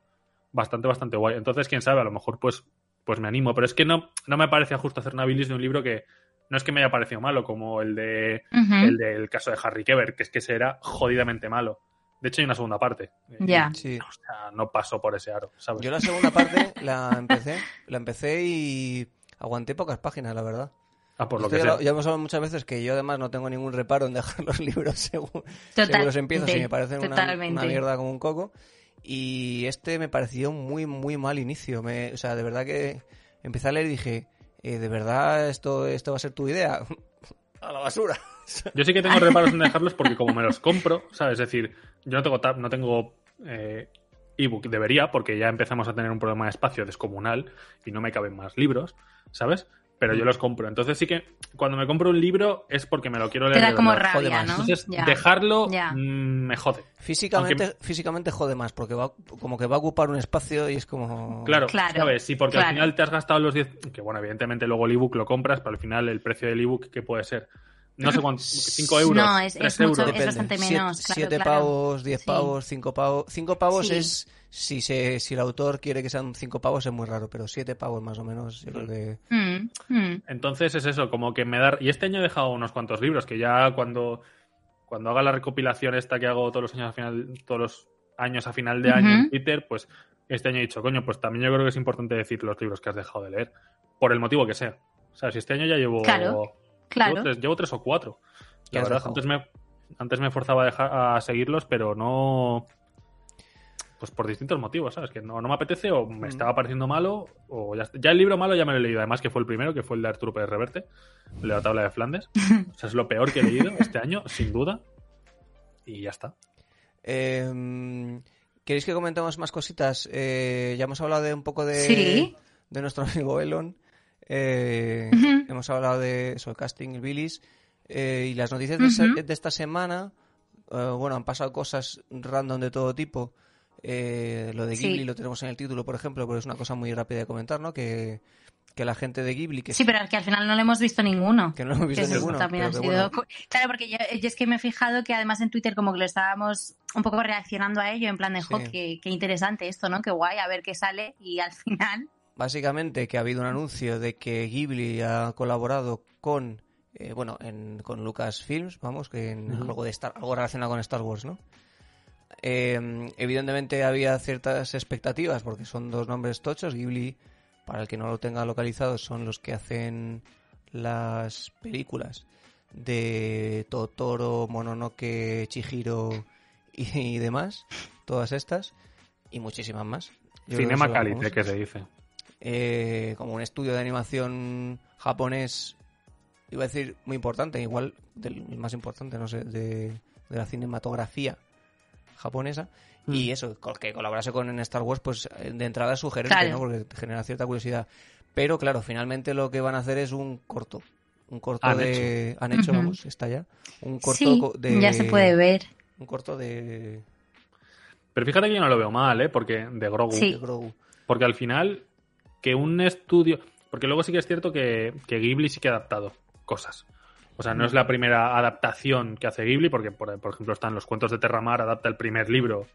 Speaker 1: Bastante, bastante guay. Entonces, quién sabe, a lo mejor pues, pues me animo. Pero es que no, no me parece justo hacer una bilis de un libro que no es que me haya parecido malo, como el de
Speaker 2: Ujú.
Speaker 1: el del caso de Harry Keber, que es que ese era jodidamente malo. De hecho, hay una segunda parte.
Speaker 2: Ya.
Speaker 3: Sí.
Speaker 1: O sea, no pasó por ese aro, ¿sabes?
Speaker 3: Yo la segunda parte la empecé, la empecé y aguanté pocas páginas, la verdad.
Speaker 1: Ah, por lo
Speaker 3: Esto
Speaker 1: que
Speaker 3: ya,
Speaker 1: sea.
Speaker 3: lo- ya hemos hablado muchas veces que yo además no tengo ningún reparo en dejar los libros según, según los empiezo, si me parecen una,
Speaker 2: totalmente.
Speaker 3: una mierda como un coco. Y este me pareció muy, muy mal inicio. Me, o sea, de verdad que empecé a leer y dije, eh, ¿de verdad esto, esto va a ser tu idea? a la basura.
Speaker 1: Yo sí que tengo reparos en dejarlos porque como me los compro, ¿sabes? Es decir, yo no tengo tab, no tengo eh, ebook, debería, porque ya empezamos a tener un problema de espacio descomunal y no me caben más libros, ¿sabes? Pero yo los compro. Entonces sí que cuando me compro un libro es porque me lo quiero leer.
Speaker 2: Te da
Speaker 1: de
Speaker 2: como
Speaker 1: verdad.
Speaker 3: jode
Speaker 2: rabia,
Speaker 3: más.
Speaker 2: ¿no?
Speaker 1: Entonces,
Speaker 2: Ya.
Speaker 1: dejarlo
Speaker 2: Ya.
Speaker 1: mm, me jode.
Speaker 3: Físicamente, físicamente jode más, porque va, como que va a ocupar un espacio y es como...
Speaker 1: Claro,
Speaker 2: Claro,
Speaker 1: ¿sabes? Sí, porque
Speaker 2: claro.
Speaker 1: al final te has gastado los 10. Que bueno, evidentemente luego el ebook lo compras, pero al final el precio del ebook, ¿qué puede ser? No sé cuánto, 5 euros,
Speaker 2: No, es-
Speaker 1: 3
Speaker 2: es
Speaker 1: euros.
Speaker 2: mucho-
Speaker 3: Depende.
Speaker 2: bastante
Speaker 3: Siete-
Speaker 2: menos, claro,
Speaker 3: siete
Speaker 2: claro.
Speaker 3: pavos, diez
Speaker 2: Sí.
Speaker 3: pavos, cinco pavos. Cinco pavos
Speaker 2: Sí.
Speaker 3: es si se, si el autor quiere que sean cinco pavos es muy raro, pero siete pavos más o menos yo creo que
Speaker 2: Mm, mm.
Speaker 1: Entonces es eso, como que me da... Y este año he dejado unos cuantos libros, que ya cuando, cuando haga la recopilación esta que hago todos los años a final, todos los años a final de año en
Speaker 2: Ujú.
Speaker 1: Twitter, pues este año he dicho, coño, pues también yo creo que es importante decir los libros que has dejado de leer, por el motivo que sea. O sea, si este año ya llevo,
Speaker 2: Claro,
Speaker 1: llevo,
Speaker 2: Claro.
Speaker 1: tres, llevo tres o cuatro.
Speaker 3: ¿Qué
Speaker 1: La
Speaker 3: has
Speaker 1: verdad,
Speaker 3: dejado?
Speaker 1: antes me, antes me forzaba a, dejar, a seguirlos, pero no... Pues por distintos motivos, ¿sabes? Que no, no me apetece o me
Speaker 3: Mm.
Speaker 1: estaba pareciendo malo o ya, ya el libro malo ya me lo he leído. Además que fue el primero, que fue el de Arturo Pérez Reverte, el de la tabla de Flandes. O sea, es lo peor que he leído este año, sin duda. Y ya está.
Speaker 3: Eh, ¿Queréis que comentemos más cositas? Eh, ya hemos hablado de un poco de,
Speaker 2: Sí.
Speaker 3: de nuestro amigo Elon. Eh,
Speaker 2: Ujú.
Speaker 3: Hemos hablado de eso, el casting, el Billys. eh, y las noticias de,
Speaker 2: Ujú.
Speaker 3: esta- de esta semana, eh, bueno, han pasado cosas random de todo tipo. Eh, lo de
Speaker 2: Sí.
Speaker 3: Ghibli lo tenemos en el título, por ejemplo, pero es una cosa muy rápida de comentar, ¿no? Que, que la gente de Ghibli, que,
Speaker 2: Sí, pero es que al final no lo hemos visto ninguno.
Speaker 3: que no hemos
Speaker 2: Que
Speaker 3: visto
Speaker 2: eso
Speaker 3: ninguno,
Speaker 2: también
Speaker 3: pero
Speaker 2: ha
Speaker 3: que
Speaker 2: sido
Speaker 3: bueno,
Speaker 2: cu- Claro, porque yo, yo es que me he fijado que además en Twitter como que lo estábamos un poco reaccionando a ello, en plan de, jo,
Speaker 3: Sí.
Speaker 2: qué, qué interesante esto, ¿no? Qué guay, a ver qué sale. Y al final,
Speaker 3: Básicamente que ha habido un anuncio de que Ghibli ha colaborado con eh, bueno, en, con Lucasfilms, vamos, que en
Speaker 1: Ujú.
Speaker 3: algo de Star- algo relacionado con Star Wars, ¿no? Eh, evidentemente había ciertas expectativas porque son dos nombres tochos. Ghibli, para el que no lo tenga localizado, son los que hacen las películas de Totoro, Mononoke, Chihiro y, y demás, todas estas y muchísimas más. Yo creo que
Speaker 1: Cinema
Speaker 3: son las
Speaker 1: Calice,
Speaker 3: famosas
Speaker 1: que se dice.
Speaker 3: eh, como un estudio de animación japonés, iba a decir muy importante, igual del el más importante, no sé, de, de la cinematografía japonesa.
Speaker 1: Mm.
Speaker 3: Y eso, co- que colaborase con en Star Wars, pues eh, de entrada es sugerente,
Speaker 2: Claro.
Speaker 3: ¿no? Porque te genera cierta curiosidad. Pero claro, finalmente lo que van a hacer es un corto. Un corto
Speaker 1: Han
Speaker 3: de. Han hecho,
Speaker 2: Ujú.
Speaker 3: vamos, está ya. Un corto
Speaker 2: sí,
Speaker 3: co- de.
Speaker 2: ya se puede ver.
Speaker 3: Un corto de.
Speaker 1: Pero fíjate que yo no lo veo mal, ¿eh? Porque de Grogu.
Speaker 2: Sí.
Speaker 3: de Grogu.
Speaker 1: Porque al final, que un estudio. Porque luego sí que es cierto que, que Ghibli sí que ha adaptado cosas. O sea, no es la primera adaptación que hace Ghibli, porque por, por ejemplo están los cuentos de Terramar, adapta el primer libro.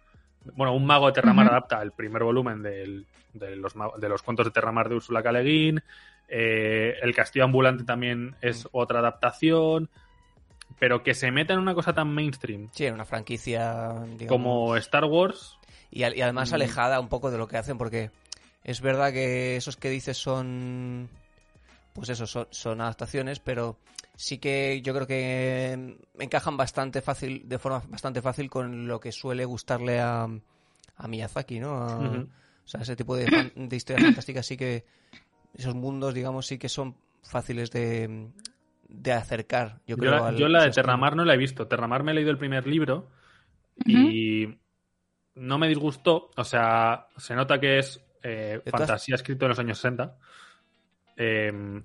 Speaker 1: Bueno, un mago de Terramar
Speaker 2: Ujú.
Speaker 1: adapta el primer volumen del- de, los, ma- de los cuentos de Terramar de Úrsula Caleguín. Eh, el Castillo Ambulante también es otra adaptación. Pero que se meta en una cosa tan mainstream
Speaker 3: Sí, era una franquicia. digamos,
Speaker 1: como Star Wars,
Speaker 3: Y, al- y además
Speaker 1: Mm.
Speaker 3: alejada un poco de lo que hacen, porque es verdad que esos que dices son. Pues eso, son, son adaptaciones, pero sí que yo creo que encajan bastante fácil, de forma bastante fácil con lo que suele gustarle a, a Miyazaki, ¿no? A-
Speaker 1: Ujú.
Speaker 3: O sea, ese tipo de, fan- de historias fantásticas sí que. Esos mundos, digamos, sí que son fáciles de, de acercar,
Speaker 1: Yo,
Speaker 3: yo creo.
Speaker 1: la,
Speaker 3: al-
Speaker 1: yo la de
Speaker 3: al estilo.
Speaker 1: Terramar no la he visto. Terramar me he leído el primer libro y no me disgustó. O sea, se nota que es eh,
Speaker 3: De todas-
Speaker 1: fantasía escrito en los años 60. Eh,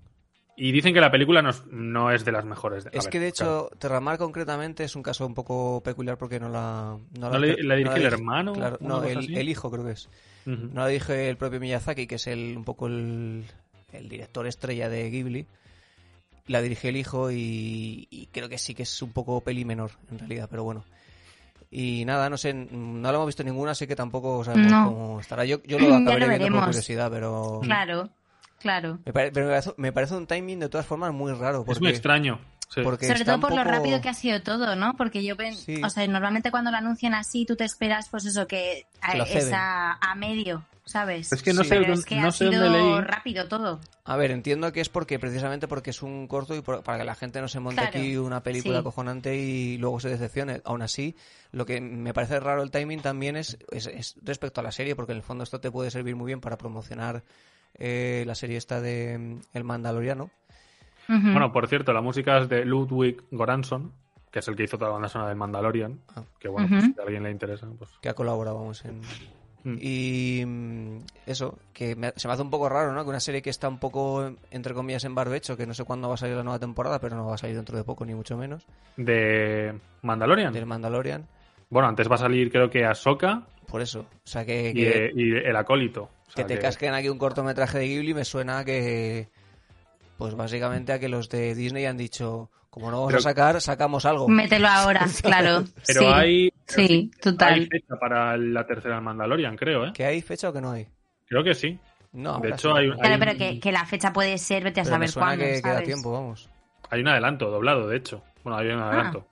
Speaker 1: y dicen que la película no es, no es de las mejores. A
Speaker 3: Es
Speaker 1: ver,
Speaker 3: que de hecho,
Speaker 1: claro.
Speaker 3: Terramar concretamente es un caso un poco peculiar porque no la.
Speaker 1: ¿No le- la dirige el
Speaker 3: dirige-
Speaker 1: hermano?
Speaker 3: Claro,
Speaker 1: ¿Una
Speaker 3: no,
Speaker 1: cosa
Speaker 3: el,
Speaker 1: así?
Speaker 3: el hijo creo que es.
Speaker 1: Ujú.
Speaker 3: No la dirige el propio Miyazaki, que es el, un poco el, el director estrella de Ghibli. La dirige el hijo y, y creo que sí que es un poco peli menor en realidad, pero bueno. Y nada, no sé, no la hemos visto ninguna, así que tampoco sabemos
Speaker 2: No.
Speaker 3: cómo estará. Yo, yo lo
Speaker 2: Ya
Speaker 3: acabaré
Speaker 2: lo
Speaker 3: viendo por
Speaker 2: veremos.
Speaker 3: curiosidad, pero.
Speaker 2: Claro, claro.
Speaker 3: Me, pare- pero me parece, me parece un timing de todas formas muy raro. Porque,
Speaker 1: Es muy extraño. sí.
Speaker 3: porque
Speaker 2: Sobre todo
Speaker 3: está un
Speaker 2: por lo
Speaker 3: poco-
Speaker 2: rápido que ha sido todo, ¿no? Porque yo, pen-
Speaker 3: Sí.
Speaker 2: o sea, normalmente cuando lo anuncian así, tú te esperas, pues eso, que a,
Speaker 3: Que lo
Speaker 2: es
Speaker 3: ceden.
Speaker 2: a, a medio, ¿sabes?
Speaker 1: Es que no
Speaker 3: Sí.
Speaker 1: sé,
Speaker 2: Pero
Speaker 1: dónde-
Speaker 2: es que
Speaker 1: no
Speaker 2: ha
Speaker 1: sé
Speaker 2: sido
Speaker 1: dónde leí.
Speaker 2: rápido todo.
Speaker 3: A ver, entiendo que es porque precisamente porque es un corto y por- para que la gente no se monte
Speaker 2: Claro,
Speaker 3: aquí una película
Speaker 2: sí.
Speaker 3: cojonante y luego se decepcione. Aún así, lo que me parece raro el timing también es, es- es respecto a la serie, porque en el fondo esto te puede servir muy bien para promocionar eh, la serie esta de mm, El Mandaloriano.
Speaker 2: Ujú.
Speaker 1: Bueno, por cierto, la música es de Ludwig Goranson, que es el que hizo toda la banda sonora del Mandalorian.
Speaker 3: Ah.
Speaker 1: Que bueno, pues,
Speaker 2: Ujú.
Speaker 1: si a alguien le interesa, pues.
Speaker 3: que ha colaborado, vamos, en...
Speaker 1: Mm.
Speaker 3: Y mm, eso, que me- se me hace un poco raro, ¿no? Que una serie que está un poco, entre comillas, en barbecho, que no sé cuándo va a salir la nueva temporada, pero no va a salir dentro de poco, ni mucho menos,
Speaker 1: De Mandalorian.
Speaker 3: del Mandalorian.
Speaker 1: Bueno, antes va a salir creo que Ahsoka
Speaker 3: Por eso, o sea, que,
Speaker 1: y,
Speaker 3: que,
Speaker 1: eh, y El Acólito. O sea,
Speaker 3: que te casquen aquí un cortometraje de Ghibli me suena a que... Pues básicamente a que los de Disney han dicho, como no vamos
Speaker 1: Pero-
Speaker 3: a sacar, sacamos algo.
Speaker 2: Mételo ahora, claro.
Speaker 1: Pero
Speaker 2: sí,
Speaker 1: hay,
Speaker 2: sí,
Speaker 1: hay
Speaker 2: total.
Speaker 1: fecha para la tercera de Mandalorian, creo, ¿eh?
Speaker 3: ¿Que hay fecha o que no hay?
Speaker 1: Creo que sí.
Speaker 3: No,
Speaker 1: De
Speaker 3: ahora
Speaker 1: hecho,
Speaker 3: sí.
Speaker 1: hay-
Speaker 3: Pero
Speaker 2: Claro,
Speaker 1: hay-
Speaker 2: pero que, que la fecha puede ser, vete a
Speaker 3: me
Speaker 2: saber
Speaker 3: suena
Speaker 2: cuándo,
Speaker 3: que queda
Speaker 2: ¿sabes?
Speaker 3: tiempo, vamos.
Speaker 1: Hay un adelanto doblado, de hecho. Bueno, hay
Speaker 2: Ah.
Speaker 1: un adelanto.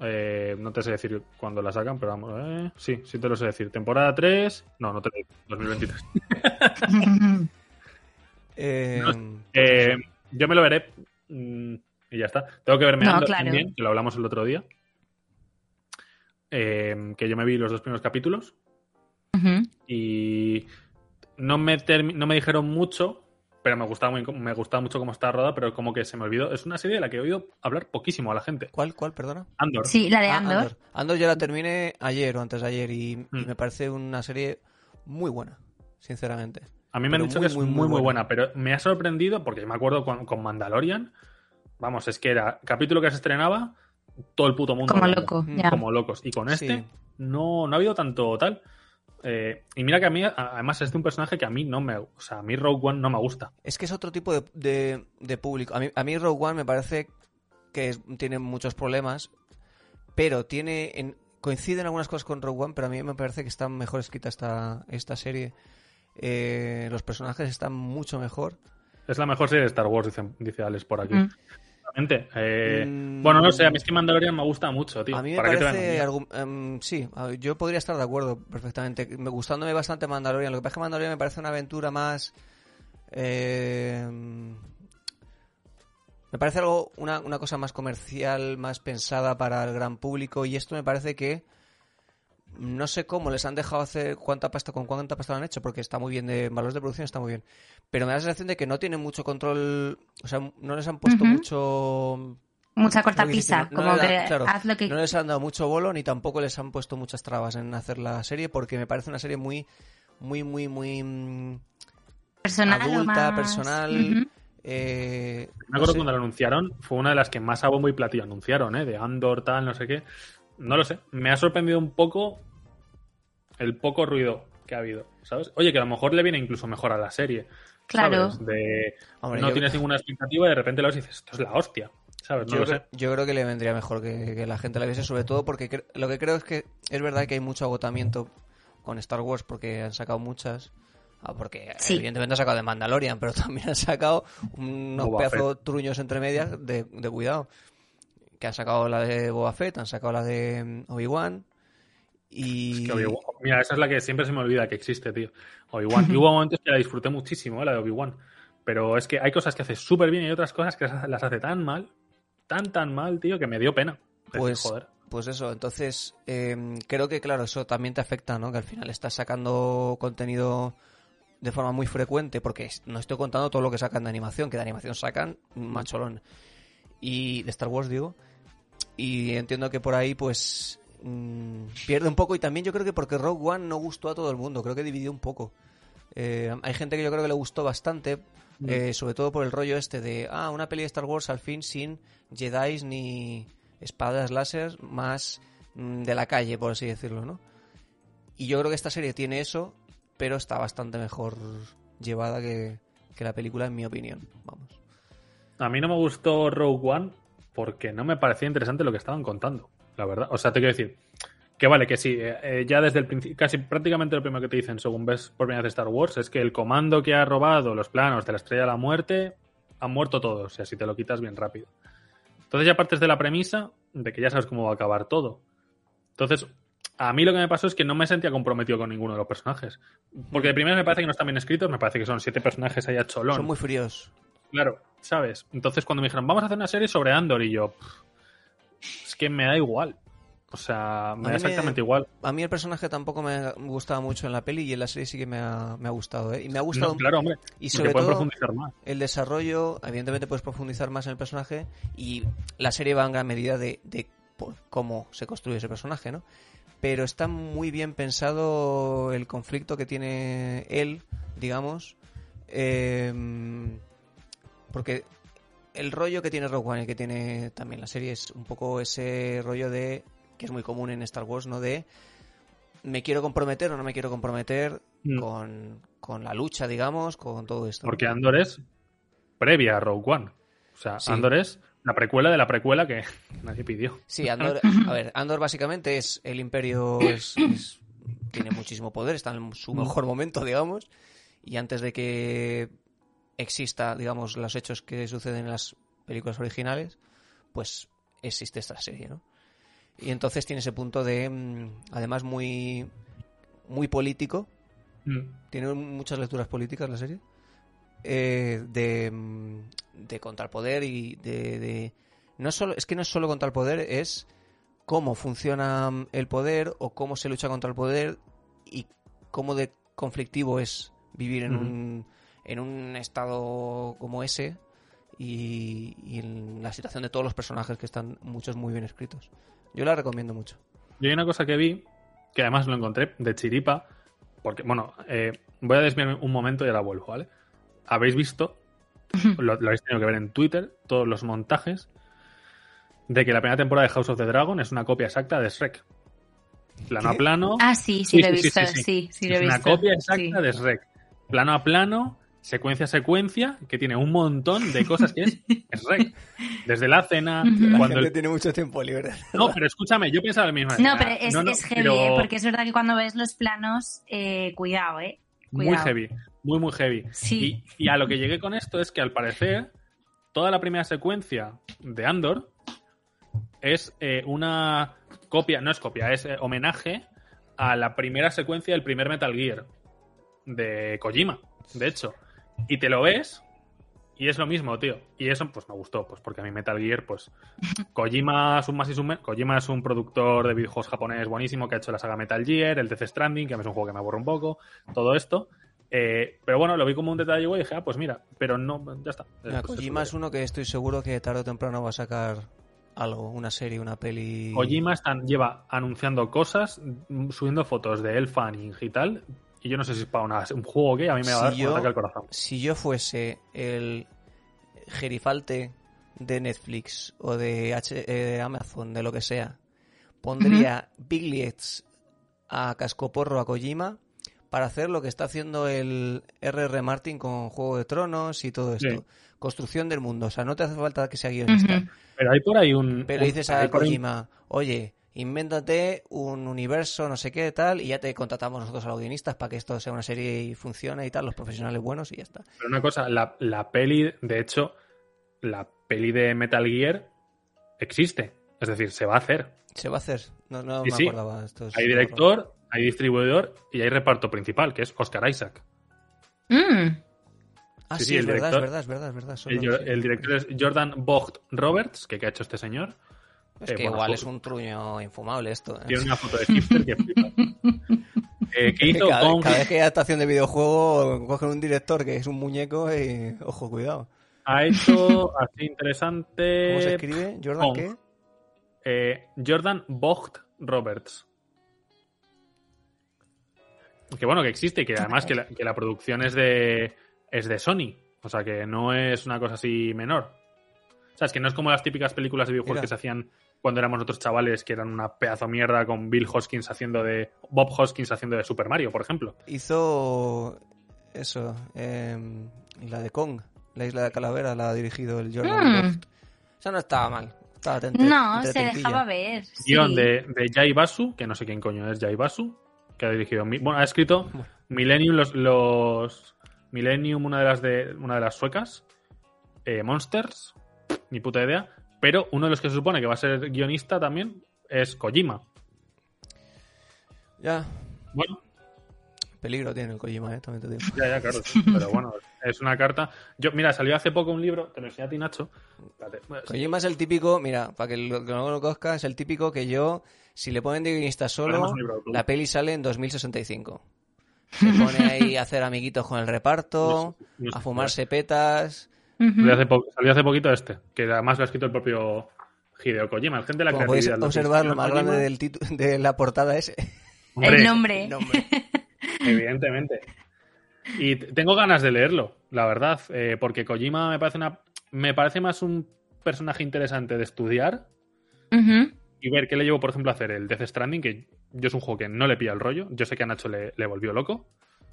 Speaker 1: Eh, no te sé decir cuándo la sacan, pero vamos. eh, Sí, sí te lo sé decir. Temporada 3. No, no te lo digo. 2023.
Speaker 3: Eh,
Speaker 1: Eh, yo me lo veré. mm, Y ya está. Tengo que verme
Speaker 2: No,
Speaker 1: Andor
Speaker 2: claro.
Speaker 1: también, que lo hablamos el otro día. Eh, que yo me vi los dos primeros capítulos.
Speaker 2: Ujú.
Speaker 1: y no me, termi- no me dijeron mucho, pero me gustaba, muy- me gustaba mucho cómo estaba rodada, pero como que se me olvidó. Es una serie de la que he oído hablar poquísimo a la gente.
Speaker 3: ¿Cuál, cuál, perdona?
Speaker 1: Andor.
Speaker 2: Sí, la de
Speaker 3: Ah,
Speaker 2: Andor.
Speaker 3: Andor yo la terminé ayer o antes de ayer y, y
Speaker 1: Mm.
Speaker 3: me parece una serie muy buena, sinceramente.
Speaker 1: A mí me han
Speaker 3: pero
Speaker 1: dicho
Speaker 3: muy,
Speaker 1: que es
Speaker 3: muy,
Speaker 1: muy,
Speaker 3: muy
Speaker 1: muy, buena.
Speaker 3: buena.
Speaker 1: pero me ha sorprendido porque me acuerdo con, con Mandalorian. Vamos, es que era capítulo que se estrenaba, todo el puto mundo.
Speaker 2: Como
Speaker 1: hablando,
Speaker 2: loco,
Speaker 3: Mm,
Speaker 2: ya.
Speaker 1: Como locos. Y con este
Speaker 3: Sí.
Speaker 1: no, no ha habido tanto tal. Eh, y mira que a mí, a- además, es de un personaje que a mí no me. O sea, a mí Rogue One no me gusta.
Speaker 3: Es que es otro tipo de, de- de público. A mí, a mí Rogue One me parece que es- tiene muchos problemas, pero tiene en- coinciden algunas cosas con Rogue One, pero a mí me parece que está mejor escrita esta, esta serie. Eh, los personajes están mucho mejor.
Speaker 1: Es la mejor serie de Star Wars, dicen- dice Alex por aquí.
Speaker 2: Mm.
Speaker 1: Exactamente. Eh,
Speaker 3: Mm.
Speaker 1: Bueno, no sé, a mí es que Mandalorian me gusta mucho, tío.
Speaker 3: A mí me
Speaker 1: ¿Para qué te voy a
Speaker 3: parece.
Speaker 1: engañar?
Speaker 3: argu- em, sí, a- yo podría estar de acuerdo perfectamente. Me gustándome bastante Mandalorian. Lo que pasa es que Mandalorian me parece una aventura más. em, me parece algo, una, una cosa más comercial, más pensada para el gran público. Y esto me parece que. No sé cómo les han dejado hacer cuánta pasta, con cuánta pasta lo han hecho, porque está muy bien de en valores de producción, está muy bien. Pero me da la sensación de que no tienen mucho control, o sea, no les han puesto
Speaker 2: Ujú.
Speaker 3: mucho
Speaker 2: mucha cortapisa,
Speaker 3: Lo que dices, no- no
Speaker 2: como
Speaker 3: le da-
Speaker 2: que
Speaker 3: claro,
Speaker 2: haz lo que
Speaker 3: No les han dado mucho bolo ni tampoco les han puesto muchas trabas en hacer la serie porque me parece una serie muy, muy, muy, muy mm,
Speaker 2: personal o
Speaker 3: adulta,
Speaker 2: más...
Speaker 3: personal.
Speaker 2: Ujú.
Speaker 3: eh,
Speaker 1: Me
Speaker 3: no
Speaker 1: acuerdo
Speaker 3: sé.
Speaker 1: cuando lo anunciaron, fue una de las que más a bombo y platillo anunciaron, ¿eh? De Andor, tal, no sé qué. No lo sé. Me ha sorprendido un poco el poco ruido que ha habido, ¿sabes? Oye, que a lo mejor le viene incluso mejor a la serie.
Speaker 2: Claro.
Speaker 1: ¿sabes? De,
Speaker 3: Hombre,
Speaker 1: no
Speaker 3: yo-
Speaker 1: tienes ninguna expectativa y de repente lo ves y dices, esto es la hostia, ¿sabes? No
Speaker 3: yo,
Speaker 1: lo
Speaker 3: creo,
Speaker 1: sé.
Speaker 3: yo creo que le vendría mejor que, que la gente la viese, sobre todo porque cre- lo que creo es que es verdad que hay mucho agotamiento con Star Wars porque han sacado muchas. ah, porque
Speaker 2: Sí.
Speaker 3: evidentemente han sacado de Mandalorian, pero también han sacado unos
Speaker 1: Boba
Speaker 3: pedazos truños entre medias de, de cuidado. Que han sacado la de Boba Fett, han sacado la de mm, Obi-Wan. Y.
Speaker 1: Es que Obi-Wan- Mira, esa es la que siempre se me olvida que existe, tío. Obi-Wan. Y hubo momentos que la disfruté muchísimo, ¿eh? la de Obi-Wan. Pero es que hay cosas que hace súper bien y hay otras cosas que las hace- las hace tan mal, tan, tan mal, tío, que me dio pena. Decir,
Speaker 3: Pues-
Speaker 1: joder.
Speaker 3: Pues eso, entonces eh, creo que claro, eso también te afecta, ¿no? Que al final estás sacando contenido de forma muy frecuente, porque es- no estoy contando todo lo que sacan de animación, que de animación sacan un macholón. Y de Star Wars digo. Y entiendo que por ahí pues mm, pierde un poco y también yo creo que porque Rogue One no gustó a todo el mundo, creo que dividió un poco. Eh, hay gente que yo creo que le gustó bastante,
Speaker 1: Mm.
Speaker 3: eh, sobre todo por el rollo este de, ah, una peli de Star Wars al fin sin Jedi ni espadas láser, más mm, de la calle, por así decirlo, ¿no? Y yo creo que esta serie tiene eso, pero está bastante mejor llevada que, que la película, en mi opinión. Vamos.
Speaker 1: A mí no me gustó Rogue One porque no me parecía interesante lo que estaban contando, la verdad. O sea, te quiero decir que vale, que sí, eh, eh, ya desde el principio, casi prácticamente lo primero que te dicen según ves por primera vez Star Wars es que el comando que ha robado los planos de la Estrella de la Muerte han muerto todos, y así te lo quitas bien rápido. Entonces ya partes de la premisa de que ya sabes cómo va a acabar todo. Entonces, a mí lo que me pasó es que no me sentía comprometido con ninguno de los personajes. Porque de primera me parece que no están bien escritos, me parece que son siete personajes allá cholón.
Speaker 3: Son muy fríos.
Speaker 1: Claro, ¿sabes? Entonces cuando me dijeron, vamos a hacer una serie sobre Andor, y yo, "Pff, es que me da igual. O sea, me
Speaker 3: mí me-
Speaker 1: da exactamente igual.
Speaker 3: A mí el personaje tampoco me gustaba mucho en la peli y en la serie sí que me ha, me ha gustado, ¿eh? Y me ha gustado
Speaker 1: No, claro, hombre,
Speaker 3: y
Speaker 1: porque
Speaker 3: sobre
Speaker 1: pueden
Speaker 3: todo
Speaker 1: profundizar más.
Speaker 3: el desarrollo, evidentemente puedes profundizar más en el personaje y la serie va en gran medida de, de por cómo se construye ese personaje, ¿no? Pero está muy bien pensado el conflicto que tiene él, digamos, eh, porque el rollo que tiene Rogue One y que tiene también la serie es un poco ese rollo de, que es muy común en Star Wars, ¿no? De me quiero comprometer o no me quiero comprometer
Speaker 1: Mm.
Speaker 3: con, con la lucha, digamos, con todo esto.
Speaker 1: Porque Andor es previa a Rogue One. O sea,
Speaker 3: Sí.
Speaker 1: Andor es la precuela de la precuela que nadie pidió.
Speaker 3: Sí, Andor, a ver, Andor básicamente es el imperio, es- es- tiene muchísimo poder, está en su mejor momento, digamos, y antes de que exista, digamos, los hechos que suceden en las películas originales, pues existe esta serie, ¿no? Y entonces tiene ese punto de, mm, además, muy, muy político,
Speaker 1: Mm.
Speaker 3: tiene muchas lecturas políticas la serie. eh, de, mm, de contra el poder y de, de- No solo, es que no es solo contra el poder, es cómo funciona mm, el poder o cómo se lucha contra el poder y cómo de conflictivo es vivir en,
Speaker 1: Ujú.
Speaker 3: un, en un estado como ese y, y en la situación de todos los personajes que están muchos muy bien escritos. Yo la recomiendo mucho.
Speaker 1: Y hay una cosa que vi, que además lo encontré de chiripa, porque, bueno, eh, voy a desviarme un momento y ahora vuelvo, ¿vale? Habéis visto, lo, lo habéis tenido que ver en Twitter, todos los montajes de que la primera temporada de House of the Dragon es una copia exacta de Shrek. Plano a
Speaker 3: ¿Qué?
Speaker 1: plano.
Speaker 2: Ah, sí, sí,
Speaker 1: Sí,
Speaker 2: lo
Speaker 1: sí,
Speaker 2: he
Speaker 1: sí,
Speaker 2: visto, sí,
Speaker 1: sí,
Speaker 2: sí,
Speaker 1: sí.
Speaker 2: lo he
Speaker 1: es
Speaker 2: visto.
Speaker 1: una copia exacta
Speaker 2: sí.
Speaker 1: de Shrek. Plano a plano, secuencia a secuencia, que tiene un montón de cosas que es Shrek. Desde la cena,
Speaker 2: Ujú. La
Speaker 1: cuando el
Speaker 3: tiene mucho tiempo libre.
Speaker 1: no, pero escúchame, yo pensaba lo mismo.
Speaker 2: No,
Speaker 1: Ah,
Speaker 2: pero es, es heavy,
Speaker 1: pero
Speaker 2: ¿eh? porque es verdad que cuando ves los planos, eh, cuidado, ¿eh?
Speaker 1: Muy
Speaker 2: cuidado.
Speaker 1: heavy, muy, muy heavy.
Speaker 2: Sí.
Speaker 1: Y, y a lo que llegué con esto es que al parecer, toda la primera secuencia de Andor es eh, una copia, no es copia, es eh, homenaje a la primera secuencia del primer Metal Gear de Kojima, de hecho. Y te lo ves y es lo mismo, tío. Y eso pues me gustó, pues porque a mí Metal Gear, pues Kojima es un más y un men- Kojima es un productor de videojuegos japonés buenísimo que ha hecho la saga Metal Gear, el Death Stranding, que a mí es un juego que me aburre un poco, todo esto. Eh, pero bueno, lo vi como un detalle y dije, ah, pues mira, pero no, ya está.
Speaker 3: Mira,
Speaker 1: Pues
Speaker 3: Kojima es
Speaker 1: eso,
Speaker 3: uno que estoy seguro que tarde o temprano va a sacar algo, una serie, una peli.
Speaker 1: Kojima están, lleva anunciando cosas, mm, subiendo fotos de él fanning y tal. Y yo no sé si es para una- un juego que a mí me va a dar
Speaker 3: Si
Speaker 1: un
Speaker 3: yo-
Speaker 1: ataque al corazón.
Speaker 3: Si yo fuese el gerifalte de Netflix o de, H- eh, de Amazon, de lo que sea, pondría Biglets a Cascoporro a Kojima para hacer lo que está haciendo el RR Martin con Juego de Tronos y todo esto.
Speaker 1: Sí.
Speaker 3: Construcción del mundo. O sea, no te hace falta que sea guionista.
Speaker 2: Ujú.
Speaker 1: Pero hay por ahí un.
Speaker 3: Pero
Speaker 1: un-
Speaker 3: dices
Speaker 1: hay
Speaker 3: a
Speaker 1: por ahí-
Speaker 3: Kojima, oye, invéntate un universo, no sé qué, tal, y ya te contratamos nosotros a los guionistas para que esto sea una serie y funcione y tal, los profesionales buenos y ya está.
Speaker 1: Pero una cosa, la, la peli, de hecho, la peli de Metal Gear existe. Es decir, se va a hacer.
Speaker 3: Se va a hacer. No, no
Speaker 1: Sí,
Speaker 3: me
Speaker 1: sí.
Speaker 3: acordaba. Esto es
Speaker 1: Hay
Speaker 3: un
Speaker 1: director, hay distribuidor y hay reparto principal, que es Oscar Isaac.
Speaker 2: Mm,
Speaker 3: horror. Ah,
Speaker 1: sí,
Speaker 3: sí,
Speaker 1: sí,
Speaker 3: es,
Speaker 1: el
Speaker 3: verdad,
Speaker 1: director-
Speaker 3: es verdad, es verdad, es verdad.
Speaker 1: El,
Speaker 3: Solo- sí.
Speaker 1: el director es Jordan Vogt Roberts, que, que ha hecho este señor.
Speaker 3: Es
Speaker 1: eh,
Speaker 3: que
Speaker 1: bueno,
Speaker 3: igual
Speaker 1: su-
Speaker 3: es un truño infumable esto. ¿eh?
Speaker 1: Tiene una foto de hipster que flipa. Eh, que hizo
Speaker 3: Cada,
Speaker 1: Gong-
Speaker 3: cada vez que hay adaptación de videojuego, cogen un director que es un muñeco y. Ojo, cuidado.
Speaker 1: ha hecho así
Speaker 3: ¿Cómo se
Speaker 1: interesante
Speaker 3: escribe? ¿Jordan
Speaker 1: Gong.
Speaker 3: qué?
Speaker 1: eh, Jordan Vogt Roberts. Que bueno, que existe y que además que la, que la producción es de, es de Sony. O sea, que no es una cosa así menor. O sea, es que no es como las típicas películas de videojuegos
Speaker 3: Mira.
Speaker 1: que se hacían cuando éramos nosotros chavales, que eran una pedazo de mierda con Bill Hoskins haciendo de. Bob Hoskins haciendo de Super Mario, por ejemplo.
Speaker 3: Hizo. Eso. em, la de Kong. La isla de Calavera la ha dirigido el Jordan
Speaker 2: Mm.
Speaker 3: Loft. O sea, no estaba mal. Estaba tente-
Speaker 2: No, se
Speaker 3: entretentilla.
Speaker 2: dejaba ver. sí.
Speaker 1: Guión de, de Jai Basu, que no sé quién coño es Jai Basu, que ha dirigido. mi- Bueno, ha escrito
Speaker 3: Bueno.
Speaker 1: Millennium, los, los- Millennium, una de las de una de las suecas. eh, Monsters, ni puta idea. Pero uno de los que se supone que va a ser guionista también es Kojima.
Speaker 3: Ya.
Speaker 1: Bueno,
Speaker 3: Peligro tiene el Kojima, ¿eh? También te digo.
Speaker 1: ya, ya, claro. sí, Pero bueno, es una carta. Yo, mira, salió hace poco un libro, te lo enseñé a ti, Nacho. Espérate, pues,
Speaker 3: Kojima es el típico, mira, para que lo que no lo conozca, es el típico que yo, si le ponen de guionista
Speaker 1: Ponemos
Speaker 3: solo,
Speaker 1: un libro, tú.
Speaker 3: la peli sale en 2065. Se pone ahí a hacer amiguitos con el reparto,
Speaker 1: no sé,
Speaker 3: a fumarse petas.
Speaker 2: Ujú.
Speaker 1: Salió hace, po- salió hace poquito este, que además lo ha escrito el propio Hideo Kojima, el gente de la
Speaker 3: Como podéis
Speaker 1: creatividad.
Speaker 3: observar, lo más grande
Speaker 1: Kojima-
Speaker 3: del titu- de la portada es
Speaker 1: Hombre,
Speaker 2: el nombre.
Speaker 3: el nombre.
Speaker 1: Evidentemente. Y t- tengo ganas de leerlo, la verdad, eh, porque Kojima me parece una me parece más un personaje interesante de estudiar
Speaker 2: Ujú.
Speaker 1: y ver qué le llevo, por ejemplo, a hacer el Death Stranding, que yo es un juego que no le pilla el rollo. Yo sé que a Nacho le, le volvió loco,
Speaker 3: Me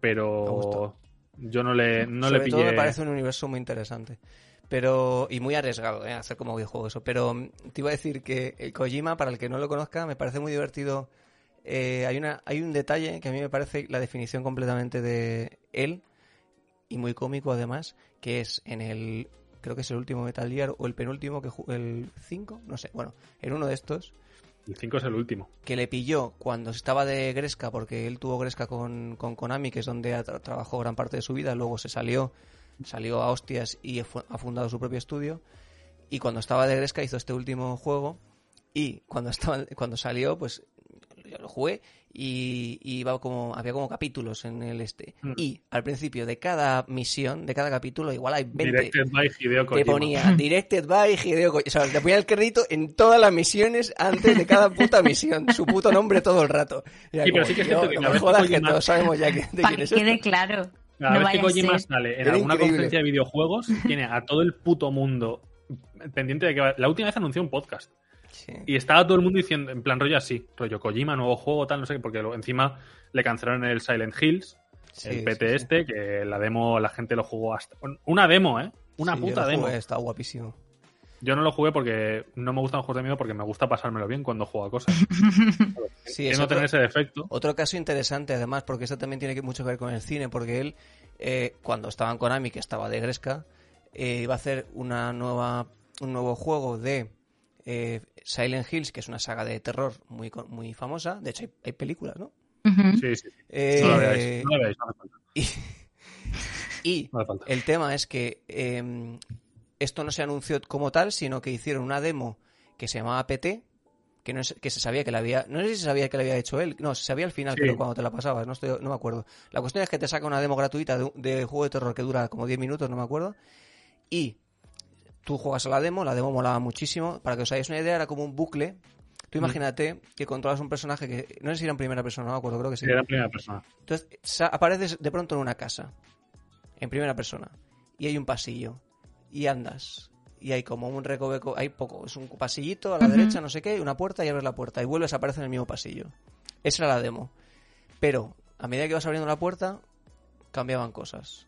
Speaker 1: pero
Speaker 3: gustó.
Speaker 1: yo no le, no
Speaker 3: Sobre
Speaker 1: le
Speaker 3: todo me
Speaker 1: pillé.
Speaker 3: parece un universo muy interesante. Pero, y muy arriesgado, ¿eh? hacer como videojuego eso. Pero mm, te iba a decir que el Kojima, para el que no lo conozca, me parece muy divertido. Eh, hay, una, hay un detalle que a mí me parece la definición completamente de él, y muy cómico además, que es en el, creo que es el último Metal Gear o el penúltimo, que ju- el 5, no sé, bueno, en uno de estos,
Speaker 1: El 5 es el último.
Speaker 3: que le pilló cuando estaba de Gresca, porque él tuvo Gresca con, con Konami, que es donde ha tra- trabajó gran parte de su vida, luego se salió, salió a hostias y fu- ha fundado su propio estudio, y cuando estaba de Gresca hizo este último juego, y cuando, estaba, cuando salió, pues yo lo jugué, y, y iba como, había como capítulos en el este,
Speaker 1: Mm.
Speaker 3: y al principio de cada misión, de cada capítulo, igual hay 20...
Speaker 1: Directed by Hideo
Speaker 3: Te
Speaker 1: Kojima.
Speaker 3: ponía Directed by Hideo Ko- O sea, te ponía el crédito en todas las misiones antes de cada puta misión. Su puto nombre todo el rato. Era
Speaker 1: Sí, pero
Speaker 3: como,
Speaker 1: sí que es
Speaker 3: "Tío,
Speaker 1: cierto que
Speaker 3: no
Speaker 1: cada
Speaker 3: me
Speaker 1: vez que
Speaker 3: jodas que
Speaker 1: Kojima-
Speaker 3: todos sabemos ya que de
Speaker 2: Para
Speaker 3: quién
Speaker 2: que
Speaker 3: es este".
Speaker 2: quede
Speaker 3: esto".
Speaker 2: claro.
Speaker 1: Cada
Speaker 2: no
Speaker 1: vez que
Speaker 2: vaya a
Speaker 1: Kojima
Speaker 2: ser.
Speaker 1: sale en
Speaker 3: Era
Speaker 1: alguna
Speaker 3: increíble.
Speaker 1: conferencia de videojuegos, tiene a todo el puto mundo pendiente de que va- La última vez anunció un podcast.
Speaker 3: Sí.
Speaker 1: Y estaba todo el mundo diciendo, en plan rollo así, rollo Kojima, nuevo juego, tal, no sé qué, porque lo- encima le cancelaron el Silent Hills,
Speaker 3: Sí,
Speaker 1: el
Speaker 3: sí,
Speaker 1: PT
Speaker 3: sí.
Speaker 1: este, que la demo, la gente lo jugó hasta... Una demo, ¿eh? Una
Speaker 3: Sí, yo
Speaker 1: puta
Speaker 3: lo
Speaker 1: demo.
Speaker 3: jugué, Está guapísimo.
Speaker 1: Yo no lo jugué porque no me gustan los juegos de miedo, porque me gusta pasármelo bien cuando juego a cosas.
Speaker 3: Sí,
Speaker 1: Quiero
Speaker 3: es
Speaker 1: no
Speaker 3: otro-
Speaker 1: tener ese defecto.
Speaker 3: Otro caso interesante, además, porque esto también tiene que- mucho que ver con el cine, porque él, eh, cuando estaba en Konami, que estaba de Gresca, eh, iba a hacer una nueva, un nuevo juego de eh, Silent Hills, que es una saga de terror muy, con- muy famosa. De hecho, hay, hay películas, ¿no?
Speaker 2: Ujú.
Speaker 1: Sí, sí, sí.
Speaker 3: Eh,
Speaker 1: No lo veáis, no lo veáis, no hace falta.
Speaker 3: y
Speaker 1: no hace falta.
Speaker 3: el tema es que eh, esto no se anunció como tal, sino que hicieron una demo que se llamaba PT, que no es- que se sabía que la había, no sé si se sabía que la había hecho él, no, se sabía al final,
Speaker 1: Sí.
Speaker 3: pero cuando te la pasabas, no estoy, no me acuerdo. La cuestión es que te saca una demo gratuita de, un- de juego de terror que dura como 10 minutos, no me acuerdo, y tú juegas a la demo, la demo molaba muchísimo. Para que os hagáis una idea, era como un bucle. Tú
Speaker 1: Mm.
Speaker 3: imagínate que controlas un personaje que no sé si era en primera persona, no me acuerdo, creo que sí.
Speaker 1: Era en primera persona.
Speaker 3: Entonces sa- apareces de pronto en una casa, en primera persona, y hay un pasillo, y andas, y hay como un recoveco, hay poco, es un pasillito a la
Speaker 2: Ujú.
Speaker 3: derecha, no sé qué, y una puerta y abres la puerta, y vuelves a aparecer en el mismo pasillo. Esa era la demo. Pero a medida que vas abriendo la puerta, cambiaban cosas.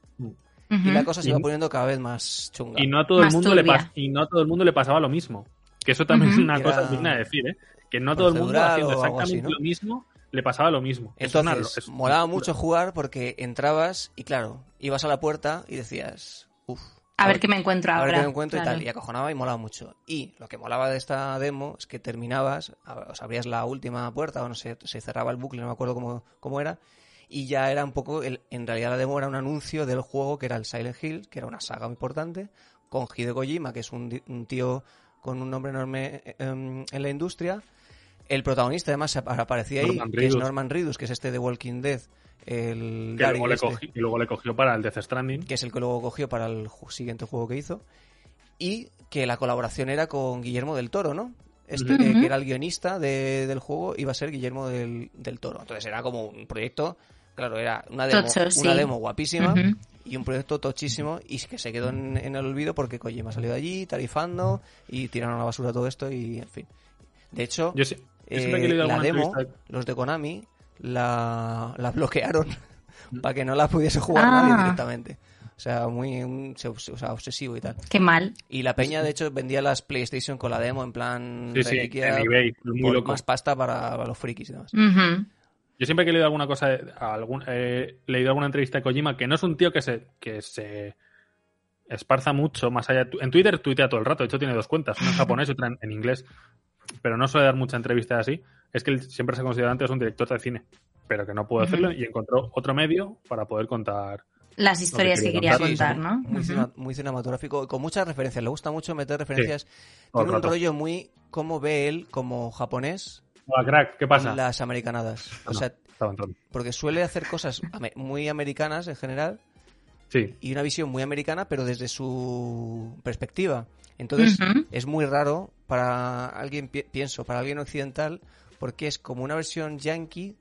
Speaker 3: Y la cosa se
Speaker 1: Y-
Speaker 3: iba poniendo cada vez más chunga.
Speaker 1: Y no a todo el
Speaker 2: Más
Speaker 1: mundo le
Speaker 2: turbia.
Speaker 1: pas- y no a todo el mundo le pasaba lo mismo. Que eso también
Speaker 2: Ujú.
Speaker 1: es una
Speaker 3: Era
Speaker 1: cosa digna de decir, ¿eh? Que no a todo el mundo
Speaker 3: procedural
Speaker 1: haciendo
Speaker 3: o algo
Speaker 1: exactamente
Speaker 3: así, ¿no?
Speaker 1: lo mismo le pasaba lo mismo. Es una-
Speaker 3: Entonces,
Speaker 1: es una
Speaker 3: molaba
Speaker 1: locura.
Speaker 3: mucho jugar porque entrabas y claro, ibas a la puerta y decías, uff,
Speaker 2: A ver qué me encuentro ahora.
Speaker 3: a ver qué me encuentro
Speaker 2: claro.
Speaker 3: y tal. Y acojonaba y molaba mucho. Y lo que molaba de esta demo es que terminabas, a- o sea, abrías la última puerta o no sé, se cerraba el bucle, no me acuerdo cómo, cómo era. Y ya era un poco, el- en realidad la demo era un anuncio del juego que era el Silent Hill, que era una saga muy importante, con Hideo Kojima, que es un, di- un tío con un nombre enorme eh, em, en la industria. El protagonista además ap- aparecía ahí,
Speaker 1: Norman
Speaker 3: que es
Speaker 1: Reedus.
Speaker 3: Norman Reedus, que es este de Walking Dead, el
Speaker 1: Que
Speaker 3: Gary
Speaker 1: luego, le
Speaker 3: este
Speaker 1: cogió, que luego le cogió para el Death Stranding.
Speaker 3: que es el que luego cogió para el ju- siguiente juego que hizo, y que la colaboración era con Guillermo del Toro, ¿no? Este,
Speaker 2: Ujú.
Speaker 3: eh, que era el guionista de- del juego, iba a ser Guillermo del, del Toro. Entonces era como un proyecto, claro, era una demo,
Speaker 2: Tocho,
Speaker 3: una
Speaker 2: sí.
Speaker 3: demo guapísima
Speaker 2: Ujú.
Speaker 3: y un proyecto tochísimo y que se quedó en, en el olvido porque Kojima salió de allí tarifando y tiraron a la basura todo esto y, en fin. De hecho,
Speaker 1: Yo, sí- yo siempre
Speaker 3: eh,
Speaker 1: que he leído
Speaker 3: la
Speaker 1: alguna
Speaker 3: demo,
Speaker 1: entrevista-
Speaker 3: los de Konami, la, la bloquearon para que no la pudiese jugar nadie
Speaker 2: Ah.
Speaker 3: directamente. O sea, muy un- se- o sea, obsesivo y tal.
Speaker 2: Qué mal.
Speaker 3: Y la peña, de hecho, vendía las PlayStation con la demo en plan
Speaker 1: Sí, sí,
Speaker 3: reliquia
Speaker 1: en eBay, muy
Speaker 3: por
Speaker 1: loco.
Speaker 3: más pasta para, para los frikis y demás.
Speaker 2: Ujú.
Speaker 1: Yo siempre que he leído alguna cosa, de- a algún, he leído alguna entrevista de Kojima, que no es un tío que se, que se esparza mucho más allá. de tu- En Twitter tuitea todo el rato, de hecho tiene dos cuentas, una en japonés y otra en, en inglés, pero no suele dar mucha entrevista así. Es que él siempre se considera antes un director de cine, pero que no pudo
Speaker 2: Ujú.
Speaker 1: hacerlo y encontró otro medio para poder contar.
Speaker 2: Las historias
Speaker 1: quería
Speaker 2: que quería
Speaker 1: contar.
Speaker 2: contar,
Speaker 3: sí,
Speaker 2: ¿no?
Speaker 3: Muy,
Speaker 2: Ujú.
Speaker 3: cina- muy cinematográfico, con muchas referencias. Le gusta mucho meter referencias.
Speaker 1: todo el
Speaker 3: Tiene un
Speaker 1: rato.
Speaker 3: rollo muy como ve él, como japonés,
Speaker 1: Hola, Ah, crack, ¿qué pasa?
Speaker 3: las americanadas. O
Speaker 1: No.
Speaker 3: sea,
Speaker 1: Estaba entrando.
Speaker 3: porque suele hacer cosas ame- muy americanas en general
Speaker 1: Sí,
Speaker 3: y una visión muy americana, pero desde su perspectiva. Entonces,
Speaker 2: Ujú.
Speaker 3: es muy raro para alguien, pi- pienso, para alguien occidental, porque es como una versión yankee,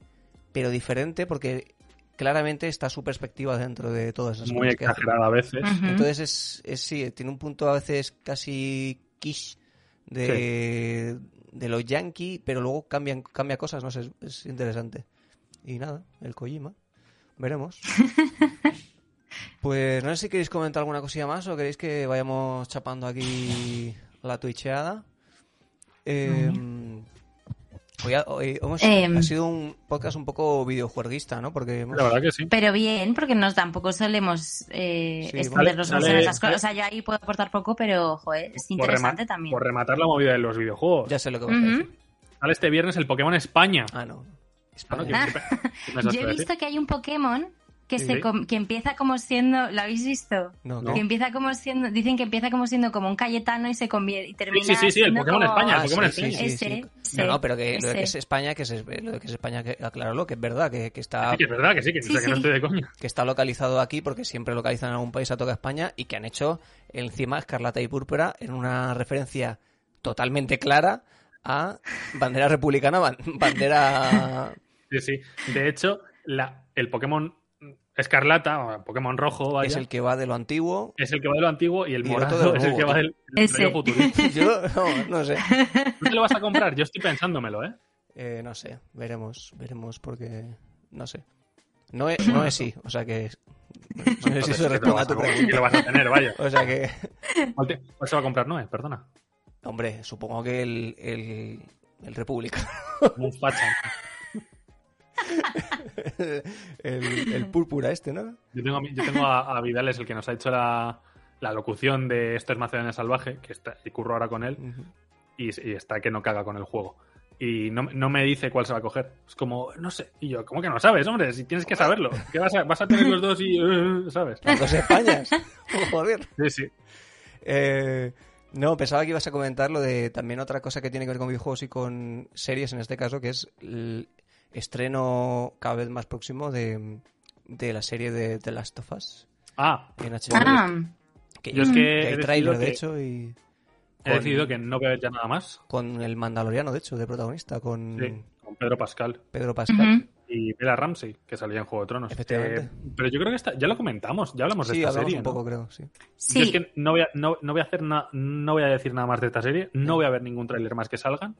Speaker 3: pero diferente, porque claramente está su perspectiva dentro de todas esas
Speaker 1: muy
Speaker 3: cosas que hace.
Speaker 1: exagerada a veces.
Speaker 2: Ujú.
Speaker 3: Entonces, es, es- sí, tiene un punto a veces casi quiche de, de lo yankee, pero luego cambian, cambia cosas, no sé, es, es interesante. Y nada, el Kojima. Veremos. pues no sé si queréis comentar alguna cosilla más o queréis que vayamos chapando aquí la twitcheada. Eh, hoy ha, hoy hemos-
Speaker 2: Em.
Speaker 3: ha sido un podcast un poco videojueguista, ¿no? Porque hemos-
Speaker 1: La verdad que sí.
Speaker 2: Pero bien, porque nos tampoco solemos eh,
Speaker 3: Sí,
Speaker 2: extendernos
Speaker 1: vale,
Speaker 2: mucho en
Speaker 1: dale.
Speaker 2: esas cosas. O sea, yo ahí puedo aportar poco, pero joder, es
Speaker 1: Por, rema-
Speaker 2: interesante también.
Speaker 1: por rematar la movida de los videojuegos.
Speaker 3: ya sé lo que
Speaker 2: Ujú.
Speaker 3: vais a decir.
Speaker 1: Sale este viernes el Pokémon España.
Speaker 3: Ah, no.
Speaker 1: Ah, ¿no? ¿Qué-
Speaker 2: Ah.
Speaker 1: qué- qué pensabas
Speaker 2: Yo
Speaker 1: que
Speaker 2: he
Speaker 1: iba a decir?
Speaker 2: visto que hay un Pokémon que,
Speaker 1: Sí.
Speaker 2: se com- que empieza como siendo. ¿Lo habéis visto?
Speaker 3: No,
Speaker 1: No.
Speaker 3: ¿qué?
Speaker 2: Que empieza como siendo. Dicen que empieza como siendo como un Cayetano y se convierte. Y termina
Speaker 1: sí, sí, el
Speaker 2: siendo
Speaker 1: Pokémon
Speaker 2: como-
Speaker 1: España, el
Speaker 3: Ah,
Speaker 1: Pokémon
Speaker 3: sí,
Speaker 1: España.
Speaker 3: sí, sí,
Speaker 2: Ese,
Speaker 3: sí.
Speaker 2: ese,
Speaker 3: no, no, pero que lo de que
Speaker 2: ese.
Speaker 3: es España, que es, lo de que es España, que, aclararlo, que es verdad, que, que está,
Speaker 1: Sí, que es verdad que sí, que,
Speaker 2: Sí,
Speaker 1: o sea, que no
Speaker 2: sí.
Speaker 1: estoy de coña.
Speaker 3: que está localizado aquí, porque siempre localizan en algún país a toda España, y que han hecho encima Escarlata y Púrpura en una referencia totalmente clara a bandera republicana, ban- bandera...
Speaker 1: Sí, sí. De hecho, la, el Pokémon Escarlata, o el Pokémon Rojo, vaya,
Speaker 3: es el que va de lo antiguo.
Speaker 1: que va de lo antiguo y el
Speaker 3: Y el
Speaker 1: morado
Speaker 3: otro de lo
Speaker 1: es el que
Speaker 3: nuevo,
Speaker 1: va del del
Speaker 2: Ese.
Speaker 1: rollo futurista.
Speaker 3: Yo no, no sé.
Speaker 1: ¿Tú te lo vas a comprar? Yo estoy pensándomelo, ¿eh?
Speaker 3: Eh, no sé, veremos, veremos, porque... No sé. No es, no es sí, o sea que... No sé si
Speaker 1: Entonces,
Speaker 3: eso
Speaker 1: ¿qué te lo
Speaker 3: responde
Speaker 1: vas
Speaker 3: a tu
Speaker 1: comprar?
Speaker 3: pregunta.
Speaker 1: ¿Qué lo vas a tener, vaya?
Speaker 3: O sea que...
Speaker 1: ¿Cuál, te- cuál se va a comprar Noé? Perdona.
Speaker 3: Hombre, supongo que el, el, el republicano,
Speaker 1: Un facha.
Speaker 3: el, el púrpura este, ¿no?
Speaker 1: Yo tengo, a mi- yo tengo a, a Vidal, es el que nos ha hecho la, la locución de Esto es Macedonia Salvaje, que está, y curro ahora con él.
Speaker 3: Ujú.
Speaker 1: y, y está que no caga con el juego. Y no, no me dice cuál se va a coger. Es como, no sé. Y yo, ¿cómo que no sabes, hombre? Si tienes que saberlo. ¿Qué vas a, vas a tener los dos y... eh, ¿Sabes?
Speaker 3: Las dos Españas. Oh, Joder.
Speaker 1: Sí, sí.
Speaker 3: Eh, no, pensaba que ibas a comentar lo de también otra cosa que tiene que ver con videojuegos y con series en este caso, que es el estreno cada vez más próximo de, de la serie de The Last of Us
Speaker 1: Ah,
Speaker 3: en HBO.
Speaker 2: Ah,
Speaker 3: Que,
Speaker 1: Yo es que he
Speaker 3: hay
Speaker 1: decidido
Speaker 3: trailer, de
Speaker 1: que-
Speaker 3: hecho, y
Speaker 1: He
Speaker 3: con-
Speaker 1: decidido que no voy a ver ya nada más.
Speaker 3: con el mandaloriano, de hecho, de protagonista, con
Speaker 1: Sí, con Pedro Pascal
Speaker 3: Pedro Pascal.
Speaker 2: Ujú.
Speaker 1: y Bella Ramsey, que salía en Juego de Tronos.
Speaker 3: Efectivamente.
Speaker 1: Eh, pero yo creo que esta, ya lo comentamos, ya hablamos de
Speaker 3: Sí,
Speaker 1: esta
Speaker 3: hablamos
Speaker 1: serie.
Speaker 3: un
Speaker 1: ¿no?
Speaker 3: poco, creo, sí.
Speaker 1: Yo
Speaker 2: Sí,
Speaker 1: es que no voy a, no, no voy a hacer na- no voy a decir nada más de esta serie, no voy a ver ningún tráiler más que salgan.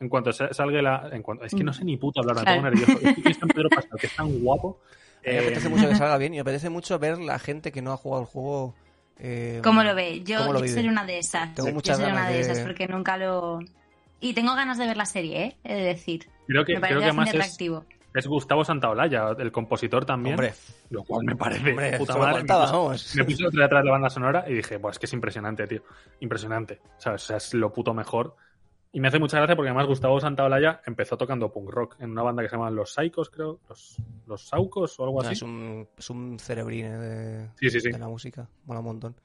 Speaker 1: En cuanto sa- salga la. En cuanto, es que no sé ni puta hablar, me
Speaker 2: Mm. Claro.
Speaker 1: pongo nervioso. Estoy pensando en Pedro Pascal, que es tan guapo.
Speaker 3: me
Speaker 1: Eh,
Speaker 3: apetece mucho que salga bien y me apetece mucho ver la gente que no ha jugado el juego. eh,
Speaker 2: ¿Cómo lo ve? Yo,
Speaker 3: ¿Cómo lo
Speaker 2: yo
Speaker 3: vive?
Speaker 2: seré una de esas.
Speaker 3: Tengo
Speaker 2: yo
Speaker 3: muchas
Speaker 2: seré
Speaker 3: ganas
Speaker 2: una de
Speaker 3: de-
Speaker 2: esas porque nunca lo... Y tengo ganas de ver la serie, ¿eh? He de decir.
Speaker 1: creo que, creo que
Speaker 2: me parece bastante
Speaker 1: además es,
Speaker 2: atractivo.
Speaker 1: es Gustavo Santaolalla, el compositor también.
Speaker 3: Hombre,
Speaker 1: lo cual me parece.
Speaker 3: hombre,
Speaker 1: puta
Speaker 3: solo
Speaker 1: madre,
Speaker 3: faltaba,
Speaker 1: me puso-
Speaker 3: vamos.
Speaker 1: Me puse otra detrás de la banda sonora y dije, pues es que es impresionante, tío. Impresionante. ¿Sabes? O sea, es lo puto mejor. Y me hace mucha gracia porque además Gustavo Santaolalla empezó tocando punk rock en una banda que se llama Los Saicos, creo. Los, los Saucos o algo
Speaker 3: No,
Speaker 1: así.
Speaker 3: es, un, es un cerebrín eh, de,
Speaker 1: Sí, sí, sí.
Speaker 3: de la música. Mola un montón.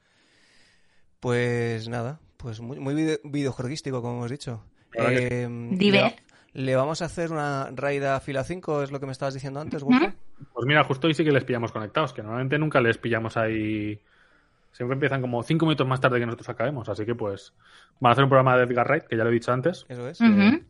Speaker 3: Pues nada, pues muy, muy vide- videojueguístico, como hemos dicho.
Speaker 1: La verdad
Speaker 3: Eh,
Speaker 2: Diver.
Speaker 3: Le, le vamos a hacer una raid a fila 5, es lo que me estabas diciendo antes, Wolfe.
Speaker 2: Ujú.
Speaker 1: Pues mira, justo hoy sí que les pillamos conectados, que normalmente nunca les pillamos ahí. Siempre empiezan como cinco minutos más tarde que nosotros acabemos, así que pues van a hacer un programa de Edgar Wright, que ya lo he dicho antes,
Speaker 3: Eso es.
Speaker 2: Ujú.
Speaker 3: eh,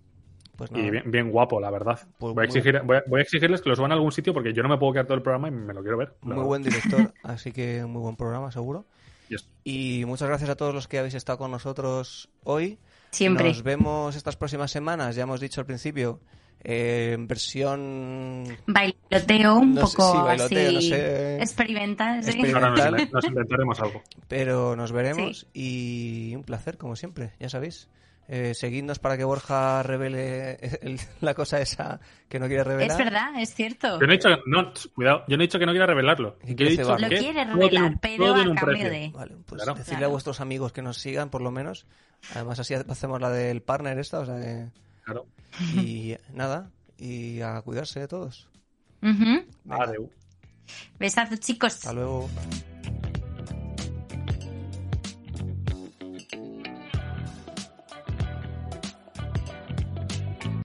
Speaker 3: pues nada.
Speaker 1: y bien, bien guapo, la verdad. voy,
Speaker 3: Pues
Speaker 1: a
Speaker 3: muy-
Speaker 1: exigir, voy, a, voy a exigirles que lo suban a algún sitio porque yo no me puedo quedar todo el programa y me lo quiero ver. la
Speaker 3: Muy
Speaker 1: verdad.
Speaker 3: buen director, así que muy buen programa, seguro.
Speaker 1: Yes.
Speaker 3: Y muchas gracias a todos los que habéis estado con nosotros hoy.
Speaker 2: Siempre.
Speaker 3: Nos vemos estas próximas semanas, ya hemos dicho al principio, eh, en versión
Speaker 2: Bailoteo un
Speaker 3: No sé,
Speaker 2: poco
Speaker 3: sí, bailoteo,
Speaker 2: así.
Speaker 3: no sé.
Speaker 2: Experimental, sí.
Speaker 3: Experimental.
Speaker 1: Ahora nos, inven- nos inventaremos algo.
Speaker 3: Pero nos veremos y un placer, como siempre, ya sabéis. Eh, seguidnos para que Borja revele el- la cosa esa que no quiere revelar.
Speaker 2: Es verdad, es cierto.
Speaker 1: Yo no he dicho, no, tss, cuidado, yo no he dicho que no quiera revelarlo.
Speaker 3: Y
Speaker 1: Yo he
Speaker 3: que se
Speaker 1: dicho
Speaker 3: vale.
Speaker 2: Lo
Speaker 1: que todo
Speaker 2: quiere
Speaker 1: tiene
Speaker 2: revelar,
Speaker 1: un- todo
Speaker 2: pero
Speaker 1: tiene
Speaker 2: a
Speaker 1: un
Speaker 2: cambio
Speaker 1: precio.
Speaker 2: de...
Speaker 3: Vale, pues
Speaker 1: Claro.
Speaker 3: decirle a
Speaker 2: Claro.
Speaker 3: vuestros amigos que nos sigan, por lo menos. Además, así hacemos la del partner esta, o sea que...
Speaker 1: Claro.
Speaker 3: Y nada, y a cuidarse de todos.
Speaker 2: Ujú.
Speaker 3: Venga,
Speaker 1: Adeu.
Speaker 2: Besazos, chicos.
Speaker 3: hasta luego.